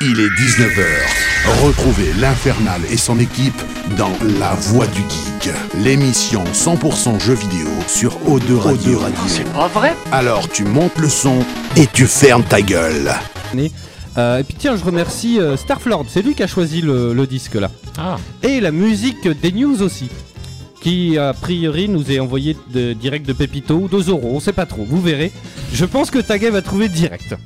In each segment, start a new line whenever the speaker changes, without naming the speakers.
Il est 19h. Retrouvez l'Infernal et son équipe dans La Voix du Geek, l'émission 100% jeux vidéo sur O2 Radio. Ah,
Pas vrai
Alors tu montes le son et tu fermes ta gueule.
Euh, et puis tiens, je remercie euh, Starflord, c'est lui qui a choisi le, le disque là.
Ah.
Et la musique des news aussi, qui a priori nous est envoyée de, direct de Pépito ou de Zoro, on sait pas trop, vous verrez. Je pense que Tagay va trouver direct.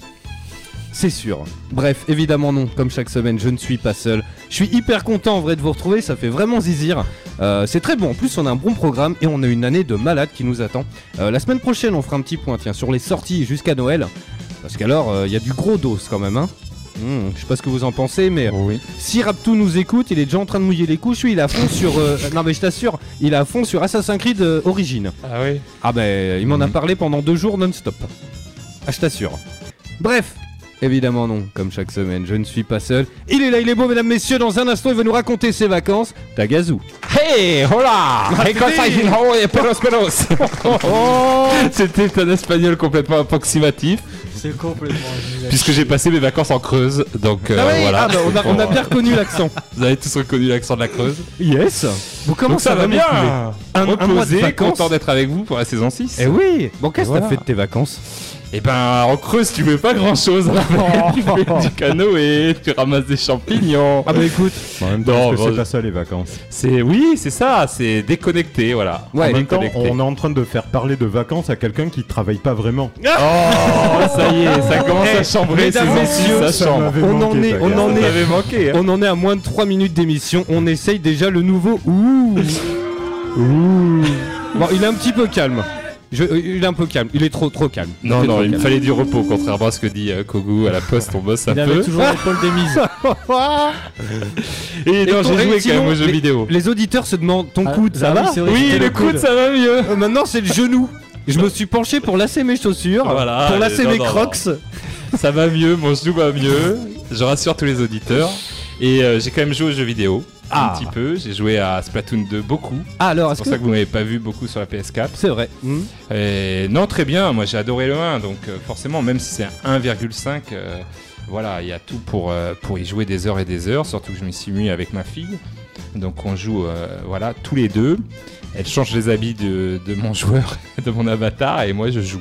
C'est sûr. Bref, évidemment non, comme chaque semaine, je ne suis pas seul. Je suis hyper content en vrai de vous retrouver, ça fait vraiment zizir. Euh, c'est très bon, en plus on a un bon programme et on a une année de malade qui nous attend. Euh, la semaine prochaine on fera un petit point tiens, sur les sorties jusqu'à Noël. Parce qu'alors euh, il y a du gros dos quand même. Hein. Hmm, je sais pas ce que vous en pensez, mais
Oui.
si Raptou nous écoute, il est déjà en train de mouiller les couches, lui il est à fond sur... euh, non mais je t'assure, il est à fond sur Assassin's Creed euh, Origins.
Ah oui. Mhm.
Ah ben, il m'en a parlé pendant deux jours non-stop. Ah, je t'assure. Bref, évidemment non, comme chaque semaine, je ne suis pas seul. Il est là, il est beau, mesdames, messieurs, dans un instant, il va nous raconter ses vacances. Tagazu.
Hey,
Ah,
hola!
Martini.
et pelos pelos! C'était un espagnol complètement approximatif,
C'est complètement génial.
puisque j'ai passé mes vacances en Creuse, donc euh,
Ah oui,
voilà.
ah bah, on, a, on a bien reconnu l'accent.
Vous avez tous reconnu l'accent de la Creuse.
Yes. Vous
donc
commencez
ça
à
va
vraiment couler.
bien!
Un- un mois de
Reposé,
vacances.
content d'être avec vous pour la saison 6.
Eh oui Bon, qu'est-ce que
Voilà.
t'as fait de tes vacances
Et ben, en Creuse, tu fais pas grand chose. tu fais du canoë, tu ramasses des champignons.
Ah bah écoute
En même
Non,
temps, est-ce que
bon,
c'est pas ça les vacances
C'est oui, c'est ça, c'est déconnecté, voilà.
Ouais,
En même temps,
déconnecté.
on est en train de faire parler de vacances à quelqu'un qui travaille pas vraiment.
Oh, ça y est, ça commence
Eh,
à chambrer,
mesdames,
ces
messieurs,
ça
ça
chambre.
m'avait
On en
manqué,
est,
ta
on
gueule.
en
On
est
avait manqué. hein.
On en est à moins de 3 minutes d'émission, on essaye déjà le nouveau Ouh Bon, il est un petit peu calme. Je- euh, il est un peu calme, il est trop trop calme.
Non,
est
non,
trop
il me
calme.
fallait du repos, contrairement à ce que dit euh, Kogu à la poste, on bosse un
Il avait
peu.
toujours l'épaule démise.
Et, non,
ton-
j'ai joué quand
sinon,
même aux jeux
les-
vidéo.
Les auditeurs se demandent ton
Ah,
coude, ça
bah
va
oui, c'est vrai,
Oui,
c'était
le coude, ça va mieux.
Euh, Maintenant, c'est le genou. Je me suis penché pour lasser mes chaussures,
Voilà,
pour
euh,
lasser
non,
mes
non,
crocs.
Ça va mieux, mon genou va mieux. Je rassure tous les auditeurs. Et euh, j'ai quand même joué aux jeux vidéo.
Ah.
Un petit peu. J'ai joué à Splatoon 2 beaucoup.
Ah, alors,
C'est
est-ce
pour
que
ça que vous m'avez pas vu beaucoup sur la PS4.
c'est vrai hmm
Et non, très bien. Moi, j'ai adoré le 1. Donc, euh, forcément, même si c'est un 1,5, euh, voilà, il y a tout pour, euh, pour y jouer des heures et des heures. Surtout que je m'y suis mis avec ma fille. Donc, on joue, euh, voilà, tous les deux. Elle change les habits de, de mon joueur, de mon avatar, et moi, je joue.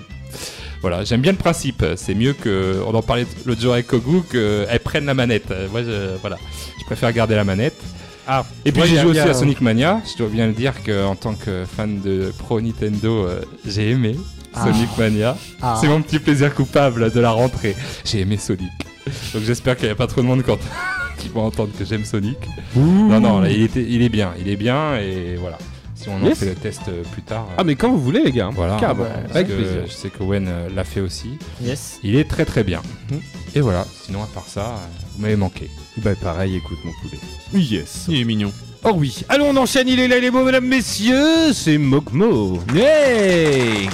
Voilà, j'aime bien le principe. C'est mieux que, on en parlait l'autre jour avec Kogu, qu'elle prenne la manette. Euh, Moi, je, voilà, je préfère garder la manette. Ah, et puis
moi,
j'ai
il y a-
joué
il y
aussi
a-
à Sonic Mania. Je dois bien le dire que, en tant que fan de pro Nintendo, euh, j'ai aimé Sonic Mania.
Ah.
C'est mon petit plaisir coupable de la rentrée. J'ai aimé Sonic. Donc j'espère qu'il n'y a pas trop de monde quand... qui vont entendre que j'aime Sonic. Non, non, là, il, était- il est bien, il est bien et voilà. Si on en
Yes.
fait le test euh, plus tard. euh,
Ah, mais quand vous voulez, les gars.
voilà,
Carrément.
parce
Avec
que
plaisir.
je sais que Owen euh, l'a fait aussi.
Yes.
Il est très très bien.
Hmm.
Et voilà, sinon à part ça, euh, vous m'avez manqué.
Bah, pareil, écoute, mon poulet.
Yes.
Il est mignon.
Oh oui, allons on enchaîne, il est là, il est beau, mesdames, messieurs, c'est Mogmo. Hey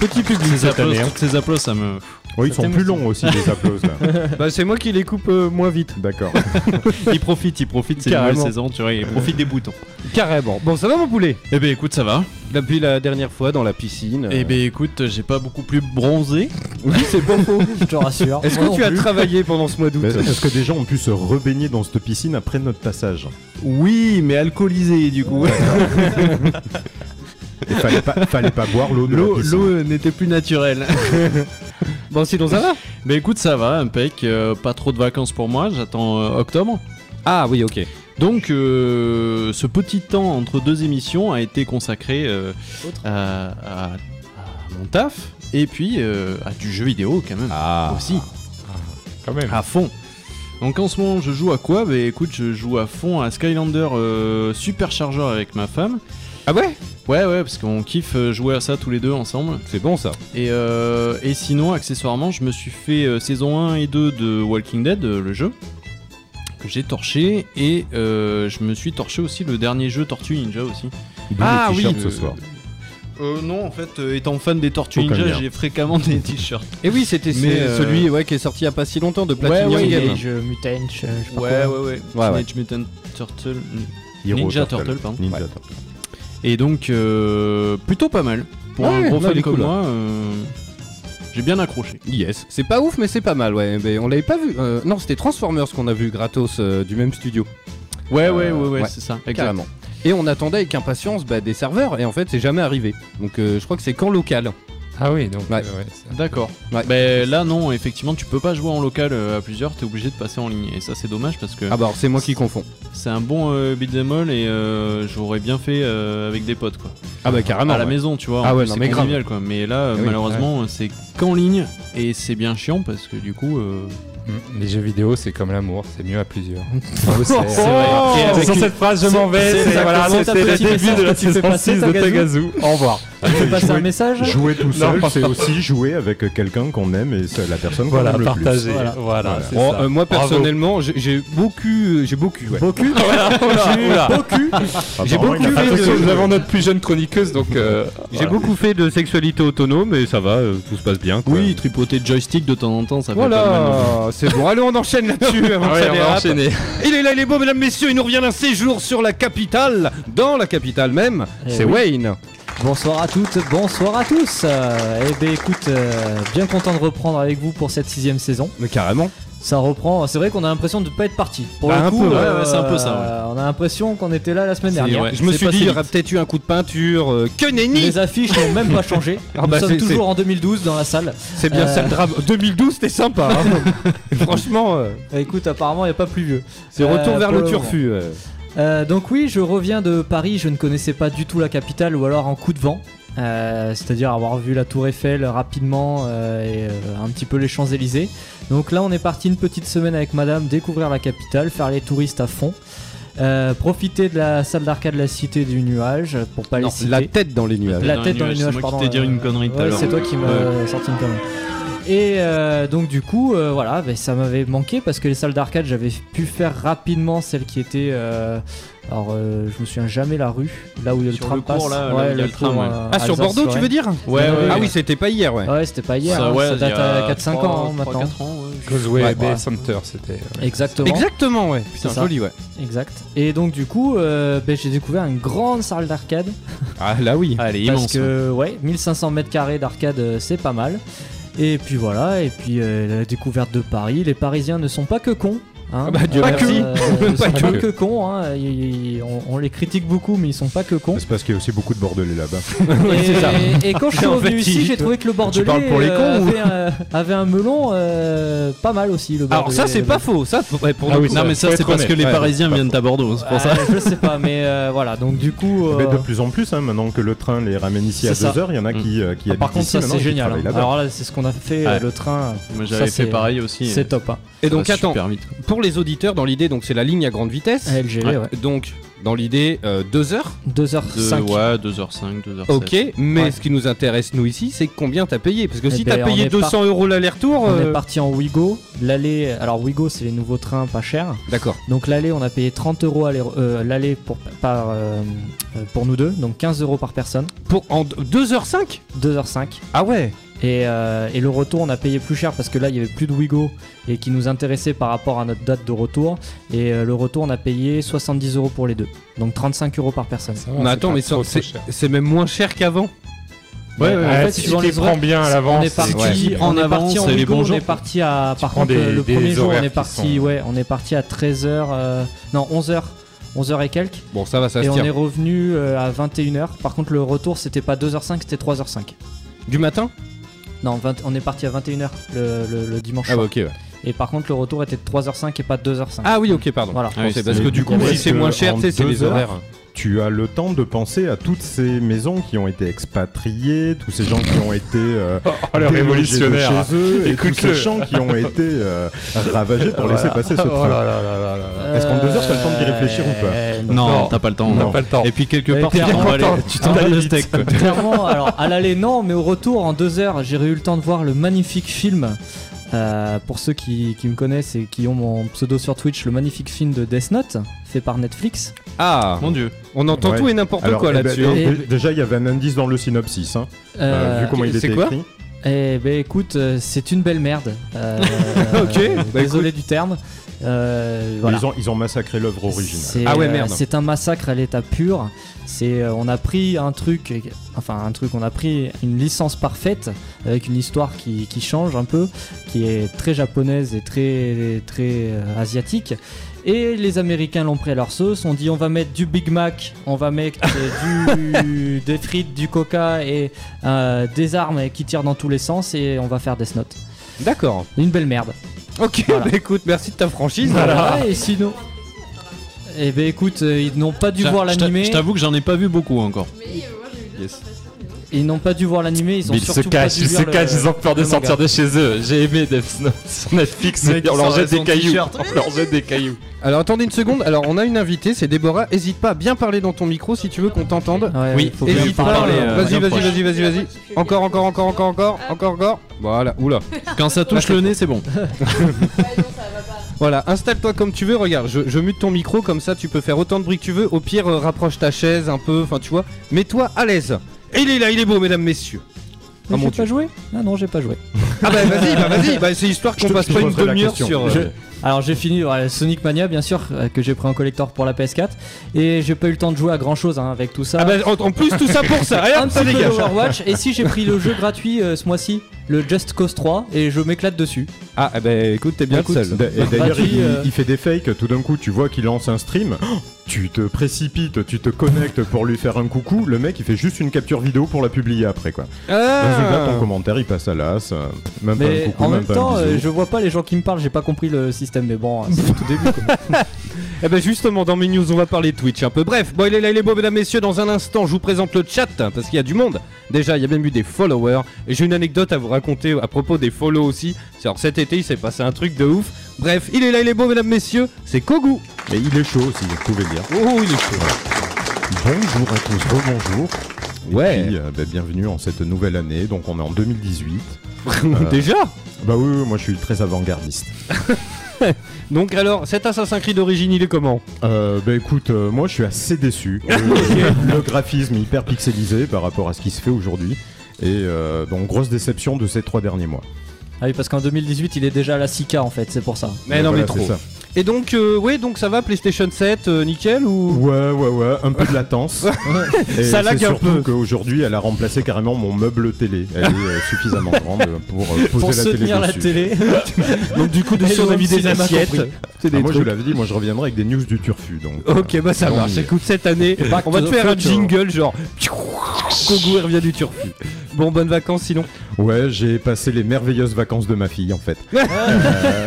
Petit public
Ces
cette
applaudissements,
année. hein.
toutes ces applaudissements, ça me.
Oh, ils sont plus longs aussi les applauses là.
Bah c'est moi qui les coupe euh, moins vite.
D'accord.
Il profite, il profite, c'est une nouvelle
Carrément.
saison, tu vois, il profite des boutons.
Carrément. Bon ça va mon poulet
Eh ben écoute, ça va.
Depuis la dernière fois dans la piscine.
Eh
euh,
ben écoute, j'ai pas beaucoup plus bronzé.
Oui c'est pas faux.
Je te rassure.
Est-ce
Moi
que
non
tu as
plus.
travaillé pendant ce mois d'août
Mais Est-ce que des gens ont pu se rebaigner dans cette piscine après notre passage
Oui, mais alcoolisé du coup.
Il fallait pas, fallait pas boire l'eau de la
L'eau
piscine.
l'eau, euh, n'était plus naturelle.
Bon sinon ça va
Mais écoute, ça va, impec. euh, pas trop de vacances pour moi, j'attends euh, octobre.
Ah oui ok.
Donc, euh, ce petit temps entre deux émissions a été consacré euh,
Autre.
à, à- à mon taf et puis euh, à du jeu vidéo quand même
Ah.
aussi.
Quand même.
à fond. Donc en ce moment, je joue à quoi Bah écoute, je joue à fond à Skylander euh, Supercharger avec ma femme.
Ah ouais
Ouais, ouais, parce qu'on kiffe euh, jouer à ça tous les deux ensemble.
C'est bon ça.
Et, euh, et sinon, accessoirement, je me suis fait euh, saison 1 et 2 de Walking Dead, euh, le jeu, que j'ai torché. Et euh, je me suis torché aussi le dernier jeu Tortue Ninja aussi.
D'où
Ah
le
oui.
t-shirt ce soir.
Euh, non, en fait, euh, étant fan des Tortues
Aucun
Ninja,
lien.
j'ai fréquemment des t-shirts.
Et Eh oui c'était
Mais,
c'est
euh,
celui ouais, qui est sorti il y a pas si longtemps de Platinum
Ouais, ouais,
Oui,
Game.
les jeux Mutant, je, je sais pas
Ouais, ouais,
quoi.
Ouais,
ouais.
ouais.
Teenage Mutant Turtle.
Hero
Ninja
Turtle.
Turtle, pardon.
Ninja Turtle.
Et donc, euh, plutôt pas mal. Pour
Ah Ouais,
un
non,
gros
il
fan
est
comme
cool.
moi, euh, J'ai bien accroché.
Yes, c'est pas ouf mais c'est pas mal ouais. Mais on l'avait pas vu. euh, non, c'était Transformers qu'on a vu gratos euh, du même studio.
Ouais,
Euh,
ouais, ouais, ouais,
ouais.
c'est ça. Exact.
Carrément. Et on attendait avec impatience bah, des serveurs et en fait c'est jamais arrivé. Donc euh, je crois que c'est qu'en local.
Ah oui, donc.
Ouais.
euh, ouais, ça-
D'accord.
Ouais.
Ben là non, effectivement, tu peux pas jouer en local euh, à plusieurs, t'es obligé de passer en ligne. Et ça, c'est dommage parce que
Ah bah alors, c'est moi qui confonds.
c'est un bon euh, beat'em all et euh, j'aurais bien fait euh, avec des potes quoi.
Ah bah carrément.
à la
ouais.
maison, tu vois. en
Ah ouais,
plus,
non,
c'est
mais grave. Ah
convivial, quoi. Mais là, euh,
Ah oui,
malheureusement, c'est qu'en ligne et c'est bien chiant parce que du coup. euh,
Mm. Les jeux vidéo, c'est comme l'amour, c'est mieux à plusieurs.
Et avec
Sur
une-
cette phrase, je m'en vais.
c'est-
c'est- Voilà,
c'est-
donc
c'est-
c'est le
c'est-
début de la
tu fais
saison
passer
6 de
Tagazu.
Tagazu. Au revoir.
Tu veux passer un
Ah, Jouer-
message
Jouer tout seul,
Non.
c'est aussi jouer avec quelqu'un qu'on aime et c'est la personne qu'on aime le plus.
Voilà,
Voilà.
c'est
Bon,
ça.
euh, moi
Bravo.
personnellement, j'ai- j'ai beaucoup, euh, j'ai beaucoup, ouais.
Beaucoup
Oula, oula. Ah,
J'ai
bah,
Apparemment,
beaucoup
il a pas
fait
fait
de-
Attention,
ce
nous
jeu.
avons notre plus jeune chroniqueuse, donc. euh,
J'ai beaucoup fait de sexualité autonome et ça va, euh, tout se passe bien. Quoi.
Oui, tripoter de joystick de temps en temps, ça fait pas de mal. non plus.
Voilà, c'est bon. Allez, on enchaîne
Ah
là-dessus. avant que
ouais,
ça
on va
dérape.
enchaîner.
Il est là, il est beau, mesdames, messieurs. Il nous revient d'un séjour sur la capitale, dans la capitale même.
Eh
C'est
oui.
Wayne.
Bonsoir à toutes, bonsoir à tous. Euh, eh ben écoute, euh, bien content de reprendre avec vous pour cette sixième saison.
Mais carrément.
Ça reprend. C'est vrai qu'on a l'impression de ne pas être parti. Pour
Bah, un
le coup,
peu, ouais,
euh,
ouais, c'est un peu ça, ouais.
euh, On a l'impression qu'on était là la semaine dernière.
ouais.
Je me
C'est
suis
passé
dit, il y
vite.
aurait peut-être eu un coup de peinture. euh, que nenni
les affiches n'ont même pas changé.
Ah
Nous
bah, c'est-
sommes toujours en 2012 dans la salle.
C'est bien
Euh.
ça le drame. 2012, c'était sympa. hein. Franchement, euh,
Bah, écoute, apparemment, il n'y a pas plus vieux.
c'est
Euh,
retour vers
pour
le,
le moment.
turfu. euh.
Euh, donc oui, je reviens de Paris, je ne connaissais pas du tout la capitale ou alors en coup de vent. Euh, C'est-à-dire avoir vu la tour Eiffel rapidement euh, et euh, un petit peu les Champs-Élysées. Donc là on est parti une petite semaine avec madame découvrir la capitale, faire les touristes à fond, euh, profiter de la salle d'arcade de la Cité du Nuage pour pas
Non,
les citer.
la tête dans les nuages.
La tête dans les
c'est
nuages,
moi
pardon,
qui t'ai dit
euh,
une connerie tout à
Ouais,
l'heure.
c'est toi qui m'as sorti une connerie. Et euh, donc du coup, euh, voilà, bah, ça m'avait manqué parce que les salles d'arcade, j'avais pu faire rapidement celles qui étaient. euh, alors, euh, je me souviens jamais la rue, là où il y a le
Sur
tram
le cours,
passe.
là, là où il y a le tram, ouais.
euh,
Ah, sur
Alsace,
Bordeaux, tu
Lorraine.
veux dire
Ouais, ouais,
Ah
ouais.
oui, c'était pas hier, ouais.
Ouais, c'était pas hier,
Ça,
hein,
ouais,
ça date
il y a
à 4-5
trois-
ans hein,
trois,
maintenant.
quatre ans, ouais.
Causeway
Ouais,
Bay
ouais.
Center, c'était. ouais.
Exactement.
Exactement, ouais. Putain,
C'est ça.
joli, ouais.
Exact. Et donc du coup, euh, bah, j'ai découvert une grande salle d'arcade
Ah là, oui.
Ah, elle est
Parce
immense. ouais.
que ouais, 1500 mètres carrés d'arcade, euh, c'est pas mal. Et puis voilà, et puis euh, la découverte de Paris. Les Parisiens ne sont pas que cons. Hein.
Ah bah, Dieu
Euh,
merci.
ils sont
Pas
pas
que.
que, cons. hein. Ils- ils- on, on les critique beaucoup, mais ils sont pas que cons.
C'est parce qu'il y a aussi beaucoup de bordelais là-bas.
Et, et quand je suis
En
revenu
fait,
ici,
ils-
j'ai trouvé que le Bordelais
parles pour les cons
euh,
ou-
avait, un, avait un melon euh, pas mal aussi. Le
Alors ça
Bordelais.
c'est pas faux, ça pour- ouais, pour
Ah
le
oui,
coup,
non,
faut
mais ça,
être
c'est parce
honnête,
que les
ouais,
Parisiens
c'est pas
viennent à Bordeaux, c'est
Ah,
pour ça.
je sais pas, mais euh, voilà. Donc du coup,
Mais
euh,
de plus en plus, hein, maintenant que le train les ramène ici à
C'est ça.
2 heures, il y en a qui, euh, qui
ah, par
habitent
contre,
ici
ça
maintenant et
c'est
qui
génial.
travaillent
hein.
là-bas.
Alors là, c'est ce qu'on a fait euh,
Ouais.
le train.
Moi,
ça,
j'avais
c'est- euh,
fait pareil aussi.
C'est top. Hein.
Et donc attends,
super vite.
pour les auditeurs dans l'idée, donc c'est la ligne à grande vitesse.
LGV, ouais.
Donc dans l'idée euh, deux heures.
2h05.
ouais, 2h05, 2h07.
Ok, mais
Ouais.
ce qui nous intéresse nous ici, c'est combien t'as payé, parce que
Eh
si
ben,
t'as
on
payé
est par-
200 euros l'aller-retour,
On est
euh,
parti en Wigo. L'aller, alors Wigo, c'est les nouveaux trains pas chers.
d'accord.
Donc l'aller, on a payé 30 euros aller- euh, l'aller pour par euh, euh, pour nous deux, donc 15 euros par personne,
Pour en 2h05
2h05.
Ah ouais.
Et, euh, et le retour, on a payé plus cher parce que là, il y avait plus de Wigo et qui nous intéressait par rapport à notre date de retour. Et euh, le retour, on a payé 70 euros pour les deux, donc 35 euros par personne.
Ça va,
mais
Ah, c'est
attends,
pas
mais
trop,
c'est- c'est
trop cher.
c'est même moins cher qu'avant.
Ouais,
Ouais,
en
Ah,
fait,
si tu
suivant
les
les
prends bien à
On
l'avance,
est parti,
c'est- ouais.
tu prends
on est
en
parti
avance,
en
les
Wigo,
bons
on est
jours.
parti à. Par
prends
contre,
des-
le
des
premier jour,
horaires
on est
qui
parti,
sont-
ouais, on est parti à 13h. euh, non, 11h. 11h et quelques.
Bon, ça va, ça
Et
se
on
tient.
est revenu euh, à 21h. Par contre, le retour, c'était pas 2h05, c'était 3h05.
Du matin
Non, 20 on est parti à 21h le, le- le dimanche
Ah
soir.
bah, ok. ouais.
Et par contre, le retour était de 3h05 et pas de 2h05.
Ah oui, ok, pardon.
Voilà.
Je pensais,
Ah oui,
parce
c'est-
que du coup,
Ouais,
si c'est
parce
moins
que
cher,
en
tu sais, c'est les
deux heures,
horaires.
Tu as le temps de penser à toutes ces maisons qui ont été expatriées, tous ces gens qui ont été euh,
Oh, le
délogés de
révolutionnaire.
chez eux, et tous ces
Écoute-le.
gens qui ont été euh, ravagés pour laisser passer ce
Oh
train.
là là là là là là.
est-ce qu'en deux heures, t'as le temps d'y réfléchir ou pas
Euh, non.
Non,
Non.
t'as pas le temps.
On n'a
non.
pas le temps.
Et puis quelque
Mais
part,
t'es
tu t'en vas
content.
aller- tu t'en vas le steak. quoi.
Ah, bah, Clairement, alors à l'aller, non, mais au retour, en 2h, j'ai eu le temps de voir le magnifique film. euh, pour ceux qui, qui me connaissent et qui ont mon pseudo sur Twitch, le magnifique film de Death Note, fait par Netflix.
Ah,
Mon dieu.
on entend
Ouais.
tout et n'importe
Alors,
quoi
eh ben,
là-dessus.
dé-
hein.
dé- déjà, il y avait un indice dans le synopsis, hein, euh,
Euh,
vu comment il
c'est
était
quoi
écrit.
Eh ben écoute, euh, c'est une belle merde. Euh,
Ok,
euh,
bah
désolé du terme. Euh, voilà.
Ils, ont, ils ont massacré l'œuvre originale.
C'est,
Ah ouais,
euh,
merde.
c'est un massacre à l'état pur. C'est, euh, on a pris un truc, euh, enfin un truc, on a pris une licence parfaite avec une histoire qui, qui change un peu, qui est très japonaise et très très euh, asiatique. Et les Américains l'ont pris à leur sauce. On dit on va mettre du Big Mac, on va mettre euh, du, des frites, du Coca et euh, des armes qui tirent dans tous les sens et on va faire des Note.
D'accord.
Une belle merde.
Ok,
Voilà.
bah écoute, merci de ta franchise.
Voilà, et sinon. Eh ben écoute, euh, ils n'ont pas dû voir
Je t'a-
l'animé.
Je t'avoue que j'en ai pas vu beaucoup encore.
Mais euh, moi j'ai eu deux
Yes.
yes.
Ils n'ont pas dû voir l'animé, ils ont
ils se
surtout pas
cachent,
dû
ils se
voir le-
cachent, ils ont peur de
le manga.
sortir de chez eux. J'ai aimé Death Note sur Netflix,
Le mec,
on leur
il
jette
sort
des
son
cailloux.
t-shirt.
On leur jette des cailloux.
Alors attendez une seconde, alors on a une invitée, c'est Déborah. Hésite pas à bien parler dans ton micro si tu veux qu'on t'entende.
Ouais,
Oui,
ouais, faut
et
bien
il
Hésite pas,
parler.
parler,
alors.
euh,
vas-y,
bien
vas-y,
proche.
vas-y, vas-y, vas-y. Encore, encore, encore, encore, encore, encore, encore. Voilà, oula. Ah,
Quand ça touche le nez, c'est bon.
Ouais, non, ça va pas.
Voilà, installe-toi comme tu veux, regarde, je, je mute ton micro, comme ça tu peux faire autant de bruit que tu veux, au pire euh, rapproche ta chaise un peu, enfin tu vois, mets-toi à l'aise. Et il est là, il est beau, mesdames, messieurs. Ah,
Mais
mon
j'ai
Dieu.
pas joué Ah non, j'ai pas joué.
Ah bah vas-y, bah vas-y, bah, c'est histoire qu'on
te-
passe
je
pas
te
une
poserai la
demi-heure
question.
sur... euh,
Je- Alors j'ai fini voilà, Sonic Mania, bien sûr, euh, que j'ai pris en collector pour la PS4, et j'ai pas eu le temps de jouer à grand chose avec tout ça.
Ah bah en, en plus tout ça pour ça,
un
regarde, ça
petit peu
dégage.
d'Overwatch, et si j'ai pris le jeu gratuit euh, ce mois-ci, le Just Cause 3, et je m'éclate dessus.
Ah eh bah écoute, t'es bien
Écoute,
le seul.
D- Et d'ailleurs,
Gratuit,
il,
euh.
il fait des fakes. Tout d'un coup, tu vois qu'il lance un stream. Oh, Tu te précipites, tu te connectes pour lui faire un coucou. Le mec, il fait juste une capture vidéo pour la publier après, quoi. Résultat, ton commentaire, il passe à l'as. euh, Même pas un
Mais
coucou,
en
même
même
pas
temps,
un
euh,
bisou.
je vois pas les gens qui me parlent, j'ai pas compris le système, mais bon, euh, c'est le tout début. quoi.
Eh ben justement, dans mes news, on va parler Twitch un peu. Bref, bon, il est là, il est beau, mesdames, messieurs. Dans un instant, je vous présente le chat, hein, parce qu'il y a du monde. Déjà, il y a même eu des followers. Et j'ai une anecdote à vous raconter à propos des follows aussi. C'est- Alors cet été, il s'est passé un truc de ouf. Bref, il est là, il est beau, mesdames, messieurs. C'est Kogu.
Et il est chaud aussi, vous pouvez le dire.
Oh, il est chaud.
Bonjour à tous, rebonjour. Et
Ouais.
puis, euh, bah, bienvenue en cette nouvelle année. Donc, on est en 2018.
Déjà
Bah oui, oui, moi, je suis très avant-gardiste.
Donc alors, cet Assassin's Creed d'origine, il est comment
Euh, bah écoute, euh, moi je suis assez déçu. Euh, le graphisme hyper pixelisé par rapport à ce qui se fait aujourd'hui. Et euh, donc grosse déception de ces trois derniers mois.
ah oui, parce qu'en 2018, il est déjà à la 6K en fait, c'est pour ça.
Mais non, mais
voilà,
trop.
c'est ça.
Et donc, euh, ouais, donc ça va, PlayStation 7, euh, nickel ou
Ouais, ouais, ouais, un peu de latence. Et
Ça lag
c'est
un
surtout
peu.
qu'aujourd'hui elle a remplacé carrément mon meuble télé. Elle est euh, suffisamment grande pour euh, poser
Pour
la télé
soutenir la
dessus.
télé.
Donc du coup,
Et
dessus, on a
le
mis des
cinéma
assiettes.
compris.
C'est
Ah,
des
moi je
trucs.
vous l'avais dit, moi je reviendrai avec des news du turfu. Donc, euh,
Ok, bah ça
on
marche.
y est.
Écoute, cette année,
Back
on va
to
te
the
faire un
future.
jingle genre. Kogu il revient du turfu. Bon, bonnes vacances sinon.
Ouais, j'ai passé les merveilleuses vacances de ma fille en fait. Euh,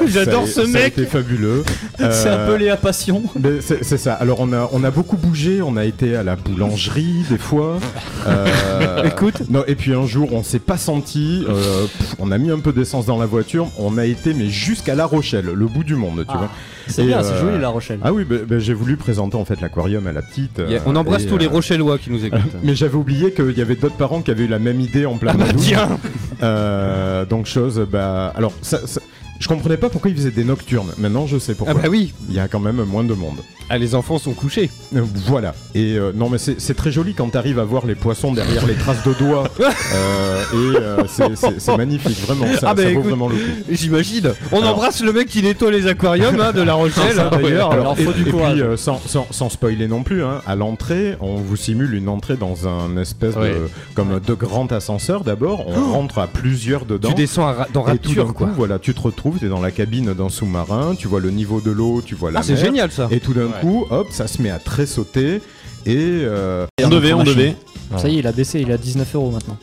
J'adore
ça a-
ce
Ça a
mec.
été fabuleux.
C'est un
Euh,
peu Léa Passion.
Mais C'est c'est ça. Alors on a, on a beaucoup bougé. On a été à la boulangerie des fois. Euh,
Écoute.
Non, et puis un jour, on s'est pas senti. euh, pff, on a mis un peu d'essence dans la voiture. On a été mais jusqu'à La Rochelle, le bout du monde, tu
Ah.
vois.
C'est
Et, euh,
bien, c'est joli La Rochelle.
Ah oui, bah, bah, j'ai voulu présenter en fait l'aquarium à la petite. euh,
On embrasse
et,
tous les
euh,
Rochellois qui nous écoutent.
Mais j'avais oublié qu'il y avait d'autres parents qui avaient eu la même idée en plein mois d'août.
Ah bah, Tiens
Euh, donc chose, bah alors ça, ça- je comprenais pas pourquoi ils faisaient des nocturnes. Maintenant, je sais
Ah
pourquoi.
bah oui
Il y a quand même moins de monde.
Ah, les enfants sont couchés.
Euh, Voilà. Et euh, non, mais c'est c'est très joli quand t'arrives à voir les poissons derrière les traces de doigts. Euh, et euh, c'est- c'est c'est magnifique, vraiment. Ça,
Ah bah
ça vaut
écoute,
vraiment le coup.
J'imagine. On
Alors- Ah,
embrasse le mec qui nettoie les aquariums hein, de La Rochelle hein, d'ailleurs.
Alors,
alors,
et,
faut du
et
courage.
puis, euh, sans, sans, sans spoiler non plus, hein, à l'entrée, on vous simule une entrée dans un espèce
Ouais.
de. comme de grand ascenseur d'abord. On rentre à plusieurs dedans.
Oh Tu descends à ra- dans
et tout d'un
Rapture
coup,
quoi.
voilà, tu te retrouves, t'es dans la cabine d'un sous-marin, tu vois le niveau de l'eau, tu vois la
Ah, c'est
mer.
génial ça.
Et tout d'un
Ouais.
coup, hop, ça se met à tressauter. Et. euh,
On devait, on devait.
Ça y est, il a baissé, il a 19 euros maintenant.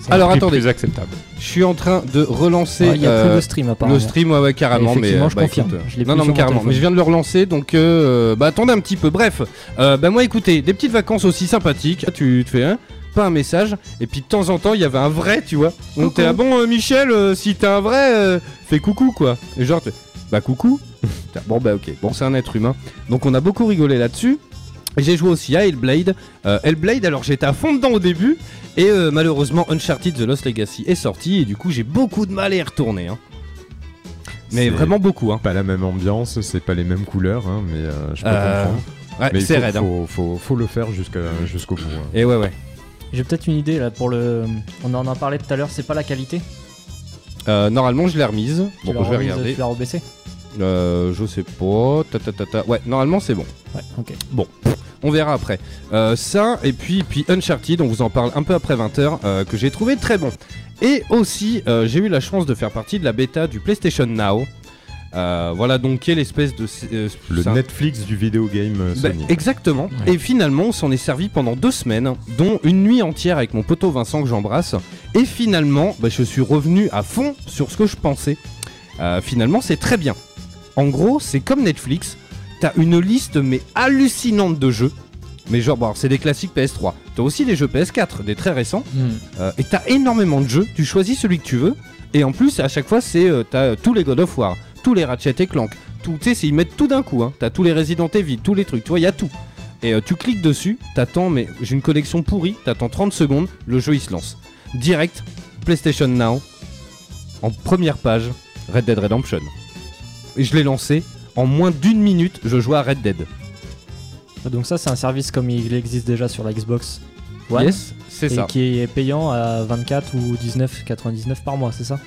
C'est un
Alors,
prix
attendez.
plus acceptable.
Je suis en train de relancer
Ouais, Il y a
euh,
plus de stream apparemment.
le stream ouais, ouais, carrément. Mais,
Effectivement,
euh,
je
bah,
confirme.
écoute, euh,
Je l'ai
non,
plus
non,
sur
mais
mon
carrément.
téléphone.
Mais je viens de le relancer, donc euh, bah, attendez un petit peu. Bref, euh, bah, moi, écoutez, des petites vacances aussi sympathiques. Ah, Tu te fais un, pas un message, et puis de temps en temps, il y avait un vrai, tu vois. Donc t'es ah bon, euh, Michel, euh, si t'es un vrai, euh, fais coucou, quoi. Et genre, tu fais, bah coucou. Putain, bon, bah ok, bon, c'est un être humain. Donc on a beaucoup rigolé là-dessus. Et J'ai joué aussi à Hellblade. Euh, Hellblade, alors j'étais à fond dedans au début, et euh, malheureusement Uncharted The Lost Legacy est sorti, et du coup j'ai beaucoup de mal à y retourner. hein. Mais
C'est-
vraiment beaucoup, hein.
pas la même ambiance, c'est pas les mêmes couleurs, hein, mais euh, je peux
Euh,
comprendre.
Ouais,
Mais il
c'est
faut,
raide. hein.
faut, faut- faut le faire jusqu'à- jusqu'au bout. hein.
Et ouais, ouais.
J'ai peut-être une idée là pour le. On en a parlé tout à l'heure, c'est pas la qualité.
Euh, normalement, je l'ai remise.
Tu
Bon,
l'as
je vais
remise,
regarder.
Tu l'as rebaissé
Euh, je sais pas. Ta, ta, ta, ta. Ouais, normalement, c'est bon.
Ouais, ok.
On verra après. Euh, ça, et puis, puis Uncharted, on vous en parle un peu après 20h, que j'ai trouvé très bon. Et aussi, euh, j'ai eu la chance de faire partie de la bêta du PlayStation Now. Euh, voilà donc qui est l'espèce de... euh,
Le
c'est un-
Netflix du vidéo game euh,
Bah,
Sony.
exactement.
Ouais.
Et finalement, on s'en est servi pendant deux semaines, dont une nuit entière avec mon poteau Vincent que j'embrasse. Et finalement, bah, je suis revenu à fond sur ce que je pensais. Euh, finalement, c'est très bien. En gros, c'est comme Netflix. T'as une liste mais hallucinante de jeux. Mais genre, bon, alors, c'est des classiques PS3. T'as aussi des jeux PS4, des très récents. Euh, et t'as énormément de jeux, tu choisis celui que tu veux, et en plus à chaque fois c'est euh, t'as euh, tous les God of War, tous les Ratchet et Clank, tout, tu sais c'est- ils mettent tout d'un coup, hein. t'as tous les Resident Evil, tous les trucs, tu vois, il y a tout. Et euh, tu cliques dessus, t'attends, mais j'ai une collection pourrie, t'attends 30 secondes, le jeu il se lance. Direct, PlayStation Now, en première page, Red Dead Redemption. Et je l'ai lancé, en moins d'une minute, je jouais à Red Dead.
Donc ça, c'est un service comme il existe déjà sur la Xbox. One,
Yes, c'est
et
ça.
qui est payant à 24 ou 19,99 par mois, c'est ça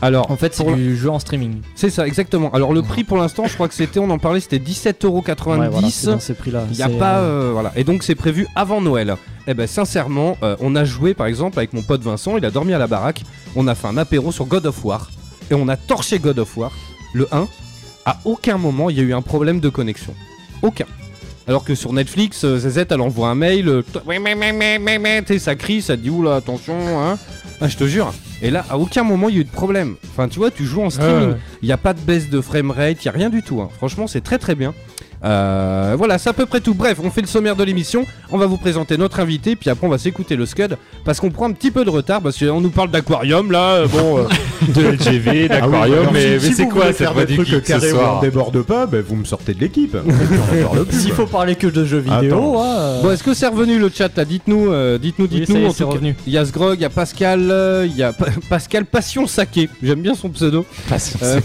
Alors,
En fait, c'est
Pour
du jeu en streaming.
c'est ça, exactement. Alors le prix pour l'instant, je crois que c'était, on en parlait, c'était 17,90€.
Ouais, voilà, c'est dans ces prix-là.
Il y a
C'est,
pas
euh,
euh, voilà et donc c'est prévu avant Noël. Eh ben sincèrement, euh, on a joué par exemple avec mon pote Vincent, il a dormi à la baraque, on a fait un apéro sur God of War et on a torché God of War le 1. À aucun moment il y a eu un problème de connexion. Aucun. Alors que sur Netflix, euh, ZZ elle envoie un mail, euh, Toi- ouais, mais mais mais mais mais t'sais, ça crie, ça te dit oula attention hein. Ah, je te jure. Et là à aucun moment il y a eu de problème. Enfin tu vois, tu joues en streaming. Il n'y a pas de baisse de framerate, il n'y a rien du tout. hein. Franchement, c'est très très bien. Euh, voilà, c'est à peu près tout. Bref, on fait le sommaire de l'émission. On va vous présenter notre invité, puis après on va s'écouter le Scud parce qu'on prend un petit peu de retard parce qu'on nous parle d'aquarium là. euh, bon, euh,
de LGV, d'aquarium,
Ah Alors, si-
mais,
si
mais c'est
vous
quoi
voulez
cette
faire
voix
des
du
trucs
geek ce
carrés où on
soir
déborde pas, bah, vous me sortez de l'équipe. On en parle plus,
S'il
quoi.
hein.
faut parler que de jeux vidéo,
Attends.
hein, euh,
bon, est-ce que c'est revenu le chat là Dites-nous, euh, dites-nous,
oui,
dites-nous.
ça y est,
en
c'est
tout cas.
revenu.
Il y a Sgrog, il y a Pascal, euh, il y a Pa- Pascal Passion Saké. J'aime bien son pseudo. Euh,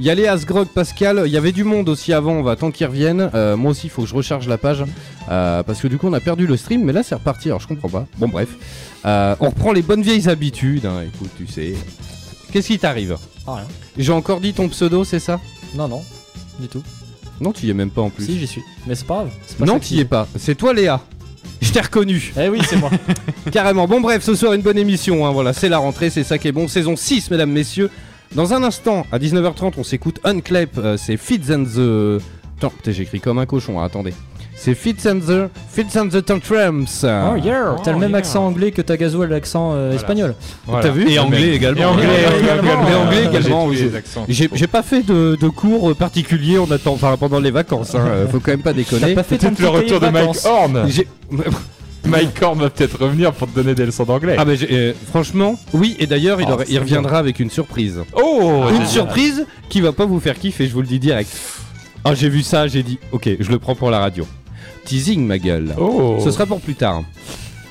Il y a les Asgrog, Pascal, il y avait du monde aussi avant, on va attendre qu'ils reviennent. Euh, moi aussi, il faut que je recharge la page. euh, parce que du coup, on a perdu le stream, mais là, c'est reparti, alors je comprends pas. Bon, bref. Euh, on reprend les bonnes vieilles habitudes, hein, écoute, tu sais. Qu'est-ce qui t'arrive
Ah, rien.
J'ai encore dit ton pseudo, c'est ça
Non, non, du tout.
Non, tu y es même pas en plus.
Si, j'y suis. Mais c'est pas grave. c'est pas
non,
ça
tu
qui-
y es pas. C'est toi, Léa. Je t'ai reconnu,
Eh oui, c'est moi.
carrément. Bon, bref, ce soir, une bonne émission. hein, voilà, c'est la rentrée, c'est ça qui est bon. Saison 6, mesdames, messieurs. Dans un instant, à 19h30, on s'écoute Unclap, euh, c'est Fitz and the... Attends, putain, j'écris comme un cochon, hein, attendez. C'est Fitz and the... Fitz and the Tantrums. euh.
Oh yeah, t'as
Oh,
le même
yeah.
accent anglais que Tagazu a l'accent euh, espagnol.
Voilà.
T'as vu
Et anglais également.
Et anglais
Et
également.
anglais
J'ai
également,
tous
oui,
les
j'ai-
accents.
J'ai j'ai pas fait de, de cours euh, particuliers en attend, enfin, pendant les vacances, hein, euh, faut quand même pas
T'as
déconner.
pas fait ton
Peut-être le
petit
retour de
cahier
Mike
vacances.
Horn.
J'ai-
Mike Horn va peut-être revenir pour te donner des leçons d'anglais.
Ah bah, j'ai- euh, franchement, oui, et d'ailleurs, il,
Oh,
aurait- il
c'est
reviendra avec une surprise.
Oh
Une
j'ai-
surprise qui va pas vous faire kiffer, je vous le dis direct. Ah, j'ai vu ça, j'ai dit, ok, je le prends pour la radio. Teasing, ma gueule.
Oh
Ce sera pour plus tard.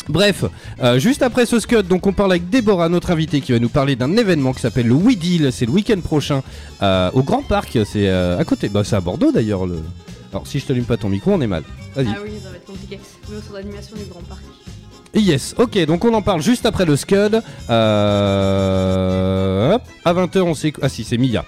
Bref, euh, juste après ce scud, donc on parle avec Déborah, notre invitée, qui va nous parler d'un événement qui s'appelle le We Deal. C'est le week-end prochain euh, au Grand Parc. C'est euh, à côté, bah c'est à Bordeaux d'ailleurs. Le... Alors si je t'allume pas ton micro, on est mal. Vas-y.
Ah oui, ça va être compliqué. Mais sur l'animation du Grand Parc.
Yes, ok, donc on en parle juste après le Scud. Euh... hop, à 20h, on s'écoute. Ah si, c'est Mia.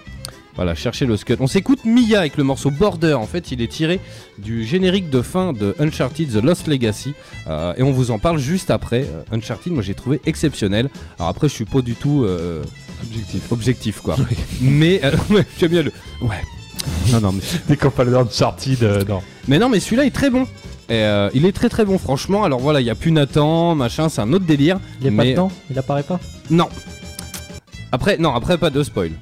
Voilà, cherchez le Scud. On s'écoute Mia avec le morceau Border. En fait, il est tiré du générique de fin de Uncharted The Lost Legacy. Euh, et on vous en parle juste après. Euh, Uncharted, moi j'ai trouvé exceptionnel. Alors après, je suis pas du tout euh,
Objectif.
objectif quoi. mais euh, ouais, j'aime bien le. Ouais. Non, non, mais
Des compagnons de sortie de. Non.
mais non, mais celui-là est très bon. Et, euh, il est très très bon, franchement. Alors voilà, il y a plus Nathan, machin, c'est un autre délire.
Il est pas
Mais-
dedans, il apparaît pas.
Non. Après, non, après pas de spoil.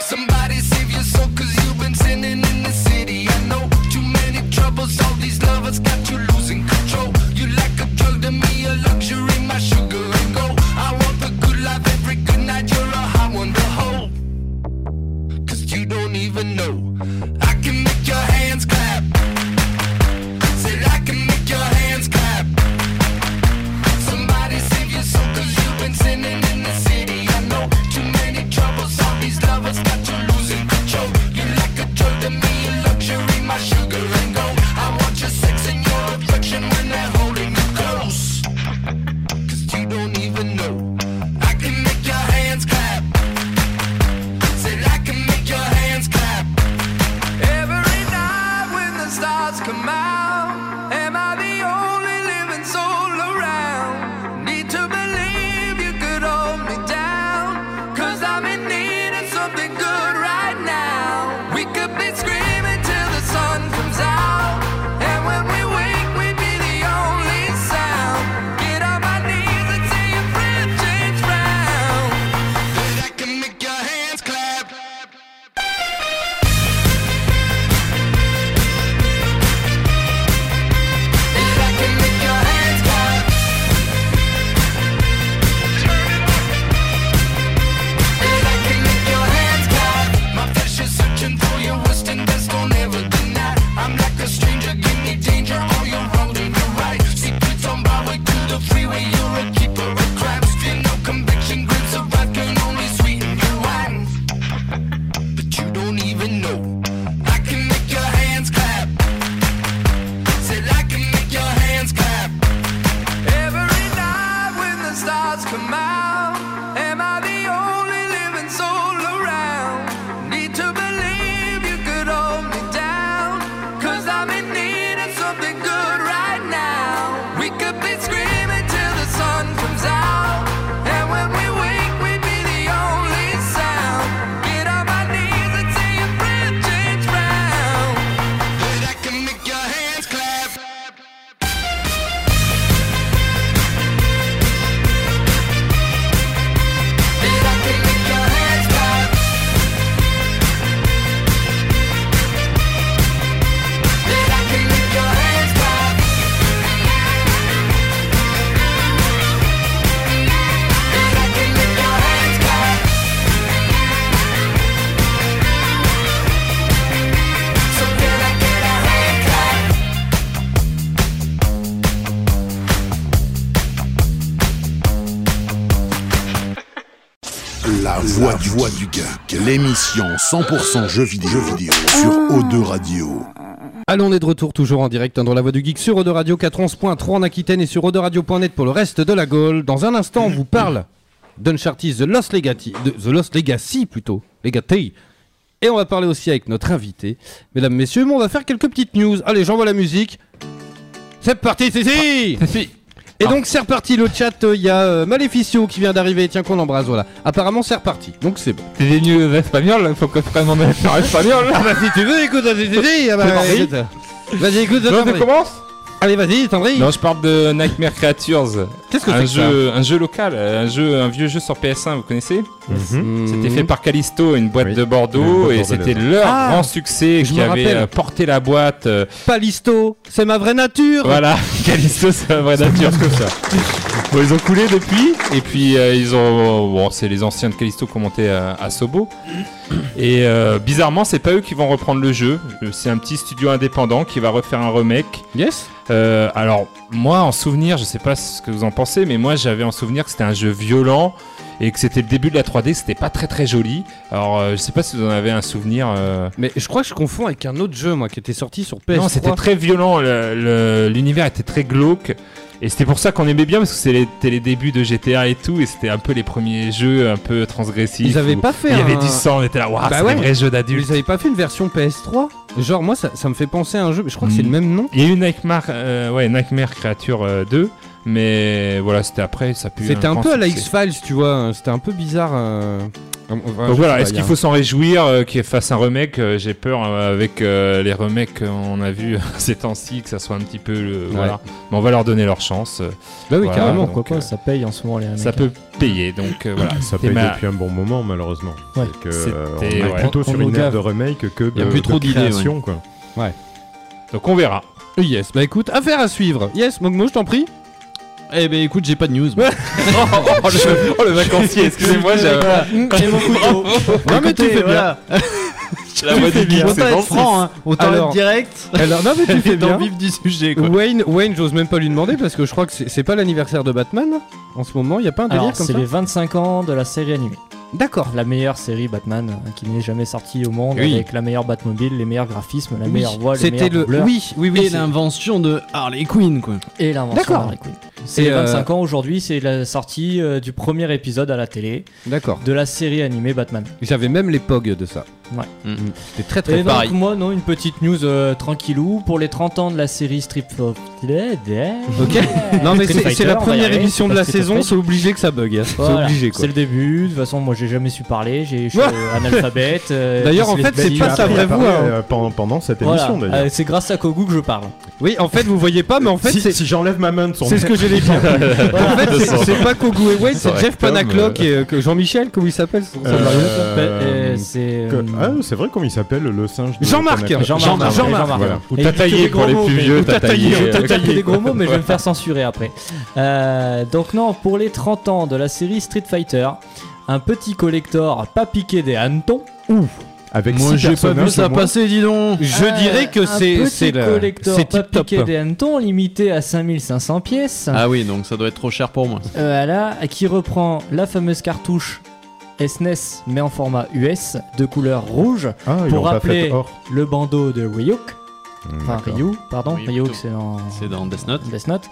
Somebody save your soul, cause you've been sinning in the city. I know too many troubles, all these lovers got you losing control. You like a drug to me, a luxury, my sugar and gold. I want the good life every good night, you're a high one to hold. Cause you don't even know. I can make your hands clap. Said I can make your hands clap. Somebody save your soul, cause you've been sinning in the city. I know too many troubles, all these lovers got you losing control. You like a drug to me, a luxury, my sugar and gold. I want your sex and your affection when they're holding you close. Cause you don't even know. I can make your hands clap. Said I can make your hands clap. Every night when the stars come out, am I the only living soul around? Need to believe you could hold me down, cause I'm in need of something good right now. We could be screaming till the sun comes out, and when we wake, we'd be the only sound. Get on my knees and say your friend change round. That I can make your hands clap. That I can make your hands clap. That I can make your hands clap. My flesh is searching for your wrist and best don't ever deny. I'm like a stranger, give me danger. All your wrong and your right. Secrets on highway to the freeway. You're a keeper of crabs. Fear no conviction. Grips of wrath can only sweeten your wine. But you don't even know. I can make your hands clap. Said I can make your hands clap. Every night when the stars come out, am I the only living soul around? Need to believe you could hold me down, cause I'm in need of something good right now. We could be screaming till the sun comes out, and when we wake, we'd be the only sound. Get on my knees and say your prayer, change round. That I can make your hands clap. That I can make your hands clap. That I can make your hands clap. That I can make your hands clap. So can I get a hand clap?
La voix, du, voix du geek. L'émission 100% jeux vidéo, jeux vidéo Ah. sur O2 Radio.
Allons, on est de retour toujours en direct hein, dans la voix du geek sur Ode Radio 411.3 en Aquitaine et sur Radio.net pour le reste de la Gaule. Dans un instant, on vous parle d'Uncharted The Lost Legacy, de- The Lost Legacy plutôt, Legacy. Et on va parler aussi avec notre invité. Mesdames, messieurs, mais on va faire quelques petites news. Allez, j'envoie la musique. C'est parti, c'est si
Ah.
Et donc c'est reparti le chat, il y a euh, Maleficio qui vient d'arriver, tiens qu'on l'embrasse, voilà. Apparemment c'est reparti, donc c'est bon.
T'es venu en espagnol, là, hein, faut que je prenne mon accent espagnol.
Ah bah si tu veux, écoute, vas-y, vas-y, ah bah,
parti.
écoute. Vas-y, écoute,
Donc,
Sandrine.
on commence
Allez, vas-y, Sandrine.
Non, je parle de Nightmare Creatures,
Qu'est-ce que c'est
un
que
jeu, un jeu local, euh, un jeu, un vieux jeu sur PS1, vous connaissez
ça
C'était fait par Callisto, une boîte
Oui.
de
Une
Bordeaux,
boîte
et
bordelaise.
c'était leur
Ah
grand succès
Je
qui
me
avait
rappelle.
euh, porté la boîte. euh,
Palisto, c'est ma vraie nature.
Voilà, Callisto, c'est la vraie nature. comme ça. Bon, ils ont coulé depuis, et puis euh, ils ont. Bon, c'est les anciens de Callisto qui ont monté à, à Sobo. Et euh, bizarrement, c'est pas eux qui vont reprendre le jeu. C'est un petit studio indépendant qui va refaire un remake.
Yes.
Euh, alors, moi, en souvenir, je sais pas ce que vous en pensez, mais moi, j'avais en souvenir que c'était un jeu violent et que c'était le début de la 3D, c'était pas très très joli. Alors, euh, je sais pas si vous en avez un souvenir. euh,
Mais je crois que je confonds avec un autre jeu, moi, qui était sorti sur PS3.
Non, c'était très violent, le- le- l'univers était très glauque. Et c'était pour ça qu'on aimait bien, parce que c'était les, c'était les débuts de GTA et tout, et c'était un peu les premiers jeux un peu transgressifs.
Ils avaient
où
pas fait.
Il y avait
un-
du sang, on était là, waouh,
Bah
c'est
ouais.
des vrais jeux
Mais
d'adultes.
Ils avaient pas fait une version PS3. Genre, moi, ça, ça me fait penser à un jeu, mais je crois que c'est
Mm.
le même nom.
Il y a eu Nightmare, euh, ouais, Nightmare Creature euh, 2, mais voilà, c'était après, ça pue.
C'était un
grand
peu à la
succès.
X-Files, tu vois. C'était un peu bizarre. euh.
Donc voilà, est-ce qu'il faut s'en réjouir euh, qu'il fasse un remake Euh, J'ai peur euh, avec euh, les remakes qu'on a vus ces temps-ci que ça soit un petit peu. euh, Voilà. Mais on va leur donner leur chance. euh,
Bah oui,
Voilà,
carrément.
donc,
Pourquoi pas,
euh,
ça paye en ce moment les mecs.
ça peut payer, donc euh, voilà.
Ça
C'était
paye
ma-
depuis un bon moment, malheureusement.
Ouais.
C'est que, euh, on
C'était-
est
ouais.
plutôt
On- on
sur
nous
une ère
gave.
de remake que
Y a
de,
plus trop
de
d'idées, ouais.
création, quoi.
Donc on verra.
Yes, bah écoute, affaire à suivre. Yes, Mogmo, je t'en prie.
Eh ben écoute, j'ai pas de news. moi.
oh, le, oh, le vacancier, excusez-moi, j'ai
Et mon couteau.
Non, mais tu fais bien.
j'ai la voix du geek, c'est bon.
franc, hein. On
t'enlève Alors-
direct.
Alors, non, mais tu fais bien.
vif du sujet
Wayne, Wayne j'ose même pas lui demander parce que je crois que c'est c'est pas l'anniversaire de Batman en ce moment. Il y a pas un délire
Alors,
comme
c'est
ça
les 25 ans de la série animée.
D'accord.
La meilleure série Batman euh, qui n'est jamais sortie au monde
Oui.
avec la meilleure Batmobile, les meilleurs graphismes, la
Oui,
meilleure voix, les
C'était
meilleurs
le.
doubleurs
Oui, oui, oui.
Et
c'est-
l'invention de Harley Quinn, quoi.
et l'invention
D'accord.
d'Harley Quinn. C'est
Et,
les
euh,
25 ans aujourd'hui, c'est la sortie euh, du premier épisode à la télé
D'accord.
de la série animée Batman.
J'avais même les POG de ça.
Ouais.
Mm. C'était très
Et
très
donc,
pareil.
moi, non, une petite news euh, tranquillou pour les 30 ans de la série Strip of hein.
Ok. Non mais
Street
c'est c'est
Fighter,
la
on va y
première
arriver,
émission
c'est
de
pas
la
Street of
saison,
Rage.
c'est obligé que ça bug. hein. C'est
Voilà.
obligé
C'est
quoi.
le début. De toute façon, moi, j'ai jamais su parler. J'ai, je suis analphabète. euh,
D'ailleurs,
je
en
suis
fait, c'est
lesbienne,
pas
je
sa
suis
vraie
pas-
voix. hein.
Euh, pendant, pendant cette
Voilà.
émission, d'ailleurs.
Euh, c'est grâce à Kogu que je parle.
Oui, en fait, vous voyez pas, mais en fait,
si
c'est.
si j'enlève ma main de son
C'est ce que j'allais dire. en fait, c'est- c'est pas Kogu et Wayne, c'est
Rectum,
Jeff Panaclock
euh.
et euh, que- Jean-Michel, comment il s'appelle son-
Euh,
son-
Euh, c'est
Que-
euh,
Ah, c'est vrai comment il s'appelle le singe de
Jean-Marc
Tanaka.
Jean-Marc,
Jean-Marc.
Jean-Marc.
Jean-Marc.
Voilà.
Ou
Et que
Tataillé
des
pour les
gros
plus
mots,
vieux,
mais- ou Tataillé,
Tataillé.
ou
Je vais dire des gros mots, mais je vais me faire censurer après. Euh, donc non, pour les 30 ans de la série Street Fighter, un petit collector pas piqué des hannetons.
Avec
Moi,
six
j'ai pas vu
personnages,
ça
au moins.
passer, dis donc.
Je dirais que
Euh, Un
c'est
petit
c'est la-
collector
c'est
pas
tip top.
piqué des hannetons, limité à 5500 pièces.
Ah oui, donc ça doit être trop cher pour moi.
Euh, voilà, qui reprend la fameuse cartouche SNES mais en format US de couleur rouge,
Ah, ils
Pour
l'ont pas fait
rappeler-
hors.
le bandeau de Ryuk, enfin
D'accord.
Ryu, pardon,
Ryuk,
Ryuk
tout.
c'est dans
C'est dans Death Note.
Death Note,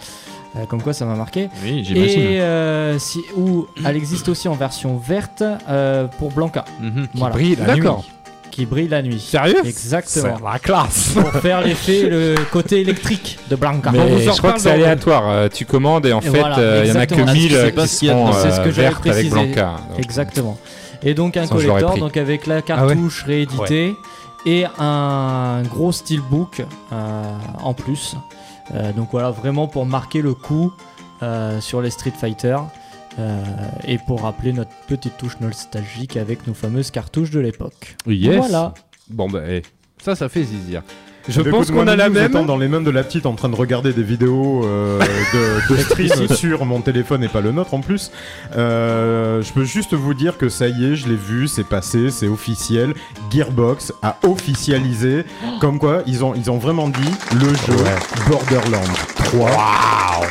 Euh, comme quoi ça m'a marqué.
Oui, j'imagine.
Et euh, si, ou elle existe aussi en version verte euh, pour Blanca,
Mhm.
voilà,
D'accord.
qui brille la nuit.
Sérieux
Exactement.
la classe
Pour faire l'effet, le côté électrique de Blanca.
Mais
Bon, on s'en
je crois
reparle
que c'est
dans-
aléatoire. euh, tu commandes et en
Et
fait,
voilà,
euh, il y en a
exactement.
que
Ah,
1000
c'est
euh,
pas
qui
ce qu'il y a
seront
dedans, c'est ce
euh,
que j'avais
vertes avec
précisé.
Blanca. Donc, euh,
Exactement. Et donc un
Ça, je l'aurais
collector
pris.
donc avec
Ah
la cartouche rééditée et un gros steelbook euh, en plus. Euh, donc voilà, vraiment pour marquer le coup euh, sur les Street Fighter euh, et pour rappeler notre petite touche nostalgique avec nos fameuses cartouches de l'époque.
Yes.
Voilà.
Bon bah eh, ça ça fait zizir. Je
Écoute,
pense
moi,
qu'on a la
Mimi,
même.
j'attends dans les mains de la petite en train de regarder des vidéos euh, de, de stream sur mon téléphone et pas le nôtre en plus. Euh, je peux juste vous dire que ça y est, je l'ai vu, c'est passé, c'est officiel. Gearbox a officialisé. Comme quoi, ils ont, ils ont vraiment dit le jeu Borderlands 3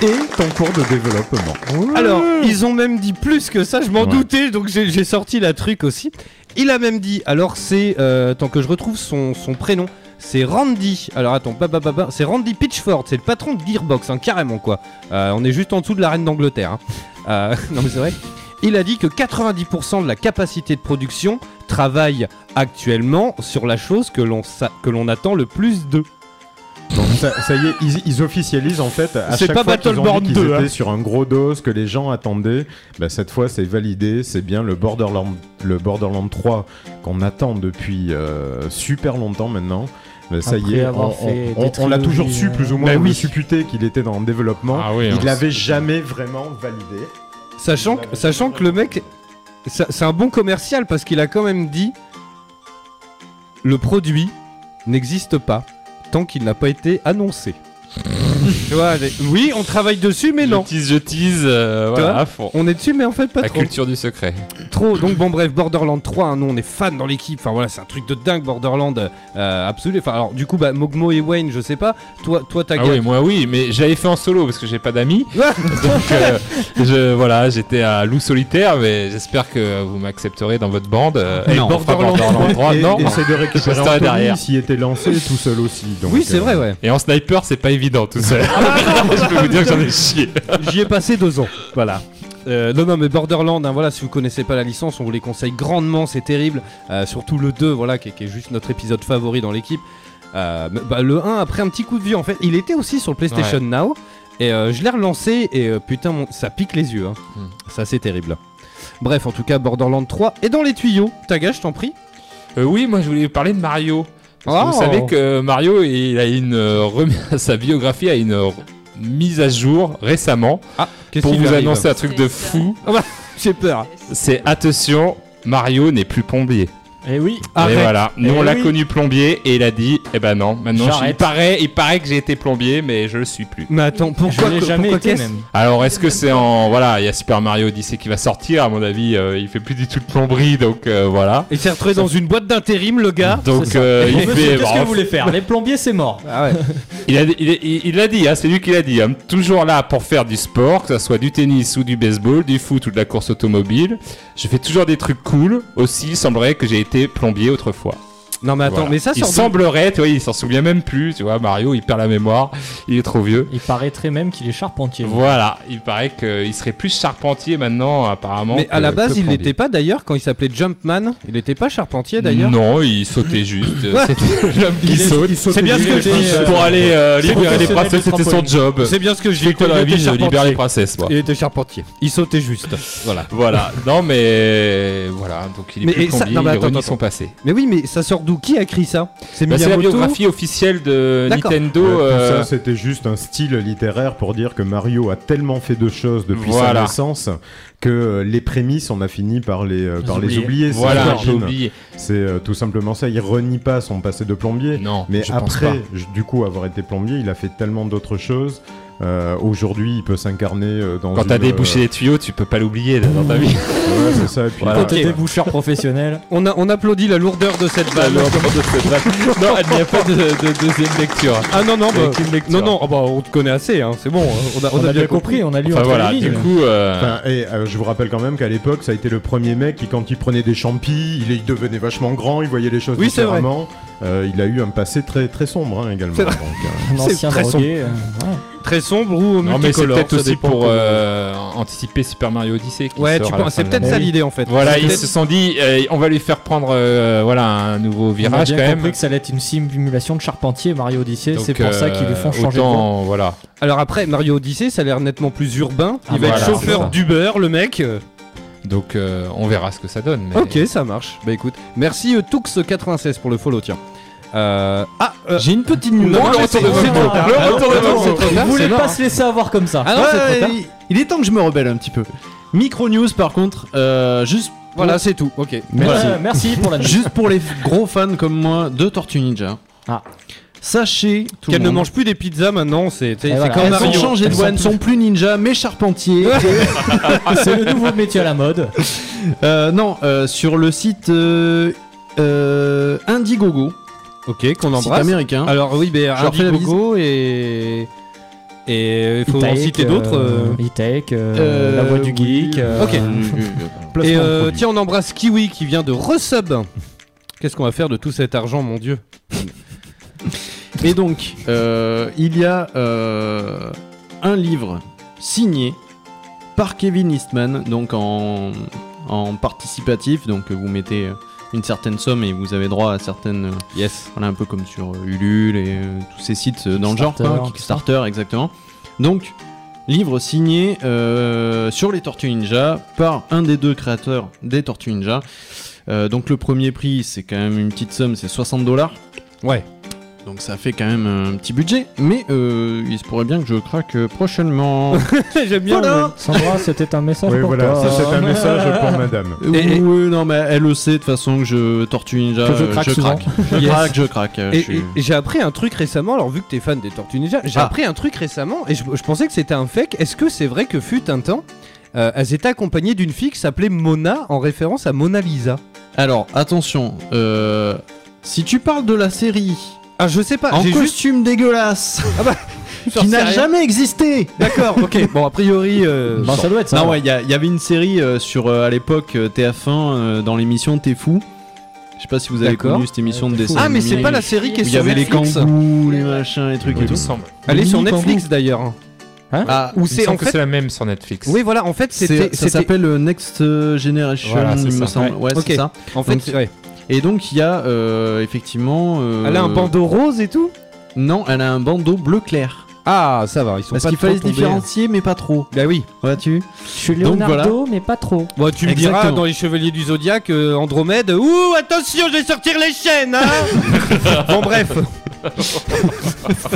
est en cours de développement.
Alors, ils ont même dit plus que ça, je m'en
Ouais.
doutais, donc j'ai j'ai sorti la truc aussi. Il a même dit, alors c'est, euh, tant que je retrouve son, son prénom, c'est Randy. Alors attends, papa, papa, c'est Randy Pitchford, c'est le patron de Gearbox, hein, carrément quoi. Euh, on est juste en dessous de la reine d'Angleterre. hein. Euh, non mais c'est vrai. Il a dit que 90% de la capacité de production travaille actuellement sur la chose que l'on sa- que l'on attend le plus d'eux.
Donc ça, ça y est, ils, ils officialisent en fait à
C'est
chaque
pas
fois qu'ils ont
Battleborn
dit qu'ils
2, hein.
étaient sur un gros dos que les gens attendaient. Bah, cette fois, c'est validé, c'est bien le Borderland, le Borderland 3 qu'on attend depuis euh, super longtemps maintenant. Bah, ça y
Après
est,
avoir
on,
fait
on-
des
on- on l'a toujours
trilogies,
su plus ou moins,
Bah
on
oui.
le supputait qu'il était en développement.
Ah oui,
il
on
l'avait jamais vraiment validé.
Sachant, que- sachant que le mec, ça- c'est un bon commercial parce qu'il a quand même dit le produit n'existe pas tant qu'il n'a pas été annoncé. tu vois, les- oui, on travaille dessus, mais
je
non.
tease, je tease, euh,
Toi
voilà, à fond.
On est dessus, mais en fait pas
La
trop.
culture du secret.
Trop. Donc bon, bref, Borderland 3, hein, nous on est fan dans l'équipe. Enfin voilà, c'est un truc de dingue, Borderland euh, absolu. Enfin alors, du coup, bah, Mogmo et Wayne, je sais pas. Toi, toi, ta
Ah oui, moi oui, mais j'avais fait en solo parce que j'ai pas d'amis.
Ah
Donc euh, je, voilà, j'étais à loup solitaire, mais j'espère que vous m'accepterez dans votre bande. euh,
Non,
pas
Borderlands
Borderlands 3,
et
non.
essaie de
Je
récupérer
resterai
Anthony,
derrière.
s'y était lancé tout seul aussi. donc,
Oui, c'est
euh,
vrai, ouais.
Et en sniper, c'est pas évident tout seul. je peux vous dire que j'en ai chié.
J'y ai passé deux ans. Voilà. Euh, non, non, mais Borderland, hein, voilà, si vous connaissez pas la licence, on vous les conseille grandement, c'est terrible. Euh, surtout le 2, voilà, qui, est- qui est juste notre épisode favori dans l'équipe. Euh, mais, bah, le 1, après un petit coup de vieux, en fait, il était aussi sur le PlayStation Now. Et euh, je l'ai relancé, et euh, putain, mon- ça pique les yeux. hein.
Hmm.
Ça, c'est terrible. Bref, en tout cas, Borderlands 3 est dans les tuyaux. Taga, je t'en prie.
Euh, oui, moi je voulais parler de Mario. Parce que
Oh.
Vous savez que Mario, il a une euh, remi- sa biographie a une euh, mise à jour récemment
Ah, qu'est-ce
pour
qu'il
vous
arrive Ah, bah,
annoncer un truc de
C'est
fou.
J'ai peur.
C'est attention, Mario n'est plus plombier.
Et oui,
Et
Eh Arrête.
voilà, nous
Eh
on l'a
oui.
connu plombier et il a dit, eh ben non, maintenant je- il
J'arrête.
paraît, il paraît que j'ai été plombier, mais je le suis plus.
Mais attends,
je
pourquoi
l'ai
que-
jamais
pourquoi
été
qu'est-ce-
même.
Alors est-ce que c'est en voilà, il y a Super Mario Odyssey qui va sortir à mon avis, euh, il fait plus du tout de plomberie donc euh, voilà.
Il s'est retrouvé dans une boîte d'intérim, le gars.
Donc euh, il
Monsieur,
fait,
qu'est-ce
bah,
que vous voulez faire Les plombiers, c'est mort.
Ah ouais.
Il a, il, il- il l'a dit, hein, c'est lui qui l'a dit. hein. Toujours là pour faire du sport, que ce soit du tennis ou du baseball, du foot ou de la course automobile. Je fais toujours des trucs cool. Aussi, il semblerait que j'ai été plombier autrefois.
Non mais attends,
Voilà.
mais ça
Il
sort d'où
semblerait, tu vois, il s'en souvient même plus. Tu vois, Mario, il perd la mémoire. Il est trop vieux.
Il paraîtrait même qu'il est charpentier.
Voilà, il paraît qu'il serait plus charpentier maintenant, apparemment.
Mais à
que-
la
que
base, il
plombier.
n'était pas d'ailleurs quand il s'appelait Jumpman. Il n'était pas charpentier d'ailleurs.
Non, il sautait juste. euh,
Ouais.
C'était l'homme qui saute.
C'est bien ce que je
était,
dis.
euh,
Pour aller euh, libérer les
professionnel
princesses,
de
c'était son
trampoline.
job.
C'est bien ce que je
Je fais
dis.
quoi dans la vie
était
Je libère les
charpentier.
princesses, moi.
Il était charpentier. Il sautait juste. Voilà.
Voilà, non mais voilà, donc il est
Mais
plus
et ça-
combi,
non, mais
il
attends,
renie
attends.
son passé.
Mais oui, mais ça sort d'où Qui a écrit ça C'est
Bah, c'est la
Miyamoto
biographie officielle de
D'accord.
Nintendo.
Ouais, tout
euh,
ça, c'était juste un style littéraire pour dire que Mario a tellement fait de choses depuis
Voilà.
sa naissance que euh, les prémices, on a fini par les, euh, par les
oublier.
oublier. c'est
Voilà,
ça,
j'ai
j'imagine.
oublié.
C'est euh, tout simplement ça. Il renie pas son passé de plombier.
Non,
Mais
je pense pas.
après, j- du coup, avoir été plombier, il a fait tellement d'autres choses. Euh, Aujourd'hui, il peut s'incarner euh, dans.
Quand
une,
t'as débouché
euh,
les tuyaux, tu peux pas l'oublier dans ta vie.
ouais, c'est ça. Et puis,
Voilà.
euh,
Quand t'étais boucheur professionnel.
On, a, on applaudit la lourdeur de cette
Ah
balle.
non, non, il n'y a pas de, de deuxième lecture.
Ah non, non,
Il y a
bah,
qu'une lecture.
non, non, ah bah, on te connaît assez, hein, c'est bon, on a,
On, a bien compris, on a lu
Enfin
entre
voilà,
les
du
lignes.
coup, euh,
Enfin, et, euh, je vous rappelle quand même qu'à l'époque, ça a été le premier mec qui, quand il prenait des champis, il, il devenait vachement grand, il voyait les choses
Oui, c'est vrai.
différemment. Euh, il a eu un passé très très sombre hein, également.
C'est
donc,
vrai.
euh,
un
c'est
ancien
très sombre.
drogué. euh, voilà.
Très sombre ou
non mais c'est
multicolore,
peut-être
ça
aussi
dépend
pour
comment-
euh, anticiper Super Mario Odyssey. qui
Ouais,
sort
tu
à la
penses-
fin
c'est
de
peut-être
l'année.
ça l'idée en fait.
Voilà,
C'est
ils
peut-être-
se sont dit, euh, on va lui faire prendre euh, voilà un nouveau
On a
virage
bien
quand
compris
même.
que ça allait être une simulation de Charpentier, Mario Odyssey. C'est
Donc,
pour ça
euh,
qu'ils lui font changer de nom.
autant, voilà.
Alors après, Mario Odyssey, ça a l'air nettement plus urbain. Il
Ah,
va
voilà,
être
c'est ça.
chauffeur d'Uber, le mec. euh,
Donc euh, on verra ce que ça donne. mais-
Ok, ça marche. Bah écoute, merci euh, Toux96 pour le follow, tiens. Euh... Ah, euh,
J'ai une petite news.
Non, mais c'est- c'est trop tard.
Ah non,
retour de
non,
Max, c'est trop
Il
tard,
voulait
c'est
pas
mort,
se laisser avoir comme ça.
Ah non,
Ouais,
c'est trop tard.
il-
Il est temps que je me rebelle un petit peu. Micro news par contre, euh, juste
voilà, c'est tout. Ok.
Merci.
Ouais, Merci pour la news.
Juste pour les f- gros fans comme moi de Tortue Ninja.
Ah.
Sachez tout le
Qu'elle ne
monde.
mange plus des pizzas maintenant, c'est c'est-
Et
c'est
voilà.
comme
Elles ont
Mario.
changé de
Elles sont
voix, elles ne sont plus ninja mais charpentier.
C'est le nouveau métier à la mode.
Euh, non, euh, sur le site euh, euh, Indiegogo,
Ok, qu'on
site
embrasse.
américain.
Alors oui, mais
leur fais la
Indiegogo et et il faut en
E-Tech,
citer d'autres.
euh,
euh.
E-Tech, euh,
Euh,
la voix du
oui,
geek.
euh,
euh,
Ok. Et
placement de
euh,
produit.
tiens, on embrasse Kiwi qui vient de resub. Qu'est-ce qu'on va faire de tout cet argent, mon dieu
Et donc, euh, il y a euh, un livre signé par Kevin Eastman, donc en, en participatif, donc euh, vous mettez euh, une certaine somme et vous avez droit à certaines... euh,
Yes.
Voilà, un peu comme sur euh, Ulule et euh, tous ces sites euh, dans le genre,
Kickstarter,
quoi, Kickstarter, exactement. Donc, livre signé euh, sur les Tortues Ninja par un des deux créateurs des Tortues Ninja. Euh, donc, le premier prix, c'est quand même une petite somme, c'est 60 dollars.
Ouais.
Donc, ça fait quand même un petit budget, mais euh, il se pourrait bien que je craque euh, prochainement.
J'aime bien.
Voilà.
Sandra, c'était un message
Oui,
pour
voilà, ça
toi.
c'est un message pour madame.
Euh,
Et- et-
oui, non, mais elle le sait de toute façon que je Tortue Ninja,
Que je
euh,
craque
je
souvent.
craque. Je
Yes.
craque, je craque. euh,
Et,
je suis-
et- et j'ai appris un truc récemment, alors vu que t'es fan des Tortues Ninja, j'ai
Ah.
appris un truc récemment et je, je pensais que c'était un fake. Est-ce que c'est vrai que fut un temps, euh, elles étaient accompagnées d'une fille qui s'appelait Mona en référence à Mona Lisa
Alors, attention, euh, si tu parles de la série
Ah, je sais pas,
en
j'ai juste.
costume dégueulasse
j'en
qui n'a
sais rien.
jamais existé
D'accord, ok, bon, a priori. euh,
Bah,
Bon, ça doit être ça.
Non, ouais, il y, a- il y avait une série euh, sur, euh, à l'époque, euh, TF1, euh, dans l'émission T'es fou. Je sais pas si vous avez
D'accord.
connu cette émission
Ouais,
de
T'es fou.
dessin.
Ah, mais c'est
animé.
pas la série qui est
Où Il y
sur
avait les
Netflix.
kangous, les machins, les trucs
Il
et tout.
me semble.
Elle est sur
Mini
Netflix d'ailleurs.
Ah,
Hein Ou
Il me
c'est
semble
en
que c'est
fait.
la même sur Netflix.
Oui, voilà, en fait,
c'est-
c'était.
ça
c'était-
s'appelle euh, Next euh, Generation,
Voilà, c'est
il me
ça.
semble. Ouais,
Ok.
c'est ça.
En fait,
Donc,
c'est- ouais.
Et donc, il y a euh, effectivement. euh,
Elle a un bandeau rose et tout
Non, elle a un bandeau bleu clair.
Ah, ça va, ils sont
Parce
pas
qu'il
trop
fallait se
tombés. hein.
différencier, mais pas trop.
Bah oui.
Vois-tu
Je suis
Donc,
Leonardo, mais pas trop.
Bon, tu me diras
Exactement.
dans les Chevaliers du Zodiaque, euh, Andromède. Ouh, attention, je vais sortir les chaînes, hein Bon, bref.
Oh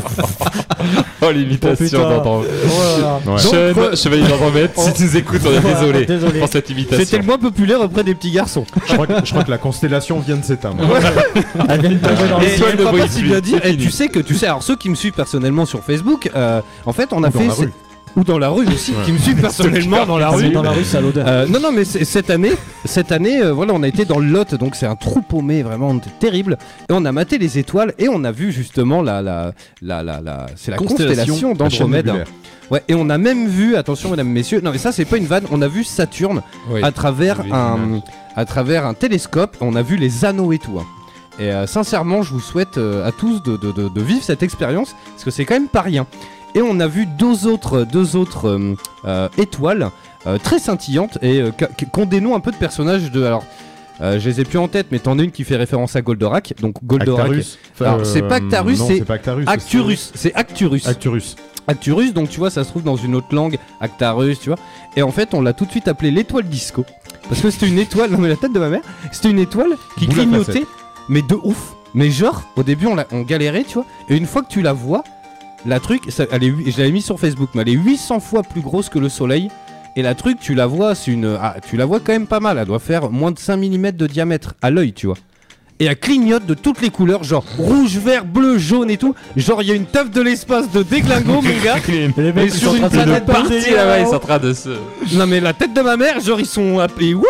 Oh,
l'imitation
putain.
d'Andromède.
Ouais.
euh,
Sean, Chevalier d'Andromède, si tu nous écoutes, on est
Voilà,
désolé,
désolé.
pour cette imitation.
C'était le moins populaire auprès des petits garçons.
Je crois, que, je crois que la constellation vient de s'éteindre.
Elle vient de tomber dans
Et-
le
et
toile
je
de
crois pas
Brice
si
Lee,
bien dire.
c'est
Et
fini.
tu sais que tu sais, alors ceux qui me suivent personnellement sur Facebook, euh, en fait, on a
dans
fait
la
c'est-
rue.
ou dans la rue aussi, qui me suivent personnellement dans la
Ah oui,
rue.
dans la rue, ça a l'odeur.
Euh, non, non, mais c'est- cette année, cette année, euh, voilà, on a été dans le Lot, donc c'est un trou paumé vraiment on était terrible. Et on a maté les étoiles et on a vu justement la, la, la, la, la- c'est la constellation,
Constellation, la chaîne
d'Andromède.
nébulaire.
Ouais, et on a même vu, attention, mesdames, messieurs, non, mais ça, c'est pas une vanne. On a vu Saturne
Oui.
à travers
Oui,
un, à travers un télescope. On a vu les anneaux et tout. hein. Et euh, sincèrement, je vous souhaite euh, à tous de, de- de- de vivre cette expérience parce que c'est quand même pas rien. Et on a vu deux autres, deux autres euh, euh, étoiles euh, très scintillantes et euh, ca- qui- qui ont des noms un peu de personnages de. Alors, euh, je les ai plus en tête, mais t'en as une qui fait référence à Goldorak. Donc Goldorak,
Actarus. Euh,
Alors, c'est pas Actarus,
non,
c'est
pas Actarus.
Acturus, c'est Acturus.
c'est- Acturus.
Acturus, donc tu vois, ça se trouve dans une autre langue, Actarus, tu vois. Et en fait, on l'a tout de suite appelé l'étoile disco. Parce que c'était une étoile, non mais la tête de ma mère, c'était une étoile qui
Boule à
clignotait,
facettes.
mais de ouf. Mais genre, au début, on, l'a- on galérait, tu vois. Et une fois que tu la vois, la truc, ça- elle est, hu- je l'avais mis sur Facebook, mais elle est 800 fois plus grosse que le soleil. Et la truc, tu la vois, c'est une, ah, tu la vois quand même pas mal. Elle doit faire moins de 5 mm de diamètre à l'œil, tu vois. Et elle clignote de toutes les couleurs, genre rouge, vert, bleu, jaune et tout. Genre, il y a une teuf de l'espace de déglingo, mon gars.
Les mecs,
Et
ils
sur
sont en
une
train de
planète
partir
parti là-bas, ils sont en train de se.
Non mais la tête de ma mère, genre ils sont happés, wouh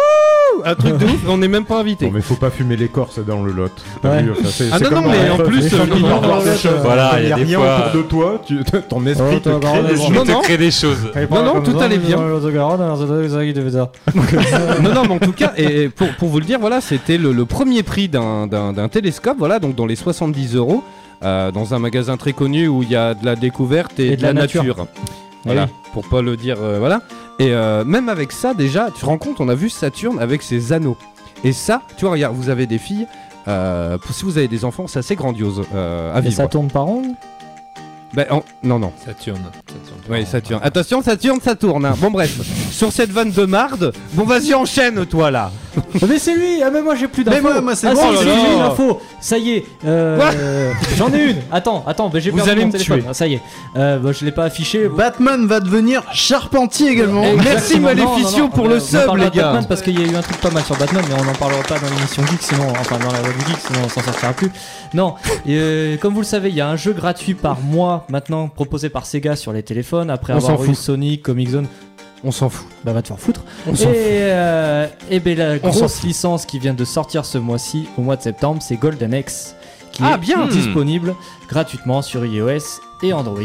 Un truc de ouf, on n'est même pas invité.
Bon, mais faut pas fumer l'écorce dans le lot. T'as
Ouais.
vu, enfin, c'est-
Ah
c'est
non,
comme
non, mais
dans-
en plus,
c'est comme
euh,
dans
dans
voir
le
des
lot,
choses.
voilà,
Quand
il y a des
rien
fois-
autour de toi, tu- ton esprit te
t'as
crée
vraiment
des
raison.
Je
Non,
te
non.
crée des choses.
Non, non, tout allait bien. non, non, mais en tout cas, et et pour, pour vous le dire, voilà, c'était le, le premier prix d'un- d'un d'un télescope, voilà, donc dans les 70 euros, euh, dans un magasin très connu où il y a de la découverte et, de, la nature. Voilà, pour pas le dire, euh, voilà. Et euh, même avec ça, déjà, tu te rends compte, on a vu Saturne avec ses anneaux. Et ça, tu vois, regarde, vous avez des filles, euh, si vous avez des enfants, c'est assez grandiose euh, à
Et
vivre.
ça tourne par rond
Ben, en- non, non.
Saturne. Saturne.
Oui, Saturne. Attention, Saturne, ça tourne. hein. Bon, bref. Sur cette vanne de marde, bon, vas-y, enchaîne, toi, là.
Mais c'est lui Ah mais moi j'ai plus d'infos
Mais moi, moi, c'est
Ah,
bon,
si,
là,
si,
là.
j'ai une
Oh
info Ça y est euh, J'en ai une Attends, attends, bah, j'ai
Vous
perdu
allez
mon
me
téléphone.
tuer.
Ah, ça y est. Euh, bah, je l'ai pas affiché.
Batman va devenir charpentier également.
Merci,
Exactement.
Maléficio,
Non, non, non,
pour
on-
le
on
sub,
parlera
les
de
gars.
Batman parce qu'il y a eu un truc pas mal sur Batman, mais on n'en parlera pas dans l'émission Geek, sinon, enfin dans la web Geek, sinon on s'en sortira plus. Non, et, euh, comme vous le savez, il y a un jeu gratuit par mois maintenant proposé par Sega sur les téléphones après
On
avoir
s'en
eu
fout.
Sonic, Comic Zone.
On s'en fout.
Bah va te faire foutre.
On
et
s'en fout.
euh, et ben la
On s'en
grosse licence qui vient de sortir ce mois-ci, au mois de septembre, c'est Golden Axe, qui
Ah,
est
bien.
disponible gratuitement sur iOS et Android.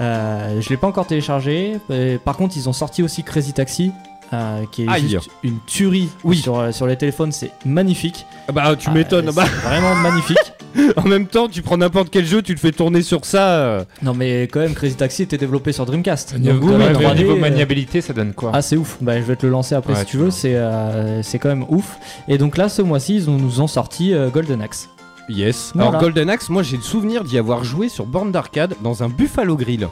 Euh, je l'ai pas encore téléchargé. Euh, Par contre, ils ont sorti aussi Crazy Taxi. euh, qui est
Aïe.
juste une tuerie
Oui.
sur, euh, sur les téléphones, c'est magnifique.
Bah, tu
Ah,
m'étonnes.
c'est Vraiment magnifique.
en même temps, tu prends n'importe quel jeu, tu le fais tourner sur ça. euh.
Non, mais quand même, Crazy Taxi était développé sur Dreamcast.
Niveau,
Donc, euh,
ouais, mais
3D,
niveau
euh,
maniabilité, ça donne quoi
Ah c'est ouf, bah, je vais te le lancer après
Ouais,
si tu
tu
veux,
peux.
c'est euh, c'est quand même ouf. Et donc là ce mois-ci ils ont- nous ont sorti euh, Golden Axe.
Yes.
Voilà.
Alors, Golden Axe, moi, j'ai le souvenir d'y avoir joué sur borne d'arcade dans un Buffalo Grill.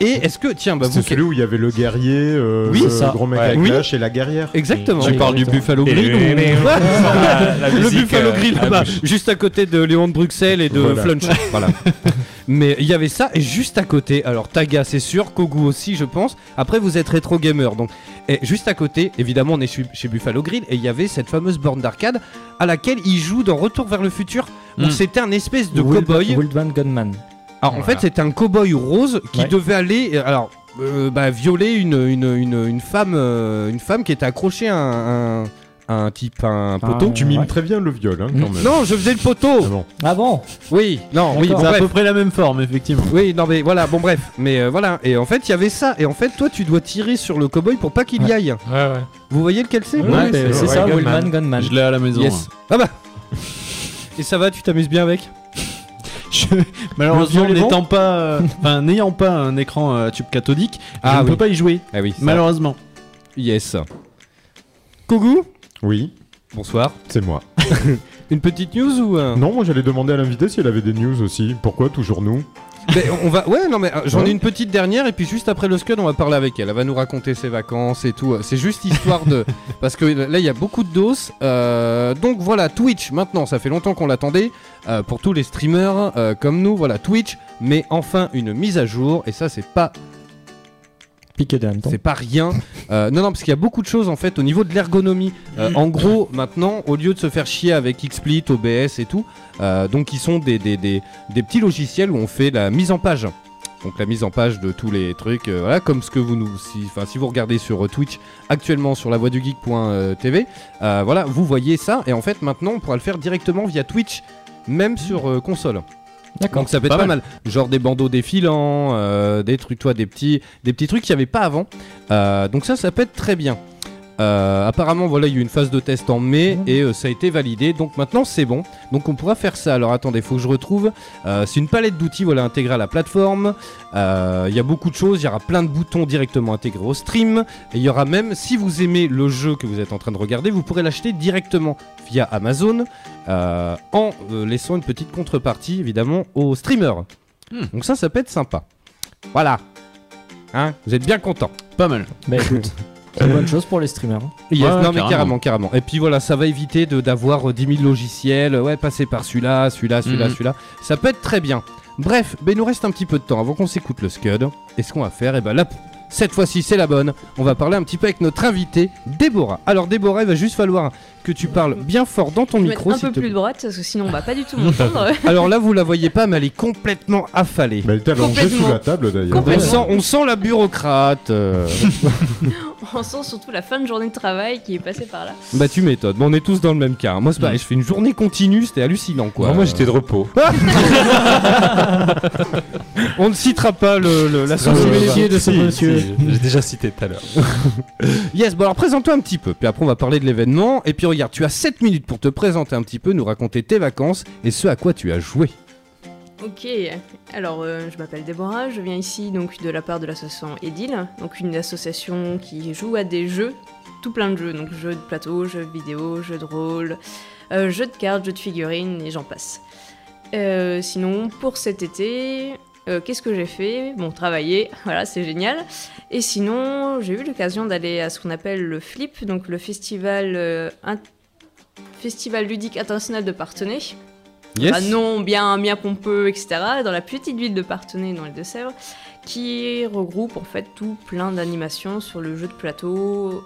Et est-ce que. Tiens, bah,
C'est
vous.
celui où il y avait le guerrier, euh,
Oui,
le
ça.
gros mec
Ouais.
avec
Oui.
l'âche et la guerrière.
Exactement.
Tu parles du
Buffalo
Grill ou-
le
musique,
Buffalo
euh,
Grill
la
là-bas,
bûche.
juste à côté de Léon de Bruxelles et de
Voilà.
Flunch. Voilà. Mais il y avait ça et juste à côté, alors Taga c'est sûr, Kogu aussi je pense. Après vous êtes rétro gamer donc et juste à côté, évidemment on est chez, chez Buffalo Grill et il y avait cette fameuse borne d'arcade à laquelle ils jouent dans Retour vers le futur où
Hmm.
Mm.
c'était un espèce de
Wild-
cowboy.
Wildman Gunman.
Alors Ah, en
Voilà.
fait c'était un cowboy rose qui
Ouais.
devait aller euh, alors euh, bah, violer une, une, une, une femme euh, une femme qui était accrochée à un, un, un type un poteau.
Ah,
Tu mimes très bien le viol, hein, quand même.
Non, je faisais le poteau.
Ah bon.
Ah bon
Oui, non, oui, bon,
C'est à
bref.
peu près la même forme, effectivement.
Oui, non, mais voilà, bon, bref. Mais euh, voilà, et en fait, il y avait ça. Et en fait, toi, tu dois tirer sur le cowboy pour pas qu'il y aille.
Ouais, ouais.
Vous voyez lequel c'est
Ouais,
Ouais,
c'est c'est
c'est
vrai,
ça,
Gunman.
Wildman Gunman.
Je l'ai à la maison.
Yes. Ah bah Et ça va, tu t'amuses bien avec
Malheureusement,
Le viol est
n'étant pas, euh, enfin, n'ayant pas un écran euh, tube cathodique,
Ah
je ne
oui.
peux pas y jouer.
Ah oui,
Malheureusement.
Yes. Kogu
Oui,
Bonsoir.
c'est moi.
Une petite news ou. euh,
Non, moi j'allais demander à l'invité si elle avait des news aussi. Pourquoi toujours nous
Mais on va. Ouais, non, mais euh, j'en ai une petite dernière et puis juste après le Scud, on va parler avec elle. Elle va nous raconter ses vacances et tout. C'est juste histoire de. Parce que là, il y a beaucoup de doses. Euh, donc voilà, Twitch maintenant, ça fait longtemps qu'on l'attendait. euh, pour tous les streamers euh, comme nous, voilà, Twitch met enfin une mise à jour et ça, c'est pas
Piqué de temps.
c'est pas rien. Euh, non, non, parce qu'il y a beaucoup de choses en fait au niveau de l'ergonomie. Euh, en gros, maintenant, au lieu de se faire chier avec XSplit, OBS et tout, euh, donc ils sont des, des, des- des petits logiciels où on fait la mise en page. Donc la mise en page de tous les trucs, euh, voilà, comme ce que vous nous, si, enfin, si vous regardez sur euh, Twitch actuellement sur la voix du geek.tv, euh, voilà, vous voyez ça et en fait maintenant on pourra le faire directement via Twitch, même sur euh, console.
D'accord.
Donc ça peut être pas, mal. Genre des bandeaux défilants, euh, des trucs, toi, des petits, des petits trucs qu'il n'y avait pas avant. Euh, donc ça, ça peut être très bien. Euh, apparemment, voilà, il y a eu une phase de test en mai et euh, ça a été validé. Donc maintenant, c'est bon. Donc on pourra faire ça. Alors attendez, faut que je retrouve. Euh, c'est une palette d'outils, voilà, intégrée à la plateforme. Euh, Il y a beaucoup de choses. Il y aura plein de boutons directement intégrés au stream. Et il y aura même, si vous aimez le jeu que vous êtes en train de regarder, vous pourrez l'acheter directement via Amazon euh, en euh, laissant une petite contrepartie évidemment aux streamers.
Hmm.
Donc ça, ça peut être sympa. Voilà. Hein, vous êtes bien contents.
Pas mal.
Bah écoute, c'est une bonne chose pour les streamers. hein.
Yes,
Ouais,
non mais
carrément.
carrément, carrément. Et puis voilà, ça va éviter de- d'avoir euh, 10 000 logiciels, ouais, passer par celui-là, celui-là, celui-là,
Mhm.
celui-là. Ça peut être très bien. Bref, ben il nous reste un petit peu de temps avant qu'on s'écoute le Scud. Et ce qu'on va faire, et ben là, cette fois-ci c'est la bonne. On va parler un petit peu avec notre invitée, Déborah. Alors Déborah, il va juste falloir que tu parles bien fort dans ton
Je vais mettre
micro.
un
s'il
peu
te
plus droite parce que sinon on va pas du tout m'entendre.
plaît. Alors là, vous la voyez pas, mais elle est complètement affalée.
Mais elle était allongée sous
Complètement.
la table d'ailleurs.
On
Complètement.
sent, on sent la bureaucrate. euh.
On sent surtout la fin de journée de travail qui est passée par là.
bah tu m'étonnes. Bon, on est tous dans le même cas. hein. Moi, c'est pareil. Je fais une journée continue, c'était hallucinant, quoi.
Non, moi j'étais de repos.
On ne citera pas le, le- la société.
de ce monsieur.
J'ai déjà cité tout à l'heure.
Yes, bon alors présente-toi un petit peu. Puis après, on va parler de l'événement. Et puis regarde, tu as 7 minutes pour te présenter un petit peu, nous raconter tes vacances et ce à quoi tu as joué.
Ok, alors euh, je m'appelle Déborah, je viens ici donc de la part de l'association Edil, donc une association qui joue à des jeux, tout plein de jeux, donc jeux de plateau, jeux vidéo, jeux de rôle, euh, jeux de cartes, jeux de figurines et j'en passe. Euh, sinon, pour cet été, euh, qu'est-ce que j'ai fait Bon, travailler, voilà, c'est génial. Et sinon, j'ai eu l'occasion d'aller à ce qu'on appelle le FLIP, donc le festival, euh, in- festival ludique international de Parthenay.
Yes.
Bah non, bien, bien pompeux, etc. Dans la petite ville de Parthenay, dans les Deux-Sèvres, qui regroupe en fait tout plein d'animations sur le jeu de plateau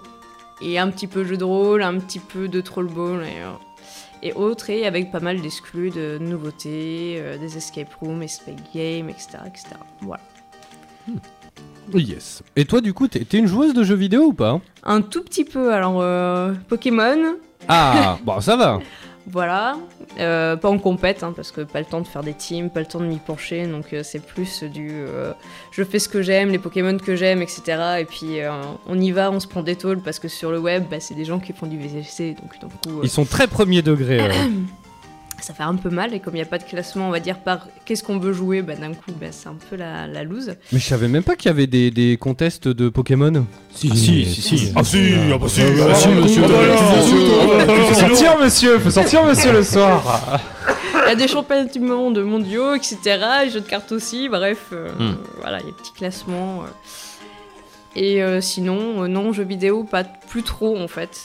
et un petit peu jeu de rôle, un petit peu de trollball et, euh, et autres, et avec pas mal d'exclus de nouveautés, euh, des escape rooms, escape games, etc., etc. Voilà.
Yes. Et toi, du coup, t'es t'es une joueuse de jeux vidéo ou pas
Un tout petit peu, alors euh, Pokémon,
Ah, bon, ça va.
Voilà, Euh, pas en compète, hein, parce que pas le temps de faire des teams, pas le temps de m'y pencher, donc euh, c'est plus du euh, je fais ce que j'aime, les Pokémon que j'aime, etc. Et puis euh, on y va, on se prend des tôles, parce que sur le web, bah, c'est des gens qui font du VCC, donc d'un coup, euh,
Ils sont très premier degré. euh.
ça fait un peu mal, et comme il n'y a pas de classement, on va dire par qu'est-ce qu'on veut jouer, bah, d'un coup, bah, c'est un peu la, la loose.
Mais je savais même pas qu'il y avait des, des contests de Pokémon.
Si, si, si.
Ah si, ah
Oh,
bah si,
Ah, si, monsieur,
Faut sortir monsieur, faut sortir monsieur le soir.
Il y a des championnats du monde mondiaux, etc. Les jeux de cartes aussi, bref. euh,
Hmm.
Voilà, il y a des petits classements. euh. Et euh, sinon, euh, non, jeux vidéo, pas plus trop en fait.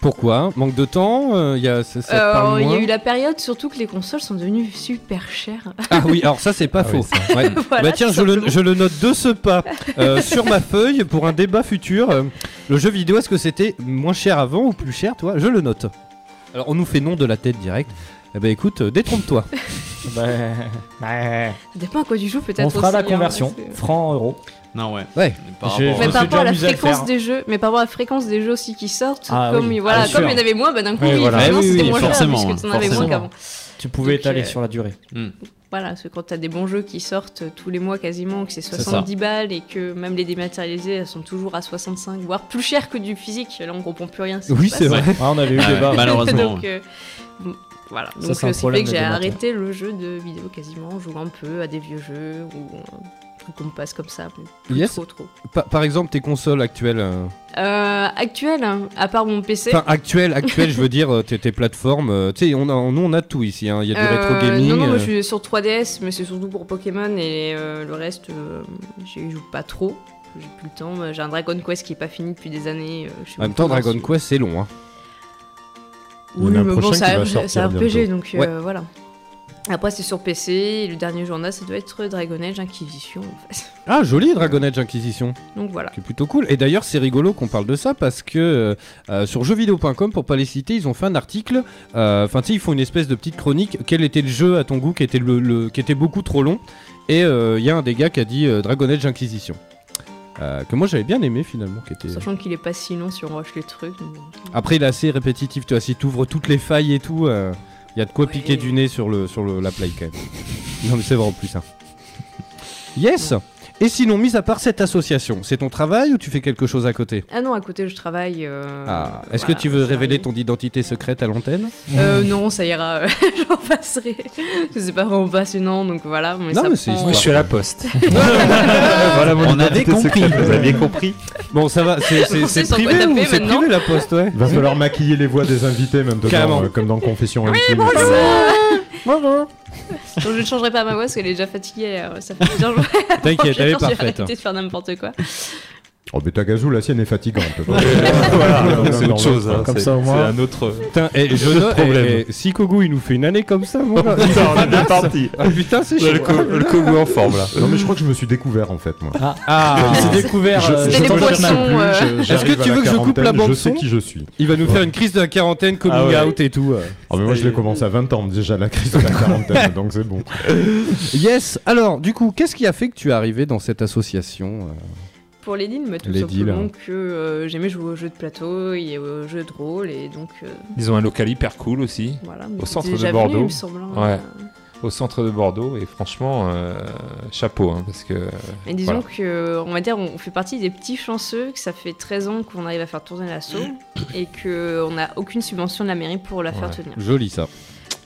Pourquoi Manque de temps euh, y a, ça, ça te
Euh,
parle
Il y a
moins
eu la période surtout que les consoles sont devenues super chères.
Ah oui, alors ça c'est pas
Ah
faux.
oui,
Ouais.
Voilà,
bah tiens,
tout
je le,
simplement.
je le note de ce pas euh, sur ma feuille pour un débat futur. Euh, le jeu vidéo, est-ce que c'était moins cher avant ou plus cher, toi Je le note. Alors on nous fait non de la tête direct. Eh ben écoute, euh, détrompe-toi.
Ça dépend à quoi tu joues peut-être.
Bah, On fera la
aussi, hein,
conversion,
parce que-
franc euro.
Non, ouais.
Ouais.
Par
J'ai- Je
rapport
Mais
me
par rapport
suis
à
déjà
la
amusé à le
fréquence
faire.
des jeux, mais par rapport à la fréquence des jeux aussi qui sortent,
Ah
comme
oui.
il- voilà,
Ah,
comme
sûr.
il y en avait moins, bah d'un coup,
Oui,
oui,
voilà.
forcément,
Oui, oui,
c'était
oui,
moins cher,
forcément,
parce que t'en avais moins
forcément.
qu'avant.
Tu pouvais
Donc,
étaler
euh,
sur la durée.
Voilà, parce que quand t'as des bons jeux qui sortent tous les mois quasiment, que c'est
C'est ça.
70 balles et que même les dématérialisés, elles sont toujours à 65, voire plus chères que du physique. Là, on comprend plus rien. à ce qui
Oui,
se
c'est
passe.
vrai.
Ah, on avait eu
Ah
le
ouais,
débat.
malheureusement.
Donc, euh, m- voilà.
Ça,
Donc,
c'est un
euh, ce qui
problème
fait que
de
j'ai
dématérial.
arrêté le jeu de vidéo quasiment en jouant un peu à des vieux jeux ou euh, faut qu'on passe comme ça. mais plus
Yes.
Trop, trop.
Pa- par exemple, tes consoles actuelles. euh,
Euh, actuel, hein, à part mon PC.
Enfin, actuelles, actuelles, je veux dire, euh, tes, tes plateformes. euh, tu sais, on a, nous, on a tout ici. hein. Il y a du rétro
euh,
gaming.
Non, non, moi
euh,
je suis sur 3DS, mais c'est surtout pour Pokémon et euh, le reste, euh, j'y joue pas trop. J'ai plus le temps. Bah, J'ai un Dragon Quest qui est pas fini depuis des années. euh, je suis
En même temps,
encore
Dragon
sur-
Quest, c'est long. hein.
Il y en a
Oui,
un
mais
prochain
bon,
qui
ça-
va
c'est
sortir
un RPG,
bientôt.
donc euh,
Ouais.
voilà. Après, c'est sur PC, et le dernier journal, ça doit être Dragon Age Inquisition, en fait.
Ah, joli Dragon Age Inquisition.
Donc voilà.
qui est plutôt cool. Et d'ailleurs, c'est rigolo qu'on parle de ça parce que euh, euh, sur jeuxvideo.com, pour pas les citer, ils ont fait un article. euh, Enfin, tu sais, ils font une espèce de petite chronique. Quel était le jeu à ton goût qui était, le, le- qui était beaucoup trop long Et euh, il y a un des gars qui a dit euh, Dragon Age Inquisition. Euh, que moi j'avais bien aimé finalement. Qui était...
Sachant qu'il est pas si long si on rush les trucs. donc, euh,
Après, il est assez répétitif. Tu vois, si t'ouvres toutes les failles et tout, euh, il y a de quoi
Ouais.
piquer du nez sur, le, sur le- la play quand même. non, mais c'est vrai en plus. hein. Yes Et sinon, mis à part cette association, c'est ton travail ou tu fais quelque chose à côté
Ah non, à côté, je travaille. euh,
Ah, est-ce
voilà,
que tu veux
je travaille.
révéler ton identité secrète à l'antenne
Euh, non, ça ira, euh, j'en passerai. C'est pas vraiment passionnant, donc voilà. Mais
Non,
ça
mais c'est Ah,
prend-
histoire.
je suis à la poste.
On avait compris. Vous aviez compris.
Bon, ça va, c'est- c'est
Français
c'est
sont pas
privé ou
tapés
c'est
maintenant
privé la poste, ouais
Va falloir maquiller les voix des invités
Carrément.
maintenant, euh, comme dans Confession Intime.
Donc je ne changerai pas ma voix parce qu'elle est déjà fatiguée. euh, ça fait plusieurs jours.
T'inquiète, elle est
J'ai
parfaite.
arrêté de faire n'importe quoi.
Oh, mais Tagazu, la sienne est fatigante.
Voilà, c'est autre chose. hein,
Comme
c'est-
ça, au moins.
C'est un autre.
euh, Putain, et je eh, note- et- et si Kogu il nous fait une année comme ça, mon gars,
Putain, on est bien parti.
ah, putain, c'est
Le
chaud.
co- le Kogu en forme là.
Non, mais je crois que je me suis découvert en fait, moi.
Ah,
Il s'est découvert. euh,
C'était les
Jean-Paul
poissons,
Sartre.
euh,
Est-ce
que tu veux que je coupe la bande
Je sais
son
qui je suis.
il va nous faire une crise de la quarantaine, coming
Ah ouais.
out et tout. euh.
Oh, mais moi, je l'ai commencé à 20 ans déjà, la crise de la quarantaine, donc c'est bon.
Yes, alors, du coup, qu'est-ce qui a fait que tu es arrivé dans cette association euh
Pour les deals, tout
Les
simplement
deals. hein.
que euh, j'aimais jouer aux jeux de plateau et aux jeux de rôle, et donc euh,
Ils ont un local hyper cool aussi,
voilà. mais
Au
vous
centre
êtes
de
déjà venu,
Bordeaux.
il me semble, hein.
Ouais. au centre de Bordeaux. Et franchement, euh, chapeau, hein, parce que
Mais disons
Voilà.
que, on va dire, on fait partie des petits chanceux, que ça fait 13 ans qu'on arrive à faire tourner l'assaut et qu'on n'a aucune subvention de la mairie pour la faire
Ouais.
tenir.
hein. Joli ça.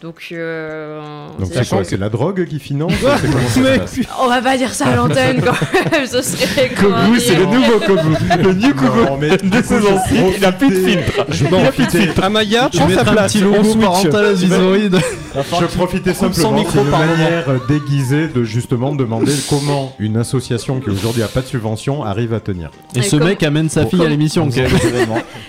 Donc, euh,
Donc,
c'est-
c'est quoi C'est la drogue qui finance
Ah,
C'est comment ça se
Mec,
passe
on va pas dire ça à l'antenne quand même, ce serait. comment
Kogu, c'est le
dire
nouveau Kogu. Le new
Non, Oh, mais
Kogu de saison 6. Il a plus de filtre.
Je profitais,
Amaya,
Tu
prends sa
mettras un
place.
petit
on
logo
switch.
parental avisoïde.
je profitais
coupe son
simplement
micro
d'une
par moment.
manière euh, déguisée de justement demander comment une association qui aujourd'hui a pas de subvention arrive à tenir.
Et
Et ce
comme-
mec amène sa fille à l'émission. quoi.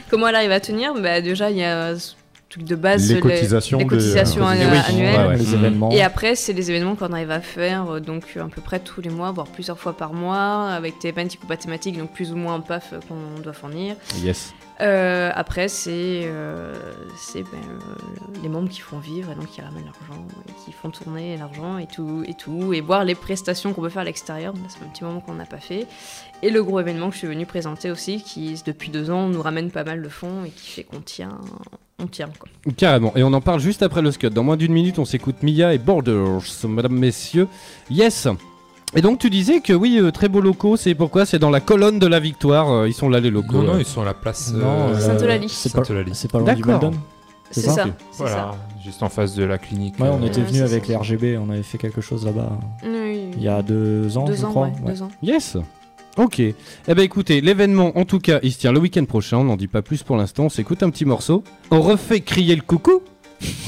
Comment elle arrive à tenir bah, Déjà, il y a ce truc de base,
Les cotisations
les
des-
cotisations
des-
annu-
oui.
annuelles.
Ouais, ouais.
Les événements.
Et après, c'est les événements qu'on arrive à faire, euh, donc euh, à peu près tous les mois, voire plusieurs fois par mois, avec des thématiques ou pas thématiques, donc plus ou moins un paf euh, qu'on doit fournir.
Yes.
Euh, après, c'est euh, c'est, ben, euh, les membres qui font vivre, et donc qui ramènent l'argent, et qui font tourner l'argent, et tout, et tout, et voir les prestations qu'on peut faire à l'extérieur, ça fait un petit moment qu'on n'a pas fait. Et le gros événement que je suis venue présenter aussi, qui depuis deux ans nous ramène pas mal de fonds, et qui fait qu'on tient, on tient quoi.
Carrément, et on en parle juste après le scud. Dans moins d'une minute, on s'écoute Mia et Borders, mesdames, messieurs. Yes Et donc, tu disais que oui, euh, très beaux locaux, c'est pourquoi C'est dans la colonne de la victoire, euh, ils sont là les locaux.
non, non,
euh.
ils sont à la place
Non,
euh,
Sainte-Eulalie.
C'est pas,
Sainte-Eulalie.
c'est pas loin du
D'accord.
Golden.
C'est
C'est
ça,
ça
c'est
Voilà, juste en face de la clinique.
Ouais, on
euh,
était
Ouais,
venu
c'est
avec
ça.
les RGB, on avait fait quelque chose là-bas
Mm.
ça. Oui.
il y a deux ans,
deux
je
ans,
crois.
ouais,
Ouais.
deux ans.
Yes Ok. Eh ben écoutez, l'événement, en tout cas, il se tient le week-end prochain, on n'en dit pas plus pour l'instant, on s'écoute un petit morceau. On refait crier le coucou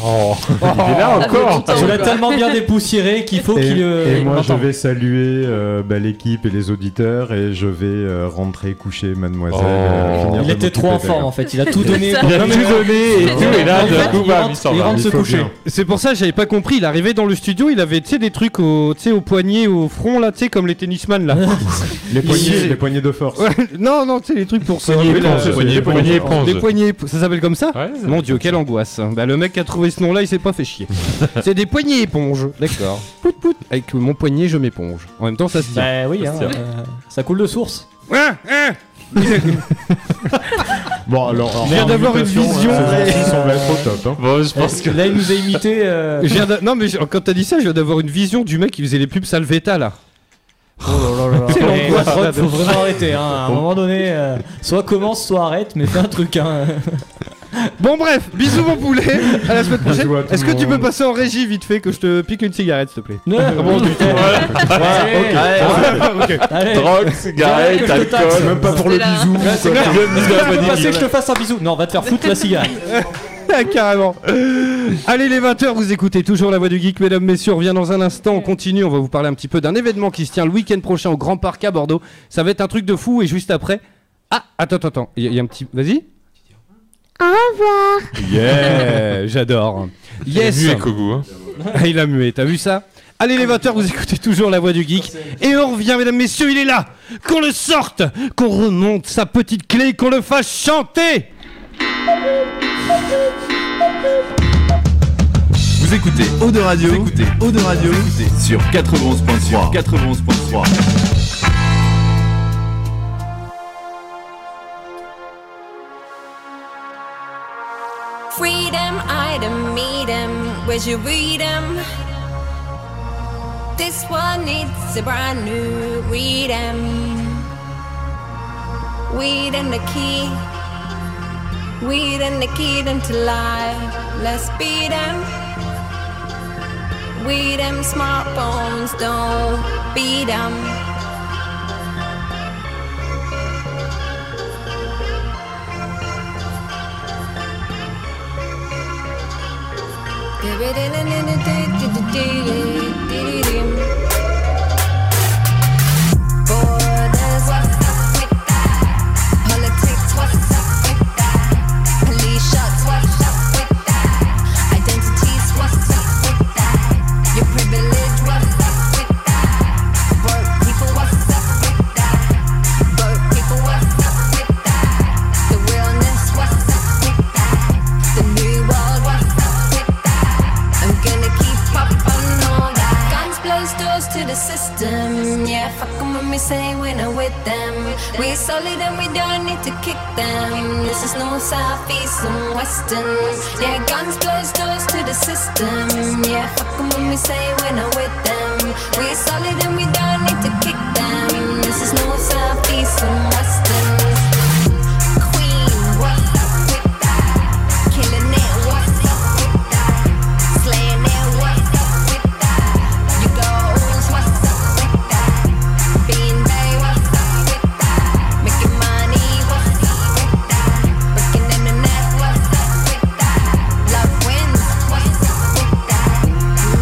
Oh, il est
Ah,
là
Ça fait
encore.
longtemps,
Je l'ai
quoi.
tellement bien dépoussiéré qu'il faut
Et,
qu'il. euh,
et moi, je
m'entende.
vais saluer euh, bah, l'équipe et les auditeurs et je vais euh, rentrer coucher mademoiselle.
Oh.
euh, finir
Il
de
était trop en
m'occuper
forme
d'elle.
en fait, il a tout donné.
Ça. Il
a tout donné et tout, et là,
En
d'un
fait,
coup,
il
bam,
rentre-
il s'en
Il
va.
rentre
Il
se
faut
coucher.
bien.
C'est pour ça que j'avais pas compris, il arrivait dans le studio, il avait, tu sais, des trucs au, tu sais, au poignet, au front, là, tu sais, comme les tennisman, là.
Les
Il-
poignées, les poignées de force.
Ouais, non, non, tu sais, les trucs pour se euh,
Poignée
relever la-
éponge, poignée- poignée éponge.
Des poignées, ça s'appelle comme ça
Ouais, c'est-
Mon dieu, quelle angoisse. Bah, le mec qui a trouvé ce nom-là, il s'est pas fait chier. c'est des poignées éponges. D'accord. Pout, pout. Avec mon poignet, je m'éponge. En même temps, ça se tient.
Bah oui, hein, euh, ça coule de source.
Ah, ah.
Bon, alors. euh,
Je viens d'avoir une vision.
Ils sont être au top. hein.
Bon, je pense que.
Là, il nous a imité. euh,
Je viens d'a- non, mais je- quand t'as dit ça, je viens d'avoir une vision du mec qui faisait les pubs Salvetta là.
Oh là là là.
C'est
Eh,
l'angoisse,
la drogue,
là, de-
faut vraiment arrêter. hein. À un moment donné, euh, soit commence, soit arrête, mais fais un truc. hein.
Bon bref, bisous mon poulet, à la semaine prochaine.
Bisous à tout
Est-ce
le
que tu peux
monde. Ah
passer en régie vite fait que je te pique une cigarette s'il te plaît Bon, du tout. Ouais, ok.
Drogue, cigarette, alcool.
Même pas pour le
Stella.
bisou.
Ouais, c'est
quoi.
clair.
Même bisou à la
Tu veux passer
vanille.
que je te fasse un bisou Non, va te faire foutre la cigarette.
Carrément. Allez, les 20h, vous écoutez toujours la voix du geek, mesdames, messieurs. On revient dans un instant, on continue. On va vous parler un petit peu d'un événement qui se tient le week-end prochain au Grand Parc à Bordeaux. Ça va être un truc de fou et juste après. Ah, attends, attends, attends. Il y, a- il y a un petit. Vas-y. Au revoir. Yeah, j'adore. Yes.
Muet, Kogu, hein.
Ah, il a mué, t'as vu ça Allez les 20 vous écoutez toujours la voix du geek. Et on revient, mesdames, messieurs, il est là Qu'on le sorte Qu'on remonte sa petite clé, qu'on le fasse chanter
Vous écoutez Eau de Radio, vous écoutez Eau de Radio sur 91.3. 91.3.
Freedom, item, meet him, where's your freedom? This one needs a brand new freedom. Weed and the key, weed and the key them to life. Let's beat them. We them smartphones don't beat them. Borders, what's up with that? Politics, what's up with that? Police shots, what's up with that? Identities, what's up with that? Your privilege, what's up with that? Work people, what's up with that? Work people, what's up with that? The realness, what's up with that? The new world, what's up with that? I'm gonna keep up on all that. Guns blows doors to the system. Yeah, fuck 'em when we say we're not with them. We're solid and we don't need to kick them. This is no southeast and western. Yeah, guns blows doors to the system. Yeah, fuck 'em when we say we're not with them. We're solid and we don't need to kick them. This is no southeast and western. Queen, what's up with that? Killing it, what's up with that? Slaying it, what's up with that? You girls, what's up with that? Being they, what's up with that? Making money, what's up with that? Breaking internet, what's up with that? Love wins, what's up with that?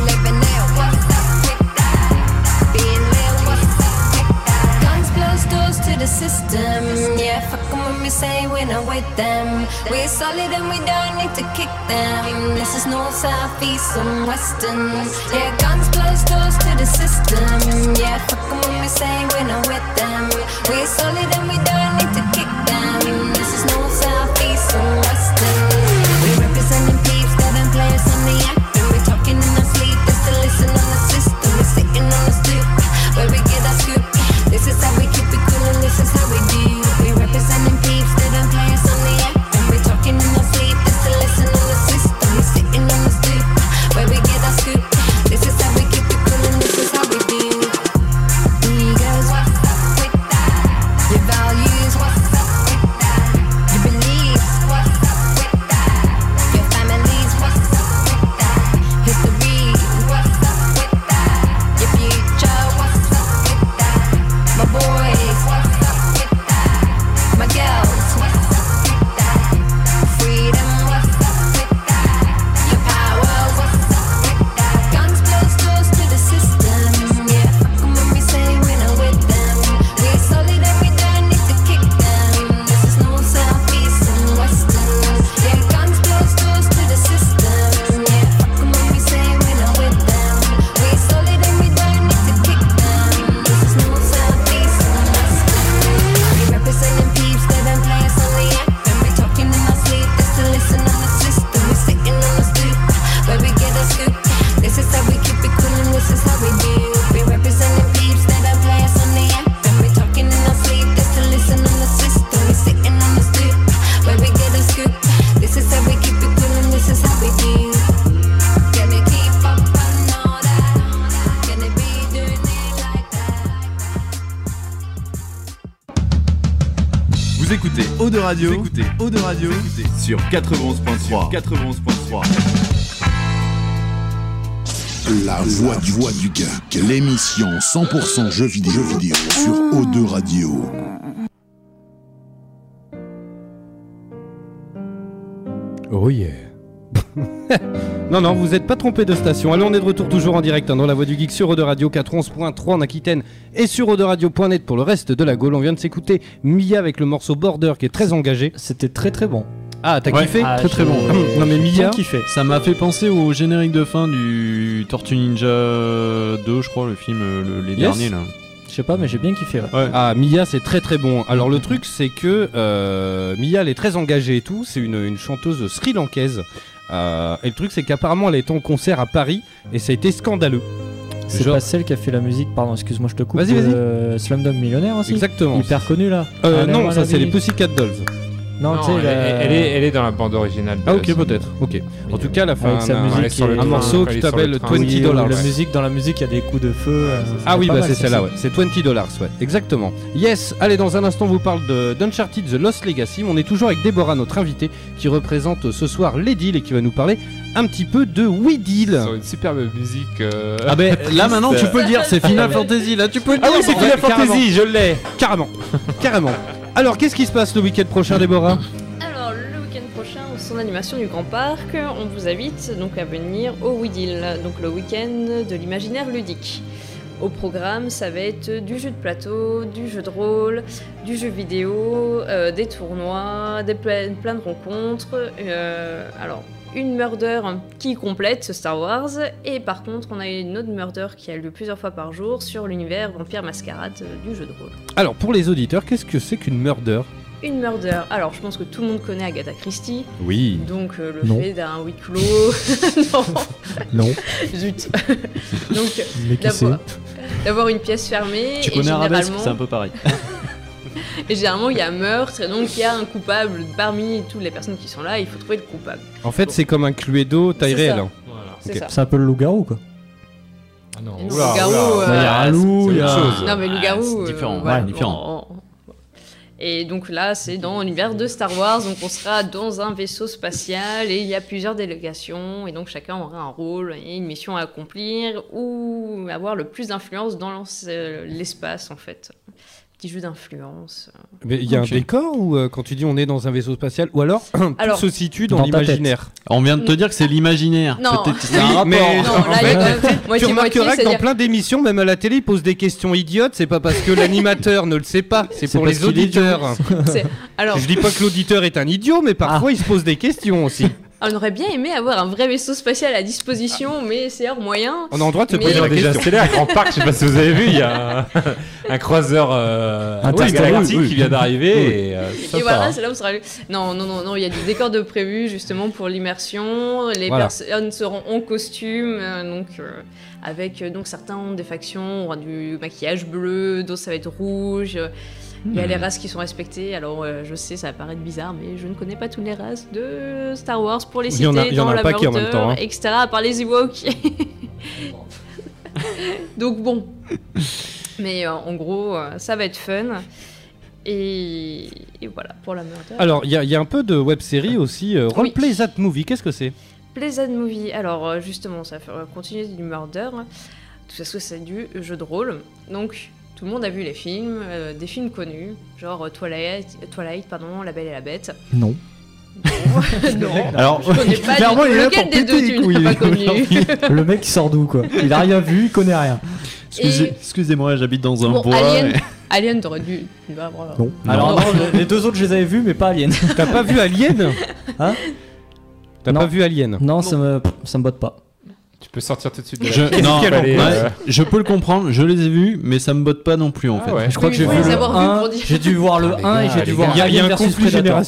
Living it, what's up with that? Being real, what's up with that? Guns blows doors to the system. Yeah, fuck 'em when we say we're not with them. We're solid and we don't need to kick them. This is north, south, east, and western. Yeah, guns blows doors to the system. Yeah, fuck 'em when we say we're not with them. We're solid and we don't need to kick them. This is north, south, east, and western. We representing peeps, that them players on the act. And we're talking in our sleep, just to listen on the system. We're sitting on the stoop, where we get our scoop. This is how we keep it cool and this is how we do. We representing peeps, they don't play us on the app. And we're talking in our sleep, just to listen on the system. We're sitting on the stoop, where we get our scoop. This is how we keep it cool and this is how we do. Egos, what's up with that? Your values, what's up with that?
Eau de Radio. écoutez Eau de Radio. sur 91.3. 91.3.
La voix du, voix du geek, l'émission 100% jeux vidéo, jeux vidéo sur O2 Radio.
Oh yeah. non, non, vous n'êtes pas trompé de station. Alors, on est de retour toujours en direct hein, dans la voix du geek sur Eau Radio 411.3 en Aquitaine et sur Radio.net pour le reste de la Gaule. On vient de s'écouter Mia avec le morceau Border qui est très engagé.
C'était très très bon.
Ah, t'as
Ouais.
kiffé
Ah, Très, très j'ai- bon.
non, mais Mia.
J'ai kiffé. Ça m'a fait penser au générique de fin du Tortue Ninja 2, je crois, le film, euh, le- les
Yes.
derniers là.
Je sais pas, mais j'ai bien kiffé. ouais.
Ah, Mia, c'est très très bon. Alors, le truc, c'est que euh, Mia, elle est très engagée et tout. C'est une, une chanteuse sri-lankaise. Euh, et le truc, c'est qu'apparemment, elle était en concert à Paris et ça a été scandaleux.
C'est
Genre-
pas celle qui a fait la musique, pardon, excuse-moi, je te coupe.
Vas-y, vas-y.
euh, Slumdog Millionnaire aussi.
Exactement.
Hyper connu là.
Euh,
Allez,
non,
on
ça,
la
c'est les
vie.
Pussycat Dolls.
Non, tu sais,
elle,
la-
est- elle est, elle est dans la bande originale. de
Ah,
la
ok,
série.
peut-être. Ok. En tout cas, la fin,
Avec sa
un,
musique
un
qui est-
morceau qui s'appelle 20
Oui,
dollars.
La musique, dans la musique, il y a des coups de feu. euh,
Ah
c'est
oui,
pas
bah
mal,
c'est
ça,
celle-là,
ça.
ouais. C'est 20 dollars, ouais. Exactement. Yes, allez, dans un instant, on vous parle de- d'Uncharted The Lost Legacy. mais on est toujours avec Déborah, notre invitée, qui représente euh, ce soir les deals et qui va nous parler un petit peu de We Deal.
Sur une superbe musique. euh,
Ah ben là
triste.
maintenant tu peux le dire, c'est Final Fantasy, là tu peux le dire. Ah oui, c'est Final Fantasy, je l'ai. Carrément, carrément. Alors qu'est-ce qui se passe le week-end prochain Déborah
Alors, le week-end prochain, au son animation du Grand Parc, on vous invite donc à venir au Weedil, donc le week-end de l'imaginaire ludique. Au programme, ça va être du jeu de plateau, du jeu de rôle, du jeu vidéo, euh, des tournois, des ple- plein de rencontres. euh, alors, une murder qui complète ce Star Wars, et par contre, on a une autre murder qui a lieu plusieurs fois par jour sur l'univers Vampire Mascarade euh, du jeu de rôle.
Alors pour les auditeurs, qu'est-ce que c'est qu'une murder
Une murder. Alors, je pense que tout le monde connaît Agatha Christie.
Oui.
Donc, euh, le
Non.
fait d'un huis clos. non.
Non.
Zut. Donc,
Mais qui
d'avoir- d'avoir une pièce fermée.
Tu
et
connais Arabesque
généralement-
C'est un peu pareil.
Et généralement, il y a meurtre, et donc il y a un coupable. Parmi toutes les personnes qui sont là, il faut trouver le coupable.
En fait c'est comme un Cluedo taille
C'est
réelle.
ça.
hein.
Voilà.
Ok.
C'est ça.
C'est un peu le loup-garou quoi.
Et donc,
Oula,
le garou,
oula.
euh,
Bah, Il y a un loup,
c'est
il y a-
autre chose. Non,
Ah,
mais le garou.
c'est différent,
voilà.
ouais, différent.
Oh, oh, oh. Et donc là, c'est dans l'univers de Star Wars, donc on sera dans un vaisseau spatial et il y a plusieurs délégations et donc chacun aura un rôle et une mission à accomplir ou avoir le plus d'influence dans l'ens- euh, l'espace en fait. Petit jeu d'influence. Euh,
Mais il y a
Ok.
un décor ou euh, quand tu dis on est dans un vaisseau spatial ou alors tout
Alors,
se situe dans, l'imaginaire.
On vient de
Mm.
te dire que c'est l'imaginaire.
Non.
Peut-être que
Oui,
c'est un
mais
rapport.
en fait, tu
moitié-moitié,
remarqueras que dans
c'est-à-dire-
plein d'émissions, même à la télé, ils posent des questions idiotes. C'est pas parce que l'animateur ne le sait pas, c'est
C'est
pour
parce
les
qu'il est idiot.
auditeurs.
C'est- alors-
Je dis pas que l'auditeur est un idiot, mais
Ah.
parfois il se pose des questions aussi.
On aurait bien aimé avoir un vrai vaisseau spatial à disposition, mais c'est hors moyen.
On a le droit de se
Mais-
poser la
déjà
question.
stellaire à Grand Parc, je sais pas si vous avez vu, il y a un, un croiseur euh,
Interstellaire,
intergalactique
oui, oui.
qui vient d'arriver.
Oui.
Et, euh,
Et
sympa,
voilà,
hein.
c'est là où sera le- Non, non, non, non, il y a du décor de prévu justement pour l'immersion. Les
Voilà.
personnes seront en costume, euh, donc euh, avec euh, donc certains ont des factions, aura du maquillage bleu, d'autres ça va être rouge. euh, Il y a
Hmm.
les races qui sont respectées. Alors euh, je sais, ça va paraître bizarre, mais je ne connais pas toutes les races de Star Wars pour les
Il y
citer
en a- il y en
dans
a un
la
paquet en même
Murder,
temps, hein.
etc. À part les Ewoks. donc bon, mais euh, en gros, euh, ça va être fun. Et, et voilà pour la murder.
Alors, il y, a- il y a un peu de web série aussi. euh, Roleplay That Movie, qu'est-ce que c'est
Pleasant Movie. Alors euh, justement, ça va continuer du murder. Tout ça, parce que c'est du jeu de rôle. Donc tout le monde a vu les films, euh, des films connus, genre euh, Twilight, Twilight, pardon, La Belle et la Bête.
Non.
non.
Alors,
je connais pas
clairement,
du tout.
il est là
Lequel
pour
des
péter
deux
les
tu n'as
couilles,
pas connu
Le mec il sort d'où quoi Il a rien vu, il connaît rien.
Excusez- Et-
moi j'habite dans un
Bon,
bois.
Alien, Alien, t'aurais dû. Bah, voilà.
Non. Alors non, je- les deux autres je les avais vus mais pas Alien.
T'as pas vu Alien
Hein
T'as pas vu Alien
Non, ça me ça me botte pas.
Tu peux sortir tout de suite. de la-
Je,
Qu'est-ce
non,
qu'elle en
ouais,
pense
euh je peux le comprendre, je les ai vus, mais ça me botte pas non
Ah
plus en fait.
ouais. Je crois que Oui, j'ai il faut vu les le avoir vus un, pour dire. j'ai dû voir le un et j'ai dû voir Alien versus Predator.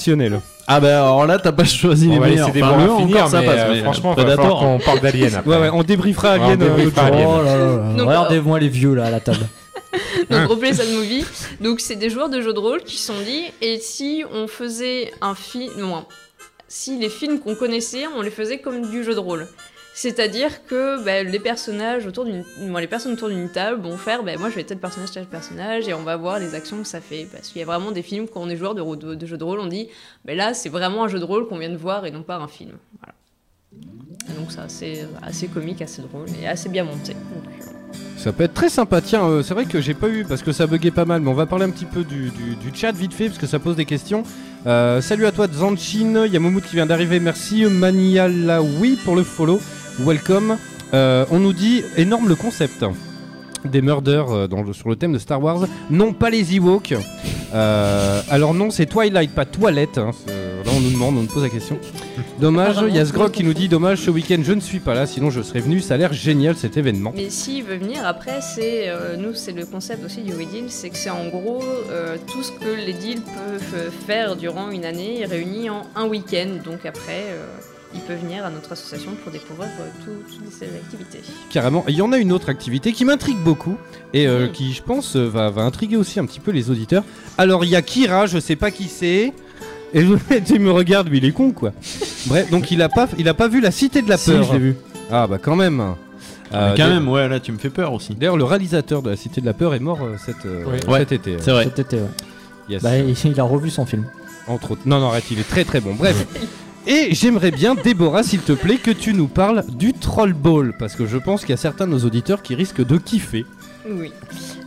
Ah bah alors là, t'as pas choisi
On
les
va
meilleurs.
laisser des
Enfin,
bons à
eux,
finir,
encore, ça
mais,
passe,
euh,
mais
franchement, va
Predator.
falloir qu'on parle d'Alien après.
Ouais, ouais, on débriefera
Ouais, on
Alien. euh,
débriefera
l'autre jour.
Alien.
Oh là là là.
Donc,
Regardez-moi les vieux là à la table.
Donc replay ça movie. Donc c'est des joueurs de jeux de rôle qui se sont dit et si on faisait un film, non, si les films qu'on connaissait, on les faisait comme du jeu de rôle. C'est-à-dire que bah, les personnages autour d'une, bon, les personnes autour d'une table vont faire, bah, moi je vais tel personnage, tel personnage, et on va voir les actions que ça fait. Parce qu'il y a vraiment des films quand on est joueur de, ro- de, de jeux de rôle, on dit, mais là c'est vraiment un jeu de rôle qu'on vient de voir et non pas un film. Voilà. Et donc ça, c'est assez comique, assez drôle et assez bien monté. Donc,
Ça peut être très sympa. Tiens, euh, c'est vrai que j'ai pas eu parce que ça buguait pas mal, mais on va parler un petit peu du, du- du chat vite fait parce que ça pose des questions. Euh, salut à toi Zanchin, il y a Moumout qui vient d'arriver, merci. Manialawi pour le follow, welcome. Euh, on nous dit énorme le concept des murders euh, dans le- sur le thème de Star Wars. Non, pas les Ewoks. Euh, alors non, c'est Twilight, pas Toilette. hein. C'est- Là, on nous demande, on nous pose la question. Dommage, il y a Sgrog qui nous dit dommage, ce week-end je ne suis pas là, sinon je serais venu. Ça a l'air génial cet événement.
Mais s'il veut venir, après, c'est euh, nous, c'est le concept aussi du Wedeal, c'est que c'est en gros euh, tout ce que les deals peuvent euh, faire durant une année réuni en un week-end. Donc après, euh, il peut venir à notre association pour découvrir euh, tout- toutes ces activités.
Carrément. Il y en a une autre activité qui m'intrigue beaucoup et euh, qui, je pense, euh, va, va intriguer aussi un petit peu les auditeurs. Alors, il y a Kira, je sais pas qui c'est. Et je- tu me regardes, mais il est con quoi. Bref, donc il a pas, il a pas vu la cité de la
Si,
peur.
je l'ai vu.
Ah bah quand même.
Mais quand
d'ailleurs-
même, ouais, là tu me fais peur aussi.
D'ailleurs, le réalisateur de la cité de la peur est mort euh, cet, euh,
Oui.
cet
Ouais,
été.
c'est vrai.
Cet été, ouais.
Yes.
Bah, il, il a revu son film.
Entre autres. Non, non, arrête, il est très très bon. Bref. Et j'aimerais bien, Déborah, s'il te plaît, que tu nous parles du Troll Ball. Parce que je pense qu'il y a certains de nos auditeurs qui risquent de kiffer.
Oui,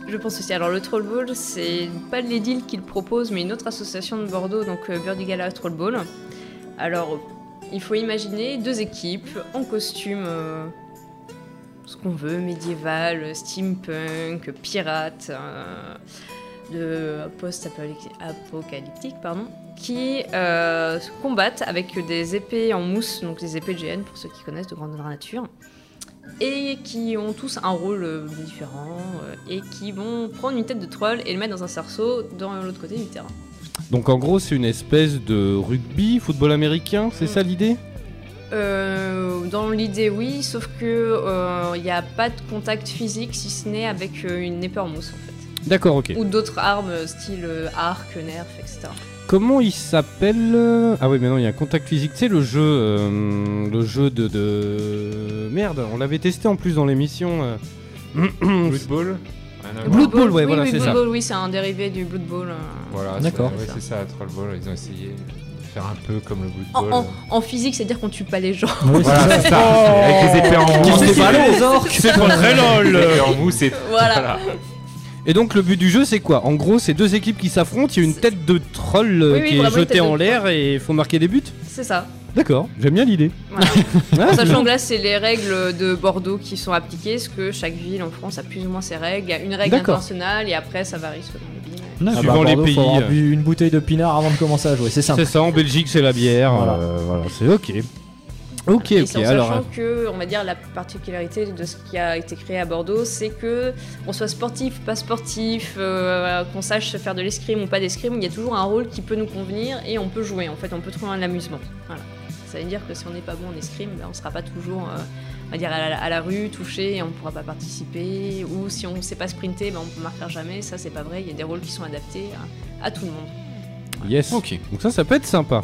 je pense aussi. Alors le Troll Ball, c'est pas les deals qu'il propose, mais une autre association de Bordeaux, donc euh, Burdigala Troll Ball. Alors, il faut imaginer deux équipes en costume, euh, ce qu'on veut, médiéval, steampunk, pirate, euh, de post-apocalyptique, pardon, qui euh, se combattent avec des épées en mousse, donc des épées de GN pour ceux qui connaissent de grande nature et qui ont tous un rôle euh, différent euh, et qui vont prendre une tête de troll et le mettre dans un cerceau dans l'autre côté du terrain.
Donc en gros, c'est une espèce de rugby, football américain, c'est ça l'idée
Euh, dans l'idée, oui, sauf que il n'y a pas de contact physique si ce n'est avec euh, une épée en mousse en fait.
D'accord, ok.
Ou d'autres armes euh, style euh, arc, nerf, etc.
Comment il s'appelle euh Ah oui, mais non, il y a un contact physique. Tu sais, le jeu, euh, le jeu de, de- Merde, on l'avait testé en plus dans l'émission. euh.
Blood Bowl Rien à voir.
Blood Bowl, ouais,
oui,
voilà,
oui,
c'est
Blood
ça.
Bowl, oui, c'est un dérivé du Blood Bowl. euh,
Voilà,
D'accord.
c'est- ouais, c'est ça, Troll Ball. Ils ont essayé de faire un peu comme le Blood
En,
Bowl.
en- en physique, c'est-à-dire qu'on tue pas les gens. Oh
Voilà, c'est ça. Avec les épées en
Qui
mousse.
sait pas les
orques
C'est pas très lol. Les épées en mousse, c'est.
Voilà.
Et donc le but du jeu c'est quoi En gros c'est deux équipes qui s'affrontent, il y a une tête de troll euh,
Oui, oui,
qui est
vraiment une
jetée
tête
en
de
l'air et il faut marquer des buts
C'est ça.
D'accord, j'aime bien l'idée.
En
Ah,
Sachant
bien.
que là, c'est les règles de Bordeaux qui sont appliquées, parce que chaque ville en France a plus ou moins ses règles. Il y a une règle
D'accord.
internationale et après, ça varie selon les villes.
Ah bah,
Suivant
à
les
Bordeaux, faut
pays,
avoir
euh.
bu une bouteille de pinard avant de commencer à jouer, c'est simple.
C'est ça, en Belgique c'est la bière, euh,
Voilà.
voilà, c'est ok. Ok,
Et
ok,
c'est en sachant
alors... euh.
que, on va dire, la particularité de ce qui a été créé à Bordeaux, c'est que, on soit sportif, pas sportif, euh, qu'on sache faire de l'escrime ou pas d'escrime, il y a toujours un rôle qui peut nous convenir et on peut jouer. En fait, on peut trouver un amusement. Voilà. Ça veut dire que si on n'est pas bon en escrime, ben, on sera pas toujours, euh, on va dire, à la, à la rue, touché et on ne pourra pas participer. Ou si on ne sait pas sprinter, ben, on ne marquera jamais. Ça, c'est pas vrai. Il y a des rôles qui sont adaptés à, à tout le monde.
Yes. Donc ça, ça peut être sympa.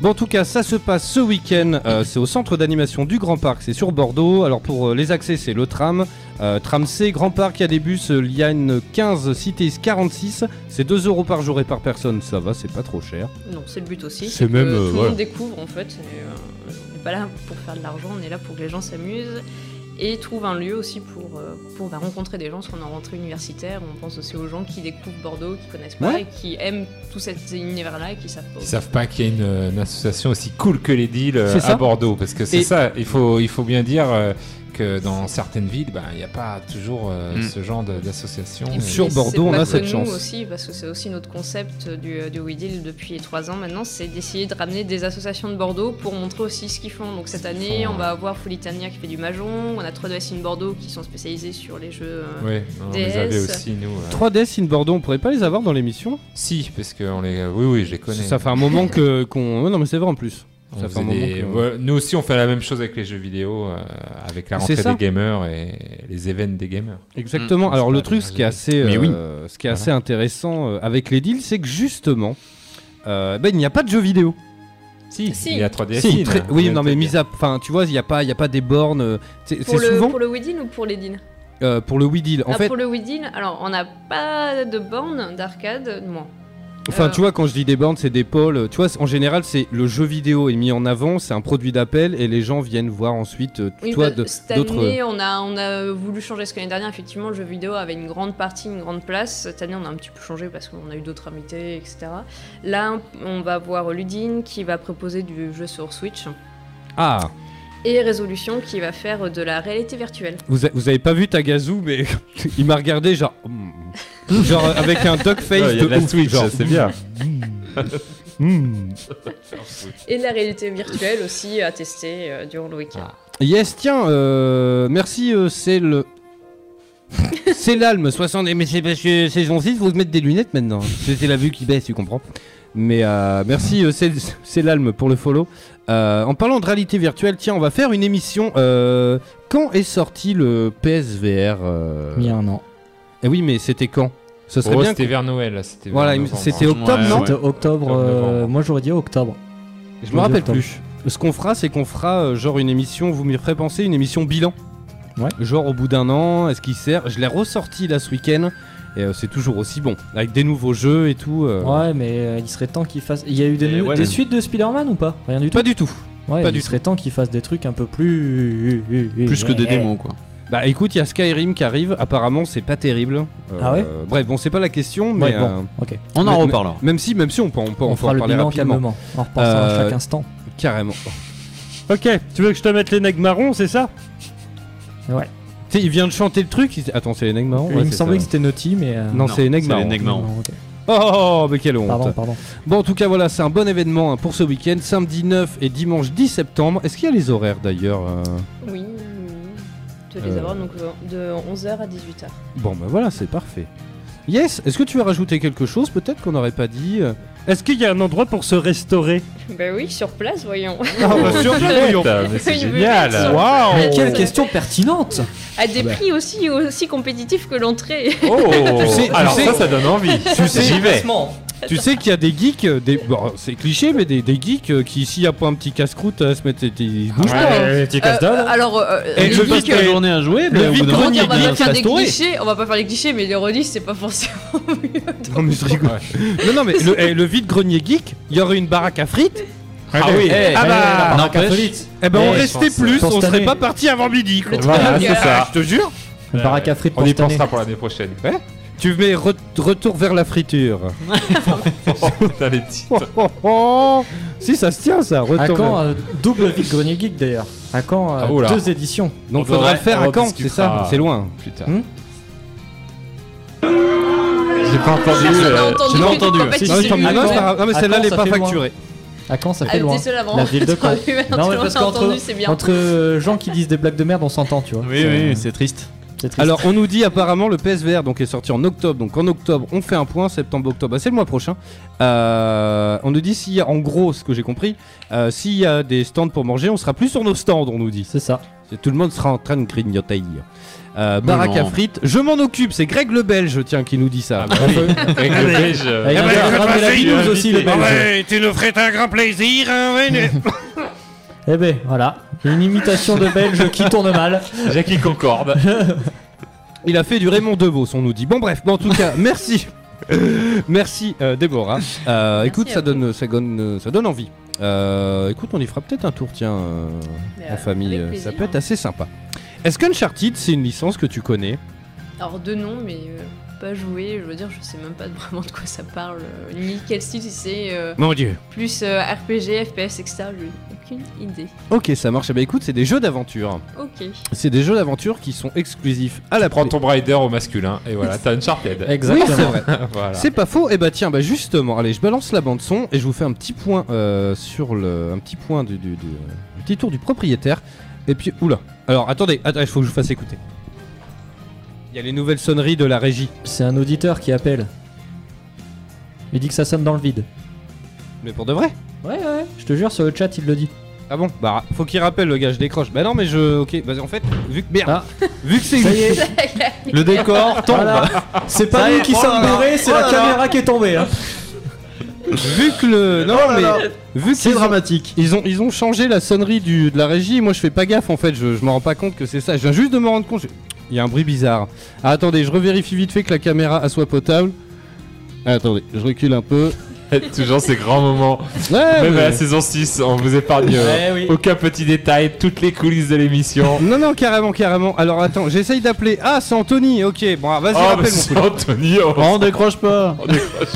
Bon, en tout cas, ça se passe ce week-end. Euh, c'est au centre d'animation du Grand Parc. C'est sur Bordeaux. Alors pour euh, les accès, c'est le tram. Euh, tram C, Grand Parc, il y a des bus euh, Liane 15, Cités 46. C'est 2 euros par jour et par personne. Ça va, c'est pas trop cher.
Non, c'est le but aussi.
C'est
C'est
même,
que
euh,
tout le
voilà.
monde découvre en fait. et, euh, on n'est pas là pour faire de l'argent, on est là pour que les gens s'amusent et trouvent un lieu aussi pour, euh, pour bah, rencontrer des gens. Parce qu'on est en rentrée universitaire, on pense aussi aux gens qui découvrent Bordeaux, qui connaissent pas
Ouais.
et qui aiment tout cet univers-là et qui savent pas.
Ils savent pas qu'il y a une, euh, une association aussi cool que les deals euh,
C'est ça.
à Bordeaux. Parce que c'est
Et-
ça, il faut, il faut bien dire euh, que dans certaines villes, ben, il n'y a pas toujours euh, ce genre de- d'association.
Et puis,
Et-
c'est pas que nous aussi, parce que c'est aussi notre concept euh, du, du We Deal depuis trois ans maintenant, c'est d'essayer de ramener des associations de Bordeaux pour montrer aussi ce qu'ils font. Donc cette année,
font,
on va avoir Folitania qui fait du mahjong, on a 3DS in Bordeaux qui sont spécialisés sur les jeux euh,
Ouais, on les
DS.
avait aussi, nous. euh.
3DS in Bordeaux, on pourrait pas les avoir dans l'émission
Si, parce que on les... euh, oui, oui, je les connais.
Ça fait un moment que qu'on. Ouais, Non, mais c'est vrai en plus. Ça
On
fait un
faisait
moment
des-
que-
voilà, Nous aussi, on fait la même chose avec les jeux vidéo, euh, avec la
C'est
rentrée
ça.
des gamers et les événements des gamers.
Exactement.
Mm.
Alors
C'est
le
pas
truc,
des
ce qui est assez,
Mais
euh,
oui.
ce qui est assez intéressant euh, avec les deals, c'est que justement, euh, ben il n'y a pas de jeux vidéo.
Si, il y a 3DS.
Si,
in,
très-
hein,
oui,
je
non,
viens de
mais
te
mise à. Enfin, tu vois, il n'y a, pas- il y a pas des bornes. euh, C'est
Pour
c'est
le,
souvent
pour le Weedin ou pour les Dean
euh, pour le Wii Deal. En
Ah,
fait,
Pour le Weedin, alors on n'a pas de borne d'arcade, moi.
Enfin,
euh,
tu vois, quand je dis des bornes, c'est des pôles. Tu vois, c'est- en général, c'est le jeu vidéo est mis en avant, c'est un produit d'appel, et les gens viennent voir ensuite, euh,
Oui,
tu vois,
bah,
de-
cette
d'autres.
année, on a, on a voulu changer. Parce que l'année dernière, effectivement, le jeu vidéo avait une grande partie, une grande place. Cette année, on a un petit peu changé parce qu'on a eu d'autres invités, etc. Là, on va voir Ludine qui va proposer du jeu sur Switch
Ah,
et Résolution qui va faire de la réalité virtuelle.
vous, a- vous avez pas vu Tagazu, mais il m'a regardé genre, hmm. genre euh, avec un dog face
Ouais, il y a de la
ouf,
Switch,
genre,
c'est bien.
Hmm.
Et de la réalité virtuelle aussi à tester euh, durant le week-end.
Yes, tiens, euh, merci, euh, c'est le. c'est l'alme, 60. Mais c'est parce que saison 6, faut se mettre des lunettes maintenant. C'était la vue qui baisse, tu comprends. Mais euh, merci, euh, c'est c'est l'alme pour le follow. Euh, en parlant de réalité virtuelle, tiens, on va faire une émission. euh, quand est sorti le PSVR euh,
Il y a un an.
Eh oui, mais c'était quand Ce serait
Oh,
bien.
c'était
que-
vers Noël, là, c'était vers
Voilà, il me-
novembre,
c'était
hein.
octobre,
Ouais,
non
ouais.
C'était octobre.
Octobre,
euh,
novembre.
moi j'aurais dit octobre.
Je me
J'aurais dit
rappelle
octobre.
plus. Ce qu'on fera, c'est qu'on fera euh, genre une émission, vous m'y ferez penser, une émission bilan.
Ouais.
Genre au bout d'un an, est-ce qu'il sert Je l'ai ressorti là ce week-end et euh, c'est toujours aussi bon. Avec des nouveaux jeux et tout. euh.
Ouais, mais euh, il serait temps qu'il fasse. Il y a eu des,
Et ouais,
des
mais-
suites de Spider-Man ou pas Rien du tout
Pas du tout.
Ouais,
Pas
il
du
serait temps qu'il fasse des trucs un peu plus.
Plus que des démons,
quoi.
Bah écoute, il y a Skyrim qui arrive, apparemment c'est pas terrible. Euh,
Ah ouais
Bref, bon, c'est pas la question, mais.
Ouais, bon,
euh,
ok.
On en
mais-
reparlera.
Même si, même si on peut, on peut
On
en
fera le
parler
bilan
rapidement. Euh,
calmement, en repensant à chaque instant.
Carrément.
Ok, tu veux que je te mette les nègres marrons, c'est ça
Ouais.
Tu sais, il vient de chanter le truc. il- Attends, c'est les Nègres marrons,
Il
ouais,
me
c'est
semblait
ça.
que c'était Naughty, mais. euh,
Non, c'est les Nègres marrons.
Non, ok.
Oh, mais quelle honte.
Pardon, pardon.
Bon, en tout cas, voilà, c'est un bon événement hein, pour ce week-end, samedi 9 et dimanche 10 septembre. Est-ce qu'il y a les horaires d'ailleurs euh
Oui, oui. Tu les
Euh.
avoir donc euh, de 11h à 18h.
Bon, ben voilà, c'est parfait. Yes, est-ce que tu veux rajouter quelque chose peut-être qu'on n'aurait pas dit euh
Est-ce qu'il y a un endroit pour se restaurer
Bah oui, sur place, voyons.
Ah bah, sur place, voyons.
mais c'est
Il veut
génial.
être sur
Waouh.
place.
Quelle question pertinente
À des
Bah.
prix aussi, aussi compétitifs que l'entrée.
Oh,
Oh, Tu sais- Alors ça, ça donne envie.
Tu sais,
J'y vais.
tu sais qu'il y a des geeks, euh, des... bon, c'est cliché, mais des, des geeks euh, qui, s'il n'y a pas un petit casse-croûte, euh, se mettent. Ils bougent
Ouais,
pas. hein.
ouais,
Euh, euh, alors, euh,
Et
les
je
geeks,
passe ma
euh,
journée à jouer, mais au bout d'un
comment
moment,
dire, on va
il y a
pas
un
faire des
fast-story.
clichés, on va pas faire les clichés, mais les rediffs, c'est pas forcément mieux.
Non, mais je rigole. non, non, mais le, eh, le vide-grenier geek, il y aurait une baraque à frites.
Ah oui. Eh,
ah
eh, la
bah,
baraque à frites.
Eh ben,
Eh,
on
je
restait
pense-
plus,
je pense
on
cette
serait
année.
pas parti avant midi. quoi.
Voilà, c'est ça.
Je te jure.
Une baraque à frites
On
pour
y
cette année.
pensera pour l'année prochaine.
Ouais. Tu mets re- retour vers la friture.
T'as les titres.
Oh, oh, oh. Si ça se tient ça,
À
retour.
quand
vers-
euh, double vide grenier geek d'ailleurs À quand euh,
Ah, oula.
deux éditions
Donc
on
oh faudra
devrait-
le faire
on
à quand, c'est
discutera
ça C'est loin.
Plus tard.
Hmm
J'ai pas entendu.
Personne n'a
euh,
entendu,
j'ai pas
mais
entendu.
en fait,
Si,
Non, mais
si,
tant
si,
mieux.
à
Non, c'est
Caen-
pas grave. Non, mais
à
celle-là,
Caen,
elle est
ça
pas
fait loin.
facturée.
À quand ça
Ah,
fait loin
désolé, avant,
La ville de Caen.
entendu, mais
Non mais
on
parce
l'a
qu'entre
entendu, c'est bien.
entre, euh, gens qui disent des blagues de merde, on s'entend, tu vois.
Oui,
C'est- euh,
oui, c'est triste.
c'est triste.
Alors on nous dit apparemment le PSVR donc est sorti en octobre. Donc en octobre on fait un point, septembre, octobre, bah, c'est le mois prochain. Euh, on nous dit s'il y a en gros ce que j'ai compris, euh, s'il y a des stands pour manger, on sera plus sur nos stands, on nous dit.
c'est ça.
Tout le monde sera en train de grignoter. Euh, baraque à
non.
frites, je m'en occupe, c'est Greg le Belge tiens qui nous dit ça.
Avec le belge, euh,
Ah, il y a un
bah,
programme de la
vas-y,
Binouze
invité.
aussi le
Ah
Belge.
tu nous ferais un grand plaisir. hein,
Eh ben voilà, une imitation de Belge qui tourne mal.
Jackie Concorde.
Il a fait du Raymond Devos, on nous dit. Bon bref, bon, en tout cas, merci. Merci euh, Déborah. Euh, écoute,
à
ça
vous.
donne, ça donne, ça donne envie. Euh, écoute, on y fera peut-être un tour, tiens, euh,
Mais,
en
euh,
famille.
avec
euh,
plaisir.
ça peut être assez sympa. Est-ce qu'Uncharted, c'est une licence que tu connais
Alors, deux noms, mais euh, pas joué, je veux dire, je sais même pas vraiment de quoi ça parle, euh, ni quel style si c'est euh,
Mon Dieu.
plus euh, RPG, FPS, etc. J'ai aucune idée.
Ok, ça marche. Eh ben, écoute, c'est des jeux d'aventure.
Ok.
C'est des jeux d'aventure qui sont exclusifs à la
Prends
Play-
ton Rider au masculin et voilà, t'as Uncharted.
Exactement.
Oui, c'est vrai.
voilà.
C'est pas faux. Et bah tiens, bah justement, allez, je balance la bande son et je vous fais un petit point euh, sur le, un petit point du, du- du- un petit tour du propriétaire. Et puis, oula. Alors, attendez, attendez, il faut que je vous fasse écouter. Il y a les nouvelles sonneries de la régie.
C'est un auditeur qui appelle. Il dit que ça sonne dans le vide.
Mais pour de vrai
Ouais ouais, je te jure sur le chat il le dit.
Ah bon Bah, faut qu'il rappelle le gars, je décroche. Bah non, mais je, ok. Bah en fait, vu que merde,
Ah.
vu que c'est
Ça y est.
Le décor tombe.
Voilà. C'est pas
Ça y
nous
est,
qui
oh là
sommes
là,
bourrés, c'est
oh
la
là là.
caméra qui est tombée. hein.
Vu que le. Non,
Oh là
mais.
là.
Vu c'est dramatique. Ils ont, ils ont changé la sonnerie du, de la régie. Moi, je fais pas gaffe en fait. Je, je me rends pas compte que c'est ça. Je viens juste de me rendre compte. je- Il y a un bruit bizarre. Ah, attendez, je revérifie vite fait que la caméra elle soit potable. Ah, attendez, je recule un peu.
Toujours ces grands moments.
Ouais,
Même
mais-
à la saison 6, on vous épargne
Ouais,
euh,
oui.
aucun petit détail, toutes les coulisses de l'émission.
Non, non, carrément, carrément. Alors attends, j'essaye d'appeler. Ah, c'est Anthony, ok. Bon, ah, vas-y,
Oh, mais
rappelle mon
c'est
poulet.
Anthony, oh.
on décroche pas.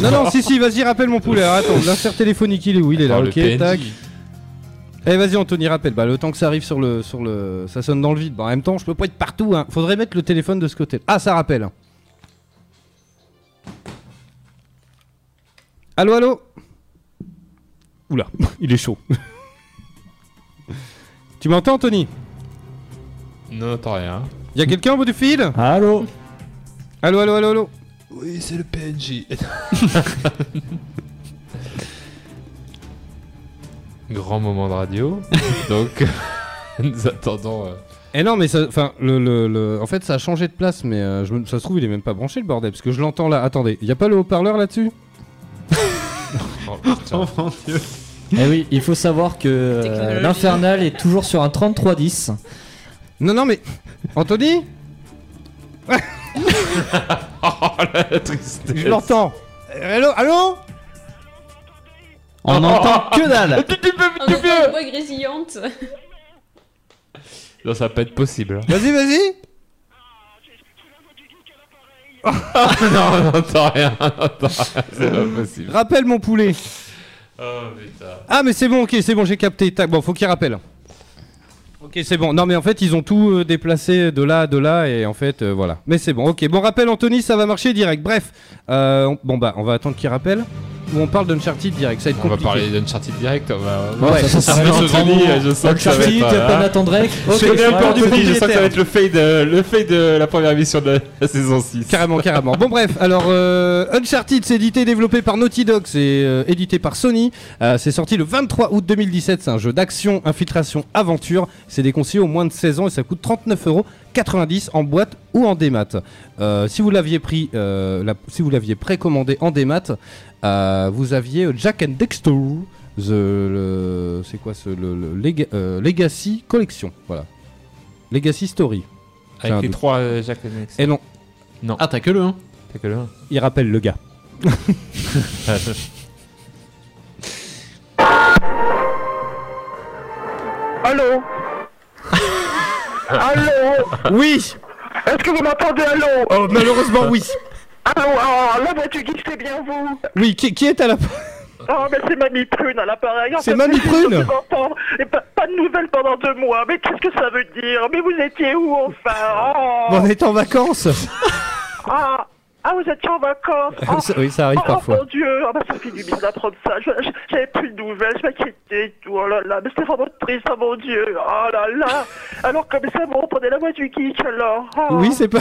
non, non,
pas.
si, si, vas-y, rappelle mon poulet. Alors, attends, l'insert téléphonique, il est où Il est là,
Attends, le
ok,
PNJ.
tac. Eh, vas-y, Anthony, rappelle. Bah, le temps que ça arrive sur le. sur le, Ça sonne dans le vide. Bah, en même temps, je peux pas être partout. Hein. Faudrait mettre le téléphone de ce côté. Ah, ça rappelle. Allô, allô Oula, il est chaud. tu m'entends, Anthony
Non, attends rien.
Y'a quelqu'un au bout du fil Allô Allô, allô, allô, allô
Oui, c'est le PNJ. Grand moment de radio. Donc, euh, nous attendons. euh,
Eh non, mais ça, enfin, le, le- le- en fait, ça a changé de place, mais euh, je me- ça se trouve, il est même pas branché le bordel, parce que je l'entends là. Attendez, y a pas le haut-parleur là-dessus
oh, putain.
Eh oui, il faut savoir que euh,
Technologie.
l'Infernal est toujours sur un 3310.
Non, non, mais. Anthony
Oh la tristesse.
Je l'entends. Euh, Allô, allô
On
Oh,
n'entend que dalle.
On entend une voix grésillante.
Non, ça va pas être possible. hein.
Vas-y, vas-y
Ah, non, on n'entend rien. On n'entend rien. C'est pas possible.
Rappelle mon poulet
Oh putain.
Ah, mais c'est bon, ok, c'est bon, j'ai capté. Tac, bon, faut qu'il rappelle. Ok, c'est bon. Non, mais en fait, ils ont tout euh, déplacé de là à de là, et en fait, euh, voilà. Mais c'est bon, ok. Bon, rappel, Anthony, ça va marcher direct. Bref, euh, on- bon, bah, on va attendre qu'il rappelle. Ou on parle d'Uncharted direct, ça va être
On va
compliqué.
parler d'Uncharted direct. On va...
Ouais, ça, ça
Sinon,
va être
Anthony,
vraiment-
euh, je sens que ça va
Uncharted,
être pas,
Japan
hein.
Nathan Drake.
Je
Ok,
connais un peu
voilà,
Anthony, je sens que ça va
propriétaire.
être le fade, euh, le fade de la première émission de la, la saison 6.
Carrément, carrément. Bon, bref, alors euh, Uncharted, c'est édité et développé par Naughty Dog, c'est euh, édité par Sony. Euh, c'est sorti le 23 août 2017. C'est un jeu d'action, infiltration, aventure. C'est déconseillé aux moins de 16 ans et ça coûte 39,90€ en boîte ou en démat. Euh, si vous l'aviez pris, euh, la- si vous l'aviez précommandé en démat, euh, vous aviez euh, Jack and Dexter. The, le- c'est quoi ce, le, le Lega- euh, Legacy Collection, voilà. Legacy Story. J'ai un
Avec les
doute.
trois euh, Jacques Lennox.
Et non.
Non.
Ah, t'as que le 1.
T'as que le un.
Il rappelle le gars.
Allô oh. Allô
Oui
Est-ce que vous m'entendez Allô
Oh, malheureusement, oui.
Allô ah, La voix du geek, c'est bien vous
Oui, qui, qui est à la.
Oh, mais c'est Mamie Prune à l'appareil.
C'est
fait,
Mamie
plaisir de
Prune
vous entendre. Et pas, pas de nouvelles pendant deux mois. Mais qu'est-ce que ça veut dire Mais vous étiez où enfin oh.
On est en vacances
ah. Ah, vous étiez en vacances oh.
Ça- oui, ça arrive
oh,
parfois.
mon Dieu, ah, bah, ça fait du bien d'apprendre ça. Je- je- J'avais plus de nouvelles, je m'inquiétais et tout. Oh là là, mais c'était vraiment triste, oh mon Dieu. Oh là là. Alors comme ça, vous reprenez la voix du geek alors. Oh.
Oui, c'est pas.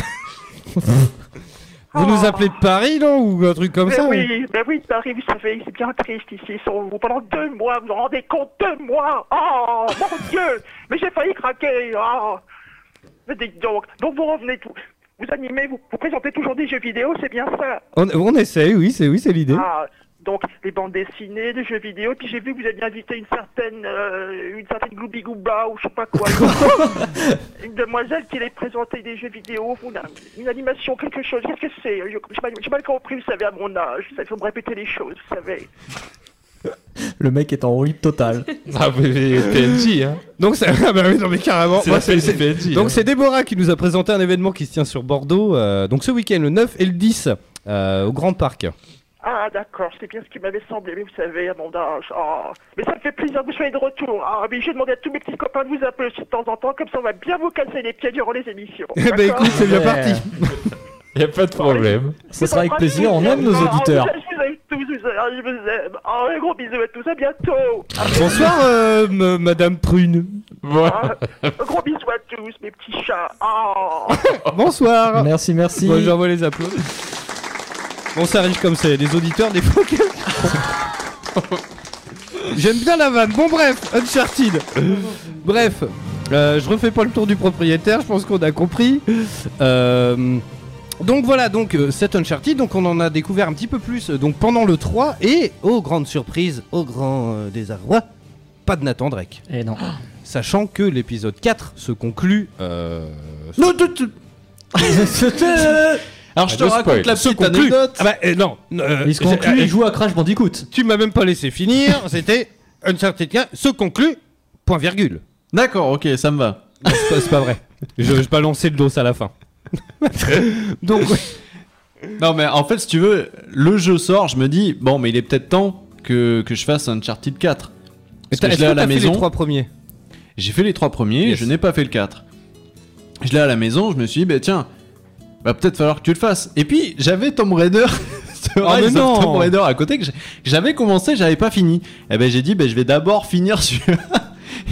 Vous nous appelez de Paris, non Ou un truc comme
mais
ça hein.
oui, mais oui, Paris, vous savez, c'est bien triste ici, sans vous. Pendant deux mois, vous vous rendez compte, deux mois Oh, mon Dieu Mais j'ai failli craquer oh. Mais dites donc, donc vous revenez tout. Vous animez, vous, vous présentez toujours des jeux vidéo, c'est bien ça
on, on essaie, oui, c'est oui, c'est l'idée.
Ah, donc les bandes dessinées, les jeux vidéo, puis j'ai vu que vous aviez invité une certaine, euh, une certaine Gloubi-Gouba, ou je sais pas quoi. une demoiselle qui les présentait des jeux vidéo, une, une animation, quelque chose, qu'est-ce que c'est Je- J'ai mal- j'ai mal compris, vous savez, à mon âge, il faut me répéter les choses, vous savez.
Le mec est en rip total.
Ah, mais, mais PNJ, hein.
Donc, c'est. Ah bah oui, non, mais carrément.
C'est
Moi,
la fête du PNJ. hein.
Donc, c'est Déborah qui nous a présenté un événement qui se tient sur Bordeaux. euh, donc, ce week-end, le 9 et le 10, euh, au Grand Parc.
Ah d'accord, c'est bien ce qui m'avait semblé, mais vous savez, à mon âge, ah. mais ça me fait plaisir que vous soyez de retour. Ah, mais j'ai demandé à tous mes petits copains de vous appeler aussi de temps en temps, comme ça on va bien vous casser les pieds durant les émissions.
Eh ben,
d'accord
écoute, c'est bien
Ouais.
parti.
Y a pas de problème.
Ce sera avec
Ah,
plaisir,
je
on
vous
aime nos
Ah,
auditeurs.
Je vous aime tous, je vous aime, je vous aime. Ah, un gros bisou à tous, à bientôt.
Bonsoir, euh, m- Madame Prune.
Ah, un gros bisou à tous, mes petits chats.
Oh,
Ah.
Bonsoir.
Merci, merci.
Bon, j'envoie les applaudissements. Bon, ça arrive comme ça, il y a des auditeurs, des fois. que- J'aime bien la vanne. Bon, bref, Uncharted. Bref, euh, je refais pas le tour du propriétaire, je pense qu'on a compris. Euh, Donc voilà, donc euh, cet Uncharted, donc on en a découvert un petit peu plus euh, donc pendant le 3 et, oh grande surprise, au grand euh, désarroi, pas de Nathan Drake.
Et Eh non.
Sachant que l'épisode 4 se conclut... euh,
Alors,
Bah,
je te raconte la
Se
petite
conclut.
anecdote.
Ah bah, euh, non, euh,
Il se
j'ai-
conclut,
euh,
il joue à Crash Bandicoot.
Tu m'as même pas laissé finir, c'était Uncharted 4 se conclut, point virgule.
D'accord, ok, ça me va.
C'est pas, c'est pas vrai. Je, je balançais le dos à la fin. Donc,
Non, mais en fait, si tu veux, le jeu sort, je me dis, bon, mais il est peut-être temps que, que je fasse Uncharted 4. Parce
Est-ce que
je l'ai à
t'as
la
fait
maison.
les trois premiers
J'ai fait les trois premiers, je n'ai pas fait le 4. Je l'ai à la maison, je me suis dit, bah tiens, va peut-être falloir que tu le fasses. Et puis, j'avais Tomb Raider. The
Ah, mais
Rise of
non.
Tomb Raider à côté que j'ai- que j'avais commencé, j'avais pas fini. Et ben j'ai dit, ben je vais d'abord finir sur.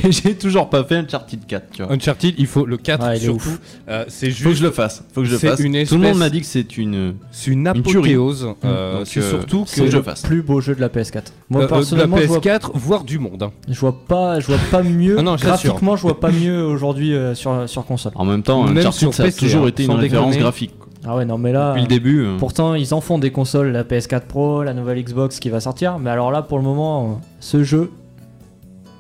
Et j'ai toujours pas fait Uncharted 4, tu vois.
Uncharted, il faut le 4
Ouais, il est
surtout.
ouf.
euh, c'est juste.
Faut que je le fasse. Faut que je le
c'est
fasse.
une
Tout le monde
espèce-
m'a dit que c'est une.
C'est une
une tuerie.
apothéose. euh,
Donc,
c'est
euh,
surtout que
faut je le fasse.
Plus beau jeu de la PS4. Moi
Euh, euh,
personnellement,
de
je
la
vois,
PS4, voire du monde. hein.
je vois pas, je vois pas mieux.
Ah non, je t'assure.
graphiquement, je vois pas mieux aujourd'hui euh, sur sur console.
En même temps,
Même
Uncharted,
sur
ça a
PC,
toujours
hein,
été une
sans
référence
déconner.
graphique. quoi.
Ah ouais, non mais là.
Depuis le début. euh,
Pourtant, ils en font des consoles, la PS4 Pro, la nouvelle Xbox qui va sortir. Mais alors là, pour le moment, euh, ce jeu,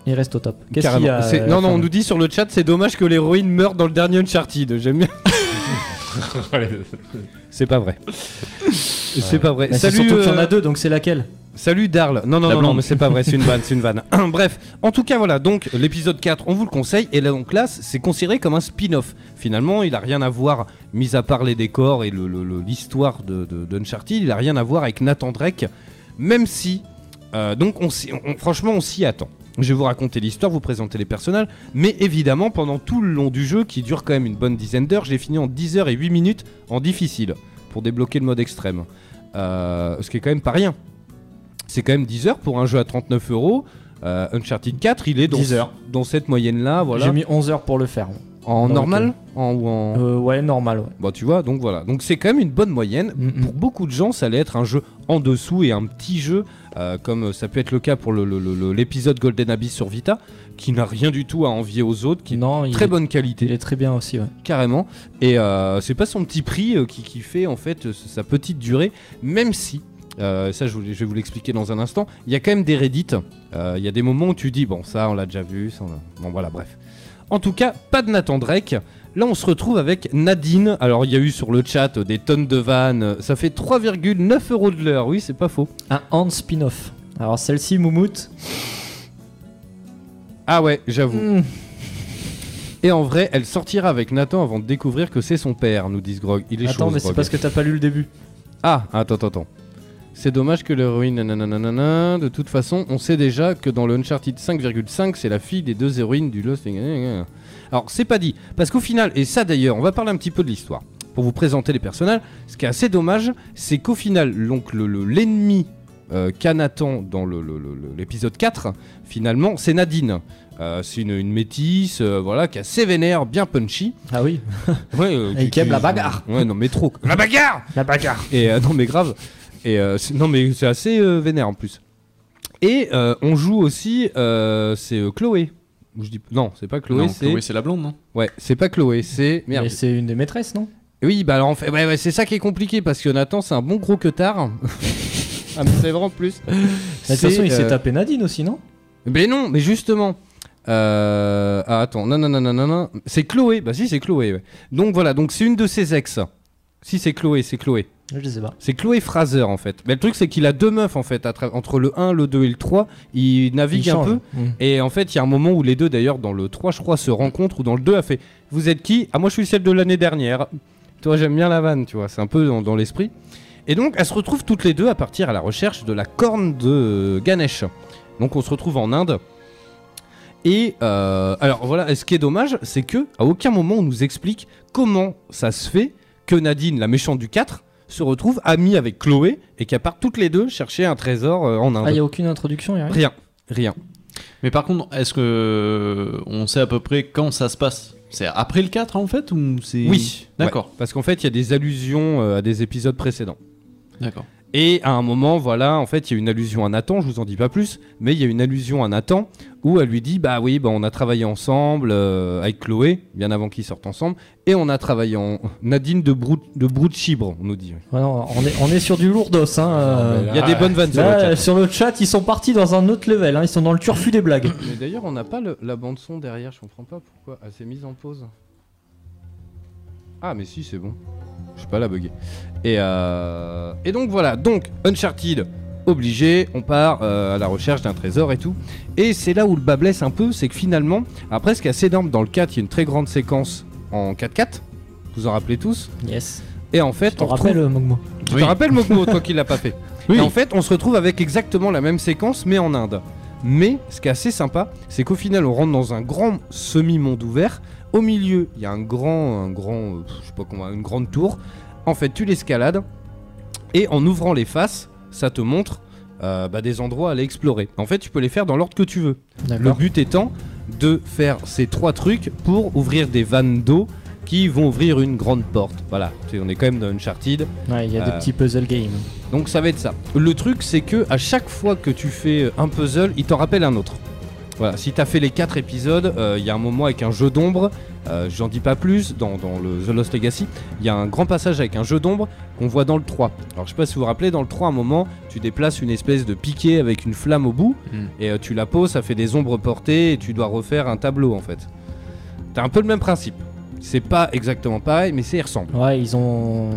il reste au top. Qu'est-ce qu'il
Carrément.
y a
C'est-
euh,
non,
enfin,
non, on nous dit sur le chat, c'est dommage que l'héroïne meure dans le dernier Uncharted. J'aime bien. C'est pas vrai. C'est pas vrai.
mais c'est
Salut.
surtout qu'il y en
euh,
a deux, donc c'est laquelle
Salut Darl. Non, non,
La
non, non,
blonde.
mais c'est pas vrai, c'est une vanne, c'est une vanne. Bref, en tout cas, voilà, donc l'épisode 4, on vous le conseille, et là, donc là, c'est considéré comme un spin-off. Finalement, il a rien à voir, mis à part les décors et le- le- le- l'histoire de, de, d'Uncharted, il a rien à voir avec Nathan Drake, même si, euh, donc, on, s'y- on- franchement, on s'y attend. Je vais vous raconter l'histoire, vous présenter les personnages, mais évidemment, pendant tout le long du jeu, qui dure quand même une bonne dizaine d'heures, j'ai fini en 10 heures et 8 minutes en difficile, pour débloquer le mode extrême. Euh, ce qui est quand même pas rien c'est quand même 10 heures pour un jeu à 39 euros. Euh, Uncharted 4, il est dans,
10 heures.
dans cette moyenne-là, voilà.
J'ai mis 11 heures pour le faire.
En
Donc,
normal en, ou en...
euh, ouais, normal, ouais.
Bon, tu vois, donc voilà. Donc c'est quand même une bonne moyenne.
Mm, mm.
Pour beaucoup de gens, ça allait être un jeu en dessous et un petit jeu, euh, comme ça peut être le cas pour le- le- le- le- l'épisode Golden Abyss sur Vita, qui n'a rien du tout à envier aux autres, qui est
Non,
de
il,
très
est,
bonne qualité
il est très bien aussi, ouais.
carrément. Et euh, c'est pas son petit prix euh, qui, qui fait en fait euh, sa petite durée, même si. euh, ça, je, vous- je vais vous l'expliquer dans un instant. Il y a quand même des Reddit. Euh, Il y a des moments où tu dis, bon, ça, on l'a déjà vu. ça, on l'a- Bon, voilà, bref. En tout cas, pas de Nathan Drake. Là, on se retrouve avec Nadine. Alors, il y a eu sur le chat euh, des tonnes de vannes. Ça fait 3,9 euros de l'heure. Oui, c'est pas faux.
Un hand spin-off. Alors celle-ci, Moumout.
Ah ouais, j'avoue.
mm,
Et en vrai, elle sortira avec Nathan avant de découvrir que c'est son père, nous dit ce Grog. Il est chaud,
Attends,
ce
mais c'est
Grog.
parce que t'as pas lu le début.
Ah, attends, attends, attends. C'est dommage que l'héroïne. nanananana, De toute façon, on sait déjà que dans le Uncharted 5,5, c'est la fille des deux héroïnes du Lost. Alors, c'est pas dit. Parce qu'au final, et ça d'ailleurs, on va parler un petit peu de l'histoire. Pour vous présenter les personnages, ce qui est assez dommage, c'est qu'au final, donc, le- le- l'ennemi euh, qu'a Nathan dans le- le- le- le- l'épisode 4, finalement, c'est Nadine. Euh, c'est une, une métisse, euh, voilà, qui a ses vénères, bien punchy.
Ah oui,
Ouais, euh,
Et qui aime la bagarre.
Ouais, non, mais trop. La bagarre
la bagarre.
et euh, non mais grave. Et euh, c'est- non mais c'est assez euh, vénère en plus. Et euh, on joue aussi euh, c'est euh, Chloé. Ou Je dis non, c'est pas Chloé,
non,
c'est
Chloé, c'est la blonde, non
ouais, c'est pas Chloé, c'est merde.
Mais c'est une des maîtresses, non
Oui, bah alors en fait, ouais, ouais, c'est ça qui est compliqué parce que Nathan c'est un bon gros que tard. ah mais c'est vrai en plus.
Mais De toute façon, il s'est
euh,
tapé Nadine aussi, non
Mais non, mais justement. Euh, ah, attends, non, non, non, non, non, non. C'est Chloé, bah si c'est Chloé. ouais. Donc voilà, donc c'est une de ses ex. Si c'est Chloé, c'est Chloé.
Je sais pas.
C'est Chloé Fraser en fait. Mais le truc c'est qu'il a deux meufs en fait à tra- entre le 1, le 2 et le 3. Il navigue
Il
un
change.
peu.
Mm.
Et en fait il y a un moment où les deux d'ailleurs dans le 3 je crois se rencontrent ou dans le 2 a fait Vous êtes qui Ah moi je suis celle de l'année dernière. Toi j'aime bien la vanne tu vois. C'est un peu dans, dans l'esprit. Et donc elles se retrouvent toutes les deux à partir à la recherche de la corne de euh, Ganesh. Donc on se retrouve en Inde. Et euh, alors voilà, ce qui est dommage, c'est que à aucun moment on nous explique comment ça se fait que Nadine, la méchante du 4, se retrouve amie avec Chloé et qu'elles partent toutes les deux chercher un trésor euh, en Inde.
Ah, il y a aucune introduction, il y a rien.
Rien, rien.
Mais par contre, est-ce que on sait à peu près quand ça se passe C'est après le 4 en fait ou c'est
Oui,
D'accord.
Parce qu'en fait, il y a des allusions euh, à des épisodes précédents.
D'accord.
Et à un moment, voilà, en fait, il y a une allusion à Nathan, je vous en dis pas plus, mais il y a une allusion à Nathan où elle lui dit Bah oui, bah, on a travaillé ensemble euh, avec Chloé, bien avant qu'ils sortent ensemble, et on a travaillé en. Nadine de, Brou... de Brou de Chibre, on nous dit.
Ouais, Ah non, on, est, on est sur du lourdos. Hein, euh.
Il y a des bonnes vannes sur
Là,
le chat.
euh, sur le chat, ils sont partis dans un autre level. hein, Ils sont dans le turfu des blagues.
Mais d'ailleurs, on n'a pas le- la bande-son derrière, je comprends pas pourquoi. Elle s'est mise en pause. Ah, mais si, c'est bon. Je sais pas la bugger. Et, euh, et donc voilà, donc Uncharted, obligé, on part euh, à la recherche d'un trésor et tout. Et c'est là où le bas blesse un peu, c'est que finalement, après ce qui est assez énorme dans le 4, il y a une très grande séquence en 4x4. Vous en rappelez tous
Yes.
Et en fait,
T'en
on
rappelles,
retrouve-
euh, Mogmo
tu te rappelles Mokmo, toi qui l'as pas fait Et en fait, on se retrouve avec exactement la même séquence, mais en Inde. Mais ce qui est assez sympa, c'est qu'au final, on rentre dans un grand semi-monde ouvert. Au milieu, il y a un grand, un grand, euh, je sais pas comment, une grande tour. En fait, tu l'escalades et en ouvrant les faces, ça te montre euh, bah, des endroits à aller explorer. En fait, tu peux les faire dans l'ordre que tu veux.
D'accord.
Le but étant de faire ces trois trucs pour ouvrir des vannes d'eau qui vont ouvrir une grande porte. Voilà, Tu sais, on est quand même dans Uncharted.
Ouais, il y a des
Euh,
petits puzzle games.
donc ça va être ça. Le truc c'est que à chaque fois que tu fais euh, un puzzle, il t'en rappelle un autre. Voilà, si t'as fait les quatre épisodes, euh, il y a un moment avec un jeu d'ombre, euh, j'en dis pas plus, dans, dans le The Lost Legacy, il y a un grand passage avec un jeu d'ombre qu'on voit dans le 3. Alors je sais pas si vous vous rappelez, dans le 3, à un moment, tu déplaces une espèce de piquet avec une flamme au bout,
Mm.
et euh, tu la poses, ça fait des ombres portées, et tu dois refaire un tableau en fait. T'as un peu le même principe. C'est pas exactement pareil, mais c'est y ressemble.
Ouais, ils ont.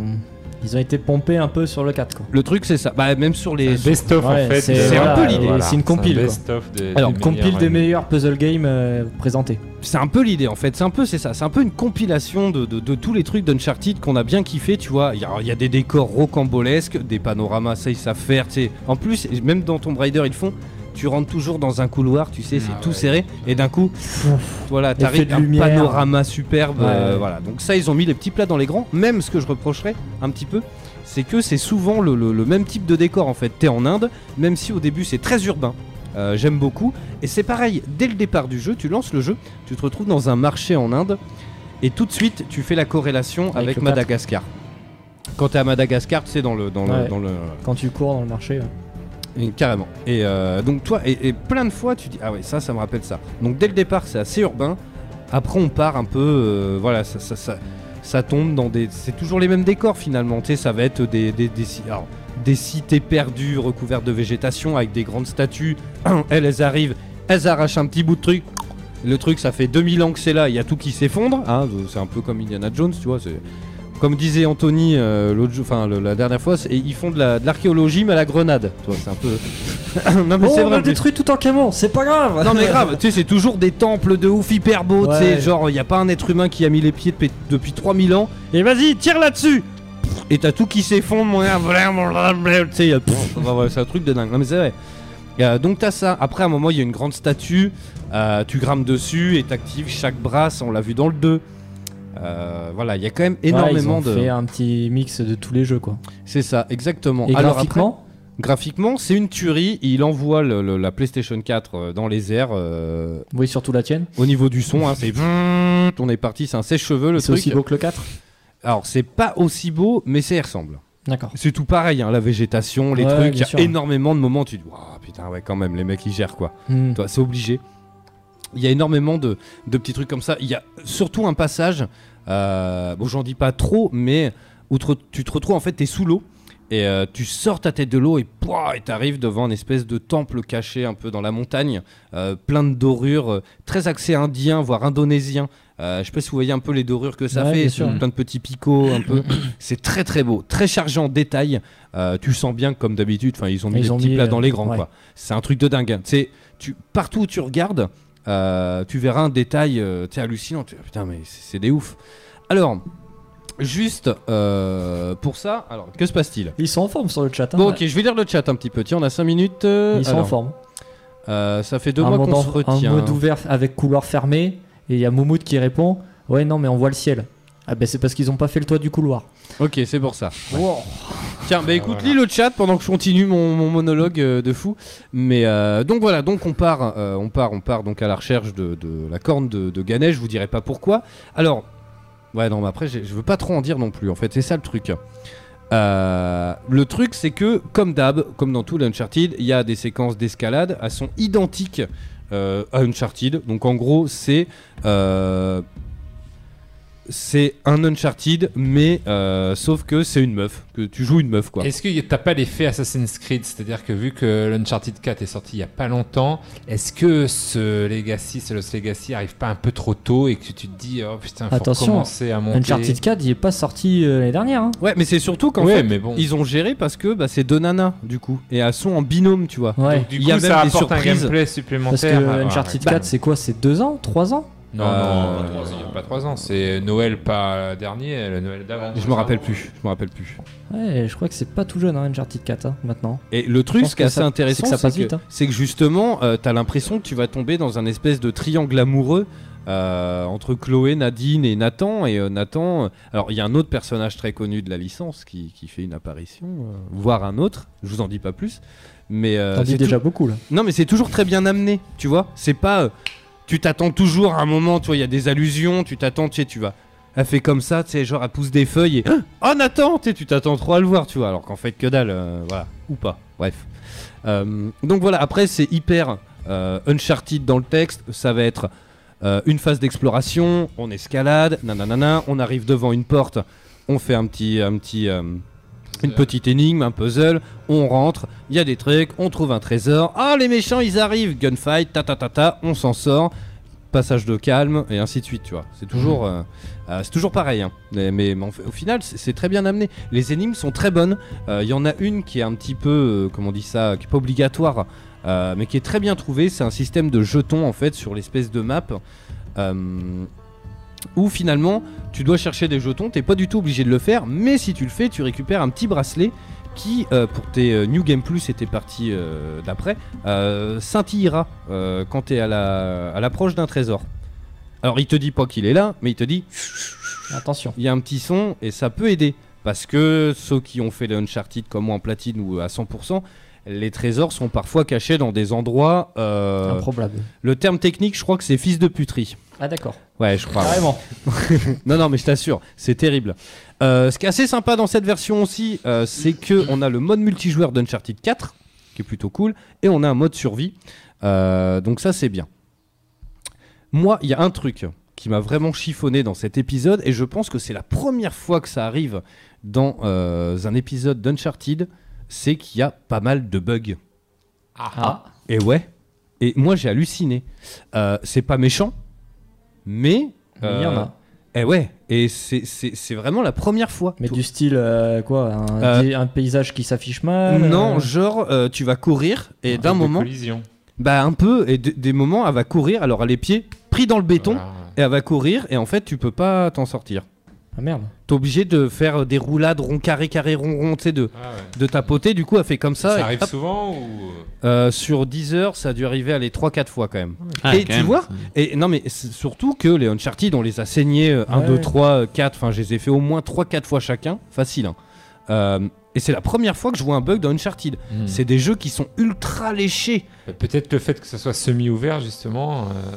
Ils ont été pompés un peu sur le 4, quoi.
Le truc, c'est ça. Bah, même sur les.
best-of, en Ouais, fait, c'est- de-
C'est un
voilà,
peu l'idée.
voilà, c'est une compile, c'est un quoi.
best-of des-
Alors, compile des meilleurs puzzle games euh, présentés.
C'est un peu l'idée en fait, c'est un peu c'est ça, c'est un peu une compilation de, de- de tous les trucs d'Uncharted qu'on a bien kiffé, tu vois. Il y, a- il y a des décors rocambolesques, des panoramas, ça ils savent faire, tu sais. En plus, même dans Tomb Raider, ils font. Tu rentres toujours dans un couloir, tu sais, c'est tout serré, et d'un coup, voilà,
Ah Effet
t'arrives
de
un
lumière.
panorama superbe,
Ouais,
euh,
ouais.
voilà. Donc ça, ils ont mis les petits plats dans les grands. Même ce que je reprocherais un petit peu, c'est que c'est souvent le, le- le même type de décor en fait. T'es en Inde, même si au début c'est très urbain. Euh, J'aime beaucoup. Et c'est pareil, dès le départ du jeu, tu lances le jeu, tu te retrouves dans un marché en Inde, et tout de suite, tu fais la corrélation avec,
le
Madagascar. Quand t'es à Madagascar, tu sais, dans le- dans le,
Ouais.
dans le
Quand tu cours dans le marché. ouais.
et carrément. Et euh, donc toi, et, et plein de fois, tu dis ah ouais ça, ça me rappelle ça. Donc dès le départ, c'est assez urbain. Après, on part un peu, euh, voilà, ça, ça, ça, ça tombe dans des, c'est toujours les mêmes décors finalement. Tu sais, ça va être des des, des, ci- alors, des cités perdues recouvertes de végétation avec des grandes statues. elles, elles arrivent, elles arrachent un petit bout de truc. Le truc, ça fait 2000 ans que c'est là, il y a tout qui s'effondre. hein, c'est un peu comme Indiana Jones, tu vois. c'est- Comme disait Anthony euh, l'autre jour- enfin, le- la dernière fois, c'est- ils font de la- de l'archéologie, mais à la grenade. Tu vois, c'est un peu. non, mais
Oh,
c'est
on a
vrai. mais-
détruit tout un camion, c'est pas grave
Non mais grave, tu sais c'est toujours des temples de ouf hyper beaux, tu sais
Ouais.
genre il y a pas un être humain qui a mis les pieds depuis- depuis 3000 ans et vas-y tire là-dessus. Pff, Et t'as tout qui s'effondre, mon gars, blablabla, tu sais y a- pff, enfin, ouais, c'est un truc de dingue. Non mais c'est vrai. Euh, donc t'as ça. Après à un moment il y a une grande statue, euh, tu grammes dessus et t'actives chaque brasse. On l'a vu dans le 2. Euh, voilà, il y a quand même énormément
ouais, ils ont
de.
fait un petit mix de tous les jeux, quoi.
C'est ça, exactement.
Et
Alors
graphiquement
après, Graphiquement, c'est une tuerie. Il envoie le- le- la PlayStation 4 euh, dans les airs. euh,
Oui, surtout la tienne.
Au niveau du son, hein, c'est. On est parti, c'est un sèche-cheveux le
C'est
truc.
aussi beau que le 4
Alors, c'est pas aussi beau, mais ça y ressemble.
D'accord.
C'est tout pareil, hein, la végétation, les
Ouais,
trucs. Il y
bien
a
sûr. hein.
énormément de moments où tu te dis, Ouah, putain, ouais, quand même, les mecs, ils gèrent quoi.
Hmm.
Toi, C'est obligé. Il y a énormément de, de petits trucs comme ça. Il y a surtout un passage, euh, bon, j'en dis pas trop, mais où te- tu te retrouves en fait, t'es sous l'eau. Et euh, tu sors ta tête de l'eau et pouah, et t'arrives devant une espèce de temple caché un peu dans la montagne, euh, plein de dorures, euh, très axé indien, voire indonésien. Euh, je sais pas si vous voyez un peu les dorures que ça
Ouais,
fait,
bien
ce
sûr.
sont plein de petits picots, un peu. C'est très très beau, très chargé en détails. Euh, tu sens bien que comme d'habitude, enfin ils ont mis
Ils
des
ont
petits
mis,
plats dans
euh,
les grands
ouais.
quoi. C'est un truc de dingue. hein. Tu sais, tu partout où tu regardes, euh, tu verras un détail, euh, tu sais, hallucinant. Tu- Putain mais c'est c'est des ouf. Alors. Juste euh, pour ça, alors que se passe-t-il
Ils sont en forme sur le chat. hein.
Bon, ok, je vais lire le chat un petit peu. Tiens, on a 5 minutes. euh,
Ils sont en
alors.
forme.
Euh, ça fait deux
un
mois
mode
qu'on
en-
se retient. hein.
Un mode ouvert avec couloir fermé. Et il y a Moumoud qui répond Ouais, non, mais on voit le ciel. Ah, ben c'est parce qu'ils ont pas fait le toit du couloir.
Ok, c'est pour ça. Tiens, bah écoute, lis le chat pendant que je continue mon, mon monologue euh, de fou. Mais euh, donc voilà, donc on part, euh, on part, on part donc à la recherche de, de la corne de, de Ganet. Je vous dirai pas pourquoi. Alors, ouais, non, mais après, j'ai- je veux pas trop en dire non plus. En fait, c'est ça le truc. Euh, le truc, c'est que, comme d'hab, comme dans tout l'Uncharted, il y a des séquences d'escalade, elles sont identiques euh, à Uncharted. Donc en gros, c'est. euh, c'est un Uncharted, mais euh, sauf que c'est une meuf, que tu joues une meuf quoi.
Est-ce que t'as pas l'effet Assassin's Creed C'est-à-dire que vu que l'Uncharted 4 est sorti il y a pas longtemps, est-ce que ce Legacy, ce Lost Legacy arrive pas un peu trop tôt et que tu te dis, oh putain, faut
Attention,
commencer à monter
Uncharted 4, il est pas sorti euh, l'année dernière. hein.
Ouais, mais c'est surtout qu'en
Ouais,
fait,
mais bon.
ils ont géré parce que bah, c'est deux nanas, du coup. Et elles sont en binôme, tu vois.
Ouais.
Donc,
Du
il y a
coup,
même
ça
des
apporte un
surprises.
gameplay
Parce que
supplémentaire. Ah,
euh,
Bah,
Uncharted 4, c'est quoi C'est 2 ans 3 ans
Non,
Ah,
non, non, il y a pas trois ans. C'est Noël pas dernier, le Noël d'avant.
Je me rappelle plus, je me rappelle plus.
Ouais, je crois que c'est pas tout jeune, hein, Uncharted 4, hein, maintenant.
Et le
Je
truc,
pense
ce qui est
que
assez
ça-
intéressant,
c'est que ça passe
c'est
vite.
que,
hein.
c'est que justement, euh, t'as l'impression que tu vas tomber dans un espèce de triangle amoureux euh, entre Chloé, Nadine et Nathan. Et euh, Nathan, euh, alors il y a un autre personnage très connu de la licence qui, qui fait une apparition, euh, voire un autre. Je vous en dis pas plus, mais euh,
T'en dis
c'est
déjà
tout-
beaucoup, là.
Non, mais c'est toujours très bien amené, tu vois. C'est pas, euh, tu t'attends toujours à un moment, tu vois, il y a des allusions, tu t'attends, tu sais, tu vas. Elle fait comme ça, tu sais, genre elle pousse des feuilles et
Ah,
oh Nathan, tu sais, tu t'attends trop à le voir, tu vois, alors qu'en fait que dalle, euh, voilà, ou pas, bref. Euh, donc voilà, après c'est hyper euh, Uncharted dans le texte, ça va être euh, une phase d'exploration, on escalade, nanana, on arrive devant une porte, on fait un petit, un petit, euh, une petite énigme, un puzzle, on rentre, il y a des trucs, on trouve un trésor, ah les méchants ils arrivent, gunfight, ta ta ta ta, on s'en sort, passage de calme et ainsi de suite, tu vois. C'est toujours, euh, euh, c'est toujours pareil. hein. Mais, mais- mais en fait, au final, c'est c'est très bien amené. Les énigmes sont très bonnes. Euh, Il y en a une qui est un petit peu, euh, comment on dit ça, qui est pas obligatoire, euh, mais qui est très bien trouvée. C'est un système de jetons en fait sur l'espèce de map. euh, où finalement tu dois chercher des jetons, t'es pas du tout obligé de le faire, mais si tu le fais, tu récupères un petit bracelet qui, euh, pour tes euh, New Game Plus et tes parties euh, d'après, euh, scintillera euh, quand t'es à la- à l'approche d'un trésor. Alors il te dit pas qu'il est là, mais il te dit
Attention.
Il y a un petit son et ça peut aider parce que ceux qui ont fait les Uncharted comme moi en platine ou à 100%, les trésors sont parfois cachés dans des endroits euh,
Improbables.
Le terme technique, je crois que c'est fils de puterie.
Ah, d'accord.
Ouais, je crois.
Carrément.
non, non, mais je t'assure, c'est terrible. Euh, ce qui est assez sympa dans cette version aussi, euh, c'est que on a le mode multijoueur d'Uncharted 4, qui est plutôt cool, et on a un mode survie. Euh, donc ça, c'est bien. Moi, il y a un truc qui m'a vraiment chiffonné dans cet épisode, et je pense que c'est la première fois que ça arrive dans euh, un épisode d'Uncharted, c'est qu'il y a pas mal de bugs.
Ah.
Et ouais. Et moi, j'ai halluciné. Euh, c'est pas méchant, mais.
Mais il y en
euh,
a.
Eh ouais, et c'est- c'est c'est vraiment la première fois.
Mais du style, euh, quoi un,
Euh,
dé- un paysage qui s'affiche mal
Non,
euh,
genre, euh, tu vas courir et d'un
de
moment.
collision.
Bah, un peu, et de- des moments, elle va courir, alors elle a les pieds pris dans le béton,
Ah.
et elle va courir, et en fait, tu peux pas t'en sortir.
Ah merde.
T'es obligé de faire des roulades rond carré carré rond rond, tu sais, de, de tapoter, du coup, elle fait comme ça. et
Ah Ça arrive
hop.
souvent ou
Euh, sur 10 heures, ça a dû arriver à les 3-4 fois quand même.
Ah,
et
quand
tu
même,
vois, et non mais c'est surtout que les Uncharted, on les a saignés euh, 1,
Ouais.
2, 3, 4, enfin je les ai fait au moins 3-4 fois chacun, facile. hein. Euh, et c'est la première fois que je vois un bug dans Uncharted.
Mm.
C'est des jeux qui sont ultra léchés.
Bah, peut-être le fait que ça soit semi-ouvert justement. euh,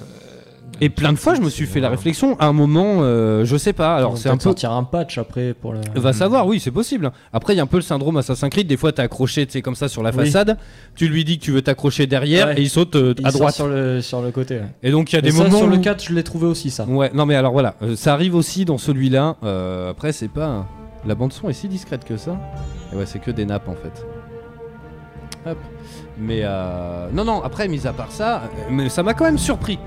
Et plein de fois, je me suis fait la réflexion. À un moment, euh, je sais pas.
Ils
Alors
vont
c'est un
peut-être
peu
sortir un patch après pour le.
Euh, Va savoir, oui, c'est possible. Après, il y a un peu le syndrome Assassin's Creed. Des fois, t'es accroché, tu sais, comme ça sur la
Oui.
façade. Tu lui dis que tu veux t'accrocher derrière
Ouais.
et il saute euh,
Il
à
sort
droite.
sur le sur le côté. ouais.
Et donc, il y a
Mais
des
ça,
moments
sur le
où-
4, je l'ai trouvé aussi ça.
Ouais, non mais alors voilà, euh, ça arrive aussi dans celui-là. Euh, après, c'est pas. La bande-son est si discrète que ça. Et ouais, c'est que des nappes en fait. Hop. Mais euh, non, non, après, mis à part ça, euh, mais ça m'a quand même surpris.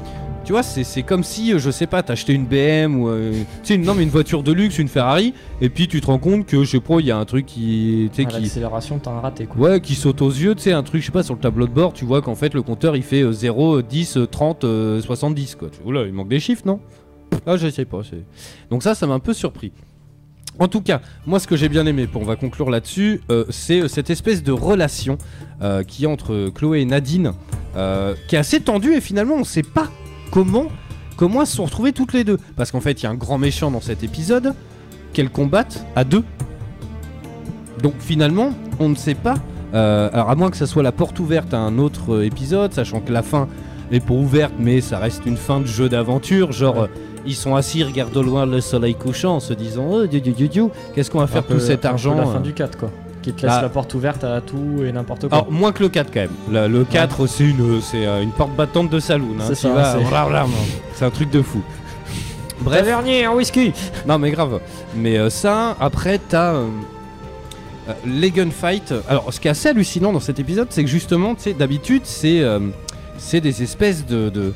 Tu vois, c'est c'est comme si, euh, je sais pas, t'achetais une BM ou. euh, tu sais, une, non, mais une voiture de luxe, une Ferrari, et puis tu te rends compte que, je sais pas, il y a un truc qui. Tu sais,
À
qui.
L'accélération, t'as un raté quoi.
Ouais, qui saute aux yeux, tu sais, un truc, je sais pas, sur le tableau de bord, tu vois qu'en fait le compteur il fait euh, 0, euh, 10, euh, 30, euh, 70, quoi. Tu- Oula, il manque des chiffres, non Ah, je sais pas. c'est- Donc ça, ça m'a un peu surpris. En tout cas, moi ce que j'ai bien aimé, pour on va conclure là-dessus, euh, c'est euh, cette espèce de relation euh, qui est entre euh, Chloé et Nadine, euh, qui est assez tendue et finalement on sait pas comment, comment elles se sont retrouvées toutes les deux. Parce qu'en fait, il y a un grand méchant dans cet épisode, qu'elles combattent à deux. Donc finalement, on ne sait pas. Euh, alors à moins que ça soit la porte ouverte à un autre euh, épisode, sachant que la fin, mais pour ouverte, mais ça reste une fin de jeu d'aventure. Genre, euh, ils sont assis, regardent au loin le soleil couchant, en se disant, oh, dieu, dieu, dieu, dieu, qu'est-ce qu'on va faire
Un peu-
tout
un
cet
peu
argent
La fin
euh,
du 4, quoi. Qui te laisse
Ah.
la porte ouverte à tout et n'importe quoi.
alors, moins que le 4 quand même. Le, le 4, c'est une, c'est, euh, une porte battante de saloon. hein.
C'est
Tu
ça,
vas-
c'est-
blablabla. C'est un truc de fou. Bref. dernier un whisky Non, mais grave. Mais euh, ça, après, t'as. euh, euh, les gunfights. Alors, ce qui est assez hallucinant dans cet épisode, c'est que justement, tu sais, d'habitude, c'est euh, c'est des espèces de. de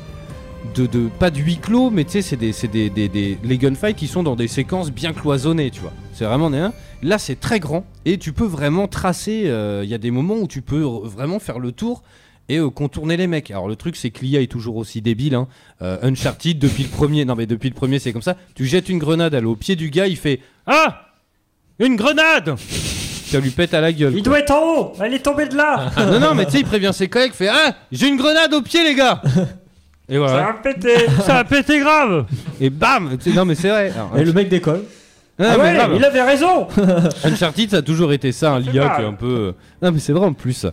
de, de- pas de huis clos mais tu sais c'est des, c'est des, des- des- les gunfights qui sont dans des séquences bien cloisonnées tu vois c'est vraiment des- hein. là c'est très grand et tu peux vraiment tracer euh, il y a des moments où tu peux r- vraiment faire le tour et euh, contourner les mecs. Alors le truc c'est que l'IA est toujours aussi débile. Hein. Euh, Uncharted depuis le premier, non mais depuis le premier c'est comme ça. Tu jettes une grenade, elle est au pied du gars, il fait ah une grenade. Ça lui pète à la gueule.
Il
quoi.
doit être en haut Elle est tombée de là
non non mais tu sais il prévient ses collègues, il fait ah j'ai une grenade au pied les gars. Et voilà.
Ça a pété Ça a pété grave
Et bam tu sais, Non mais c'est vrai. Alors,
Et le mec décolle.
Non,
Ah
mais
ouais,
grave.
il avait raison
Uncharted, ça a toujours été ça, un l'IA
pas.
qui est un peu. euh. Non, mais c'est vrai en plus.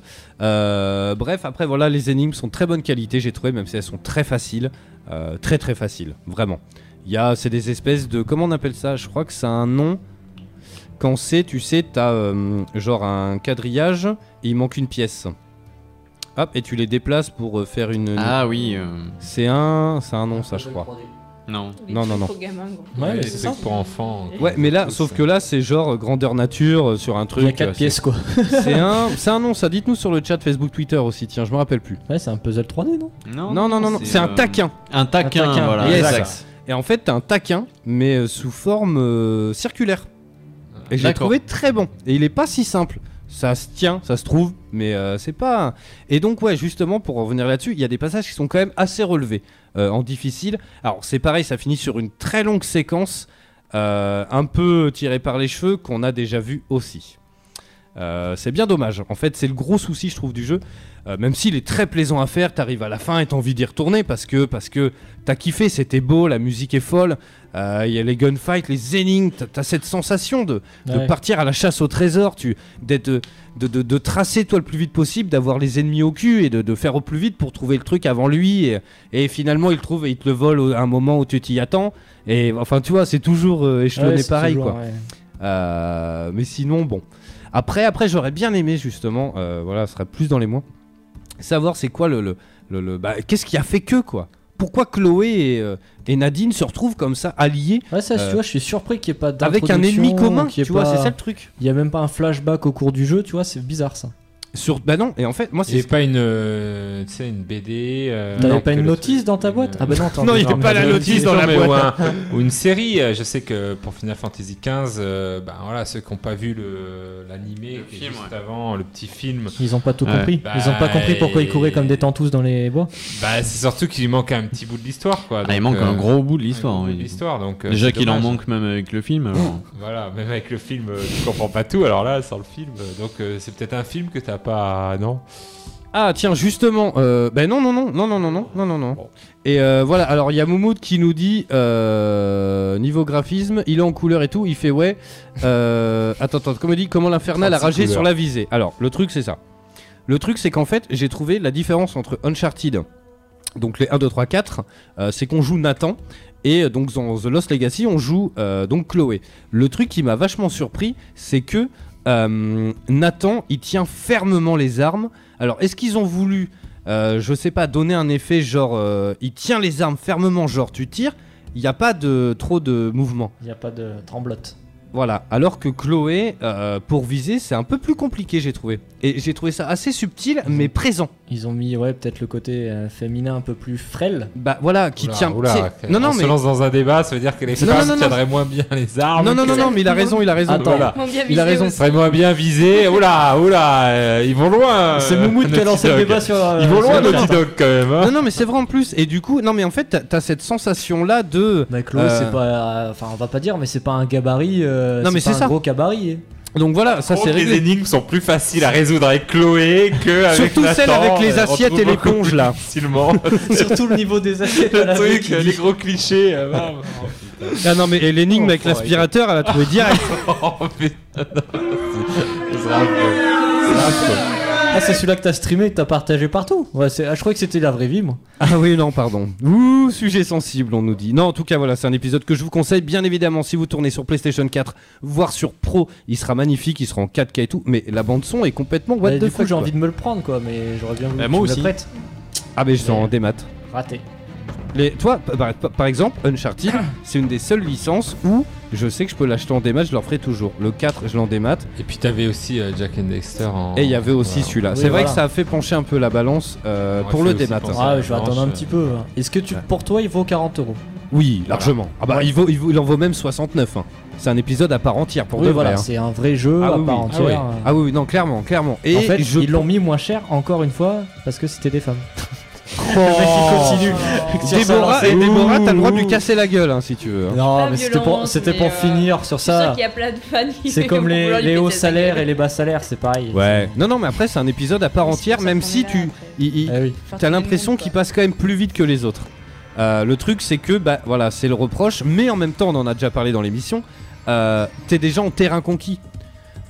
Euh, bref, après, voilà, les énigmes sont de très bonne qualité, j'ai trouvé, même si elles sont très faciles. Euh, très, très faciles, vraiment. Il y a, c'est des espèces de. Comment on appelle ça Je crois que ça a un nom. Quand c'est, tu sais, t'as euh, genre un quadrillage et il manque une pièce. Hop, et tu les déplaces pour euh, faire une.
Ah oui,
C'est un. C'est un nom, ça, je crois.
Non.
Non, non, non.
Ouais, mais c'est ça.
pour enfants.
Ouais, mais là, sauf que là, c'est genre euh, grandeur nature euh, sur un truc.
Il y a quatre
euh, c'est-
pièces, quoi.
C'est un, c'est un nom, ça. Dites-nous sur le chat Facebook, Twitter aussi. Tiens, je me rappelle plus.
Ouais, c'est un puzzle 3D, non
Non, non, non, non, c'est un
euh,
taquin.
un taquin, voilà,
Yes.
exact.
Et en fait, t'as un taquin, mais euh, sous forme euh, circulaire. Et je l'ai
D'accord.
trouvé très bon. Et il est pas si simple. Ça se tient, ça se trouve, mais euh, c'est pas. Et donc, ouais, justement, pour revenir là-dessus, il y a des passages qui sont quand même assez relevés euh, en difficile. Alors, c'est pareil, ça finit sur une très longue séquence, euh, un peu tirée par les cheveux, qu'on a déjà vu aussi. Euh, c'est bien dommage. En fait, c'est le gros souci, je trouve, du jeu. Euh, même s'il est très plaisant à faire, t'arrives à la fin et t'as envie d'y retourner parce que parce que t'as kiffé, c'était beau, la musique est folle. Euh, Il y a les gunfights, les énigmes. T'as, t'as cette sensation de, de
Ouais.
partir à la chasse au trésor, tu d'être de, de- de tracer toi le plus vite possible, d'avoir les ennemis au cul et de, de faire au plus vite pour trouver le truc avant lui. Et, et finalement, il le trouve et il te le vole au- à un moment où tu t'y attends. Et enfin, tu vois, c'est toujours euh, échelonné
Ouais, c'est
pareil,
toujours,
quoi.
ouais.
Euh, mais sinon, bon. Après, après j'aurais bien aimé, justement, euh, voilà, ce serait plus dans les mois, savoir c'est quoi le. le, le- le- bah, Qu'est-ce qui a fait que, quoi Pourquoi Chloé et, euh, et Nadine se retrouvent comme ça, alliées
Ouais, ça,
euh,
tu vois, je suis surpris qu'il n'y ait pas
Avec un ennemi
d'introduction,
commun,
qu'il y ait
tu vois,
pas-
c'est ça le truc.
Il n'y a même pas un flashback au cours du jeu, tu vois, c'est bizarre ça.
Sur... Bah non, et en fait, moi,
c'est pas une, euh, tu sais, une BD. euh,
T'avais
non,
pas
que
une
le-
notice dans ta boîte Ah bah non, attends,
Non, il
non,
n'y a pas
mais-
la notice dans
Non,
la
mais
boîte.
ouais.
Ou une série. euh, Je sais que pour Final Fantasy XV, euh, ben voilà, ceux qui n'ont pas vu le- l'animé qui est juste avant, le petit film.
Ils ont pas tout compris.
Bah,
ils ont pas compris pourquoi ils couraient comme des tantous dans les bois.
Bah, c'est surtout qu'il manque un petit bout de l'histoire, quoi.
Ah, il
Donc,
manque un
euh,
gros bout de l'histoire.
un bout
oui.
de l'histoire, donc. euh,
Déjà
c'est
qu'il en
dommage.
manque même avec le film. alors.
Voilà, même avec le film, euh, tu comprends pas tout. Alors là, sans le film, euh, donc euh, c'est peut-être un film que t'as pas, non
Ah tiens justement, euh, ben non non non non non non non non non non. Et euh, voilà, alors il y a Moumoud qui nous dit euh, niveau graphisme, il est en couleur et tout, il fait ouais. euh, attends attends, comme il dit, comment l'infernal a
36
ragé sur
couleurs.
la visée. Alors le truc c'est ça. Le truc c'est qu'en fait j'ai trouvé la différence entre Uncharted, donc les 1 2 3 4, euh, c'est qu'on joue Nathan. Et euh, donc dans The Lost Legacy, on joue euh, donc Chloé. Le truc qui m'a vachement surpris, c'est que euh, Nathan, il tient fermement les armes. Alors, est-ce qu'ils ont voulu, euh, je sais pas, donner un effet genre, euh, il tient les armes fermement, genre tu tires, il n'y a pas de trop de mouvement.
Il n'y a pas de tremblote.
Voilà, alors que Chloé, euh, pour viser, c'est un peu plus compliqué, j'ai trouvé. Et j'ai trouvé ça assez subtil, mais présent.
Ils ont mis, ouais, peut-être le côté euh, féminin un peu plus frêle.
Bah voilà, qui
Oula,
tient.
oula,
c'est-
on se lance dans un débat, ça veut dire que les
Non, non,
femmes
non, non.
tiendraient moins bien les armes.
Non, non,
que-
non, non, mais il a raison, il a raison.
Attends,
Voilà.
Moins bien
Il a
visé
raison.
aussi. Très moins bien visé. Oula, oula, euh, ils vont loin.
C'est
euh,
Moumoud qui a
Naughty
lancé le
Dog.
débat sur, euh,
Ils vont
sur
loin,
le
Naughty
chat.
Dog, quand même. hein.
Non, non, mais c'est vrai en plus. Et du coup, non, mais en fait, t'as- t'as cette sensation-là de.
Bah, Chloé,
euh,
c'est pas. euh, Enfin, on va pas dire, mais c'est pas un gabarit. euh,
Non, mais
pas
c'est ça.
un gros gabarit.
Donc voilà, ça
Par
c'est
contre, Les
réglé.
énigmes sont plus faciles à résoudre avec Chloé que avec
Surtout celles
Nathan,
avec les
euh, on
assiettes
trouve
et les
beaucoup
ponges,
plus
là.
Facilement.
Surtout le niveau des assiettes. à
Le
la
truc,
mec, il
les
dit-
gros clichés. euh, bam.
Ah non, mais et l'énigme avec
Enfoiré.
l'aspirateur, elle a trouvé direct.
Oh, putain, non, c'est- c'est affreux. C'est affreux.
Ah, c'est celui-là que t'as streamé et que t'as partagé partout. Ouais, c'est- ah, je crois que c'était la vraie vie, moi.
Ah oui, non, pardon. Ouh, sujet sensible, on nous dit. Non, en tout cas, voilà, c'est un épisode que je vous conseille, bien évidemment, si vous tournez sur PlayStation 4, voire sur Pro, il sera magnifique, il sera en 4K et tout, mais la bande-son est complètement what
Bah,
the
du coup,
fuck,
j'ai
quoi.
envie de me le prendre, quoi, mais j'aurais bien
Eh,
voulu
Bah,
que
moi
tu me
aussi.
le prêtes.
Ah, mais je suis en démat.
Raté.
Les, toi, p- par, p- par exemple, Uncharted, c'est une des seules licences où je sais que je peux l'acheter en démat, je l'en ferai toujours. Le 4, je l'en démat.
Et puis t'avais aussi euh, Jack and Dexter en.
Et il y avait aussi
Oh, Voilà.
celui-là. c'est vrai que ça a fait pencher un peu la balance euh,
Ouais,
pour
c'est
le
aussi
démat.
pour
Ah, je vais attendre un petit peu. hein. Est-ce que tu, pour toi, il vaut 40 euros
Oui, largement. Ah bah, il, vaut- il vaut- il en vaut même 69. hein. C'est un épisode à part entière pour
Oui,
de
voilà,
vrai. hein.
c'est un vrai jeu
Ah
à
oui,
part
oui.
entière. euh.
Ah oui. Ah oui, oui, non, clairement, clairement. Et
en fait,
je-
ils l'ont mis moins cher, encore une fois, parce que c'était des femmes.
Oh. Déborah, et Déborah, t'as le droit de lui casser la gueule hein, si tu veux. hein.
Non, mais c'était pour, c'était
euh,
pour finir sur
Ah.
ça.
qu'il y a plein de fans qui
C'est
vont
comme
vouloir
les,
lui
les hauts
péter sa
salaires
gueule.
et les bas salaires, c'est pareil.
Ouais. Non, non, mais après, c'est un épisode à part entière, même si tu. il- il- T'as l'impression qu'il passe quand même plus vite que les autres. Euh, le truc, c'est que, bah voilà, c'est le reproche, mais en même temps, on en a déjà parlé dans l'émission, euh, t'es déjà en terrain conquis.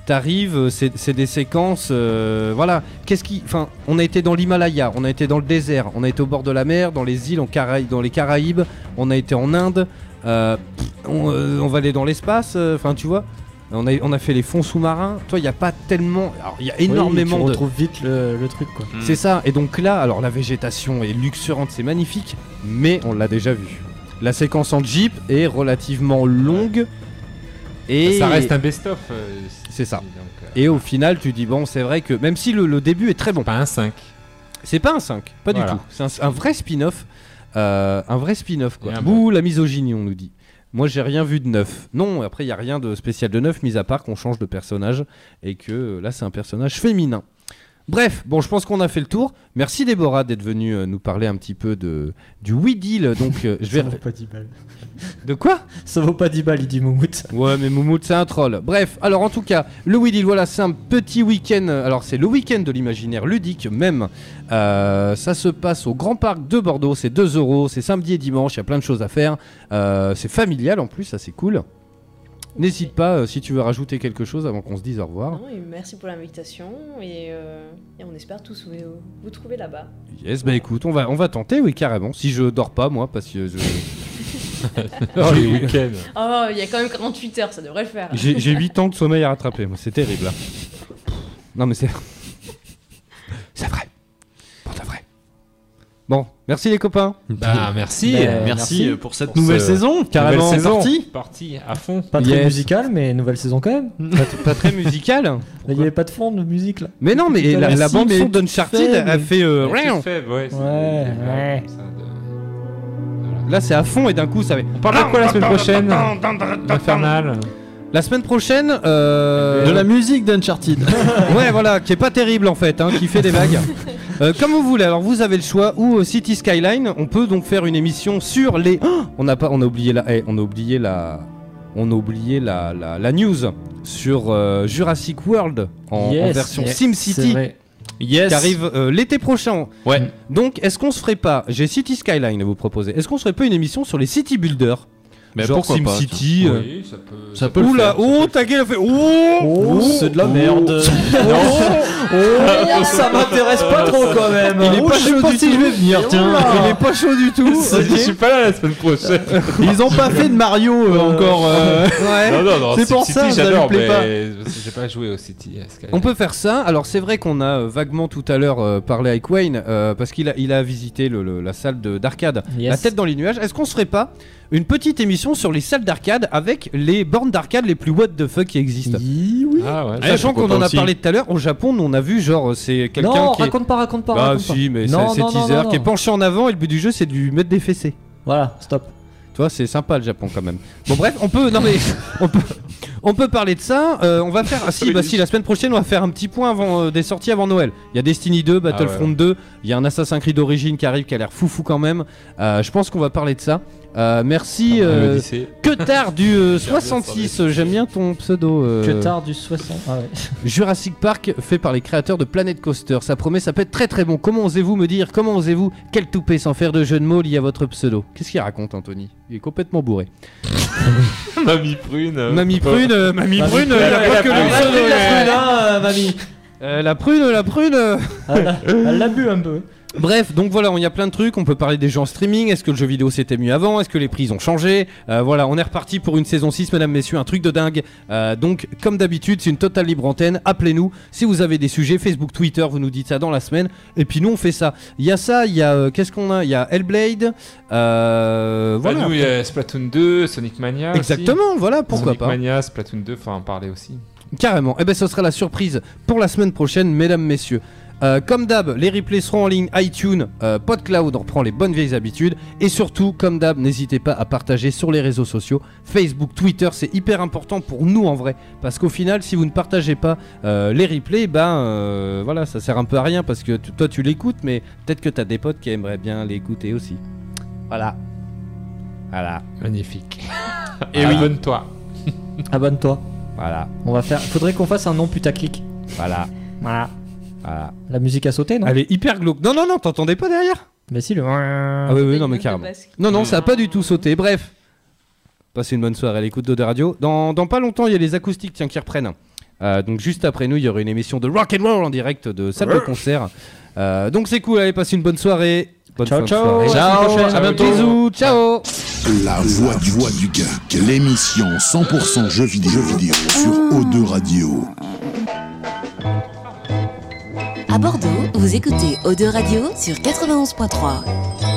T'arrives, euh, c'est c'est des séquences. euh, voilà. Qu'est-ce qui. Enfin, on a été dans l'Himalaya, on a été dans le désert, on a été au bord de la mer, dans les îles, en Caraï- dans les Caraïbes, on a été en Inde, euh, pff, on, euh, on va aller dans l'espace, euh, enfin, tu vois. On a, on a fait les fonds sous-marins. Toi, il n'y a pas tellement. Alors, il y a énormément
oui, tu
de.
retrouves vite le, le truc, quoi.
Hmm.
C'est ça, et donc là, alors la végétation est luxurante, c'est magnifique, mais on l'a déjà vu. La séquence en Jeep est relativement longue. Et
Ça reste un best-of. euh,
C'est ça. Et au final, tu dis, bon, c'est vrai que même si le, le début est très bon.
Pas un 5.
C'est pas un 5, pas
Voilà.
du tout. C'est un, un vrai spin-off. euh, un vrai spin-off, quoi.
Et un
Bouh, la misogynie, on nous dit. Moi, j'ai rien vu de neuf. Non, après, il n'y a rien de spécial de neuf, mis à part qu'on change de personnage et que euh, là, c'est un personnage féminin. Bref, bon, je pense qu'on a fait le tour. Merci Déborah d'être venue euh, nous parler un petit peu de du We Deal. Donc, euh, je vais.
Ça vaut pas 10 balles.
De quoi
Ça vaut pas 10 balles, il dit Moumout.
Ouais, mais Moumout, c'est un troll. Bref, alors en tout cas, le Willy, voilà, c'est un petit week-end. Alors, c'est le week-end de l'imaginaire ludique, même. Euh, ça se passe au Grand Parc de Bordeaux. C'est 2 euros. C'est samedi et dimanche. Il y a plein de choses à faire. Euh, c'est familial en plus, ça, c'est cool. N'hésite pas euh, si tu veux rajouter quelque chose avant qu'on se dise au revoir.
Non, et merci pour l'invitation et, euh, et on espère tous vous, vous trouver là-bas.
Yes, bah écoute, on va, on va tenter, oui, carrément. Si je dors pas, moi, parce que je.
J'ai le week-end.
Oh, il y a quand même 48 heures, ça devrait le faire.
J'ai j'ai 8 ans de sommeil à rattraper, moi, c'est terrible. là. Non, mais c'est. C'est vrai. Pour de vrai. Bon, merci les copains.
Bah, merci.
Ben,
Euh,
merci, euh, pour cette nouvelle saison.
Carrément,
Nouvelle saison.
parti.
Parti à fond.
Pas très
Yes.
musical, mais nouvelle saison quand même.
Pas, t- pas très musical.
Il n'y avait pas de fond de musique là.
Mais non, mais
Putain,
la,
mais
la
si,
bande
mais
son
tout fait,
d'Uncharted a
mais-
fait. euh,
Ouais,
rien.
tout faible, ouais. c'est-
Ouais, ouais.
Là, c'est à fond et d'un coup, ça va. On
parle de quoi la semaine prochaine Infernal.
La semaine prochaine, euh,
De la musique d'Uncharted.
ouais, voilà, qui est pas terrible en fait, hein, qui fait des vagues. Euh, comme vous voulez, alors vous avez le choix ou euh, City Skyline. On peut donc faire une émission sur les. Oh on a pas, on a oublié la, eh, on a oublié la, on a oublié la, la, la news sur euh, Jurassic World en, en
Yes,
version
c'est
SimCity.
vrai.
Yes.
Qui arrive euh, l'été prochain. Ouais. Donc, est-ce qu'on se ferait pas J'ai City Skyline à vous proposer. Est-ce qu'on se ferait pas une émission sur les city builders
Mais
Genre
pourquoi pas,
SimCity.
tiens.
euh,
Oui, ça peut.
Ça peut le
Oula,
faire.
oh, ta gueule a fait. Oh,
Oh, c'est de la merde.
Oh, ça m'intéresse pas trop quand même.
Il est
Oh,
pas
je sais
chaud
pas
du
si
tout.
je vais venir, tiens.
Il est pas chaud du tout.
Je suis pas là la semaine prochaine.
Ils ont pas fait de Mario euh, encore. euh,
Ouais.
Non, non, non.
C'est pour
City,
ça, ça lui
j'adore,
plaît
mais j'ai pas joué au City. euh, à Skyline.
On peut faire ça. Alors c'est vrai qu'on a euh, vaguement tout à l'heure euh, parlé avec Wayne euh, parce qu'il a, il a visité le- le- la salle de- d'arcade,
Yes.
la tête dans les nuages. Est-ce qu'on se ferait pas une petite émission sur les salles d'arcade avec les bornes d'arcade les plus what the fuck qui existent
Ah ouais.
Eh, Sachant qu'on
pourquoi
en
pas
a
aussi.
parlé tout à l'heure, au Japon, nous, on a vu genre euh, c'est quelqu'un
Non,
qui est-
raconte pas, raconte pas.
Bah
raconte pas.
si, mais
Non,
c'est
non, non,
teaser
non,
qui est
non.
penché en avant et le but du jeu c'est de lui mettre des fessées.
Voilà, stop.
Tu vois, c'est sympa le Japon quand même. Bon bref, on peut, non mais on peut, on peut parler de ça. euh, on va faire, ah, si, bah si, la semaine prochaine on va faire un petit point avant euh, des sorties avant Noël. Il y a Destiny 2,
Ah
Battlefront 2, il y a un Assassin's Creed d'origine qui arrive qui a l'air foufou quand même. Euh, je pense qu'on va parler de ça. Euh, merci. euh,
Ah, L'Odyssée.
que tard du euh, 66. J'aime bien ton pseudo. euh,
Que tard du 60. Ah ouais.
Jurassic Park fait par les créateurs de Planet Coaster. Ça promet, ça peut être très très bon. Comment osez-vous me dire Comment osez-vous Quel toupet sans faire de jeu de mots lié à votre pseudo Qu'est-ce qu'il raconte, Anthony Il est complètement bourré.
Mamie Prune. euh,
Mamie Prune, euh, Mamie
Mamie
Prune,
Prune, euh,
il a
elle
pas
a
que
pas
le
de
pseudo.
la prune, hein, euh, mamie.
Euh, la prune, la prune euh.
Elle elle l'a bu un peu.
Bref, donc voilà, on y a plein de trucs, on peut parler des gens en streaming, est-ce que le jeu vidéo c'était mieux avant, est-ce que les prix ils ont changé, Euh, voilà, on est reparti pour une saison 6, mesdames, messieurs, un truc de dingue. Euh, donc, comme d'habitude, c'est une totale libre antenne, appelez-nous, si vous avez des sujets, Facebook, Twitter, vous nous dites ça dans la semaine, et puis nous on fait ça. Il y a ça, il y a, euh, qu'est-ce qu'on a Il y a Hellblade, euh,
Bah,
voilà.
nous, il y a Splatoon 2, Sonic Mania. aussi.
Exactement, voilà, pourquoi
Sonic
pas.
Mania, Splatoon 2, enfin, en parler aussi.
Carrément. Eh ben, ce sera la surprise pour la semaine prochaine, mesdames, messieurs. Euh, comme d'hab, les replays seront en ligne iTunes, euh, PodCloud, on reprend les bonnes vieilles habitudes. Et surtout, comme d'hab, n'hésitez pas à partager sur les réseaux sociaux, Facebook, Twitter, c'est hyper important pour nous en vrai. Parce qu'au final, si vous ne partagez pas euh, les replays, ben euh, voilà, ça sert un peu à rien parce que t- toi tu l'écoutes, mais peut-être que t'as des potes qui aimeraient bien l'écouter aussi. Voilà. Voilà. Magnifique.
Et oui. Abonne-toi.
Abonne-toi.
Voilà.
On va faire. Faudrait qu'on fasse un nom putaclic.
Voilà.
Voilà.
Voilà.
La musique a sauté, non
Elle est hyper glauque. Non, non, non, t'entendais pas derrière
Mais si, le. Ah,
Ah oui, oui, non, mais carrément. Non, non, ça a pas du tout sauté. Bref, passez une bonne soirée à l'écoute d'Ode Radio. Dans, dans pas longtemps, il y a les acoustiques tiens, qui reprennent. Euh, donc juste après nous, il y aura une émission de rock and roll en direct de salle de concert. Euh, donc c'est cool, allez, passez une bonne soirée. Bonne
Ciao,
fin de
ciao,
soirée.
à la semaine
ciao,
prochaine.
à bientôt. Bisous, ciao.
La voix du, voix du geek. L'émission 100% jeux vidéo, jeux vidéo sur O2 Radio.
À Bordeaux, vous écoutez O2 Radio sur 91.3.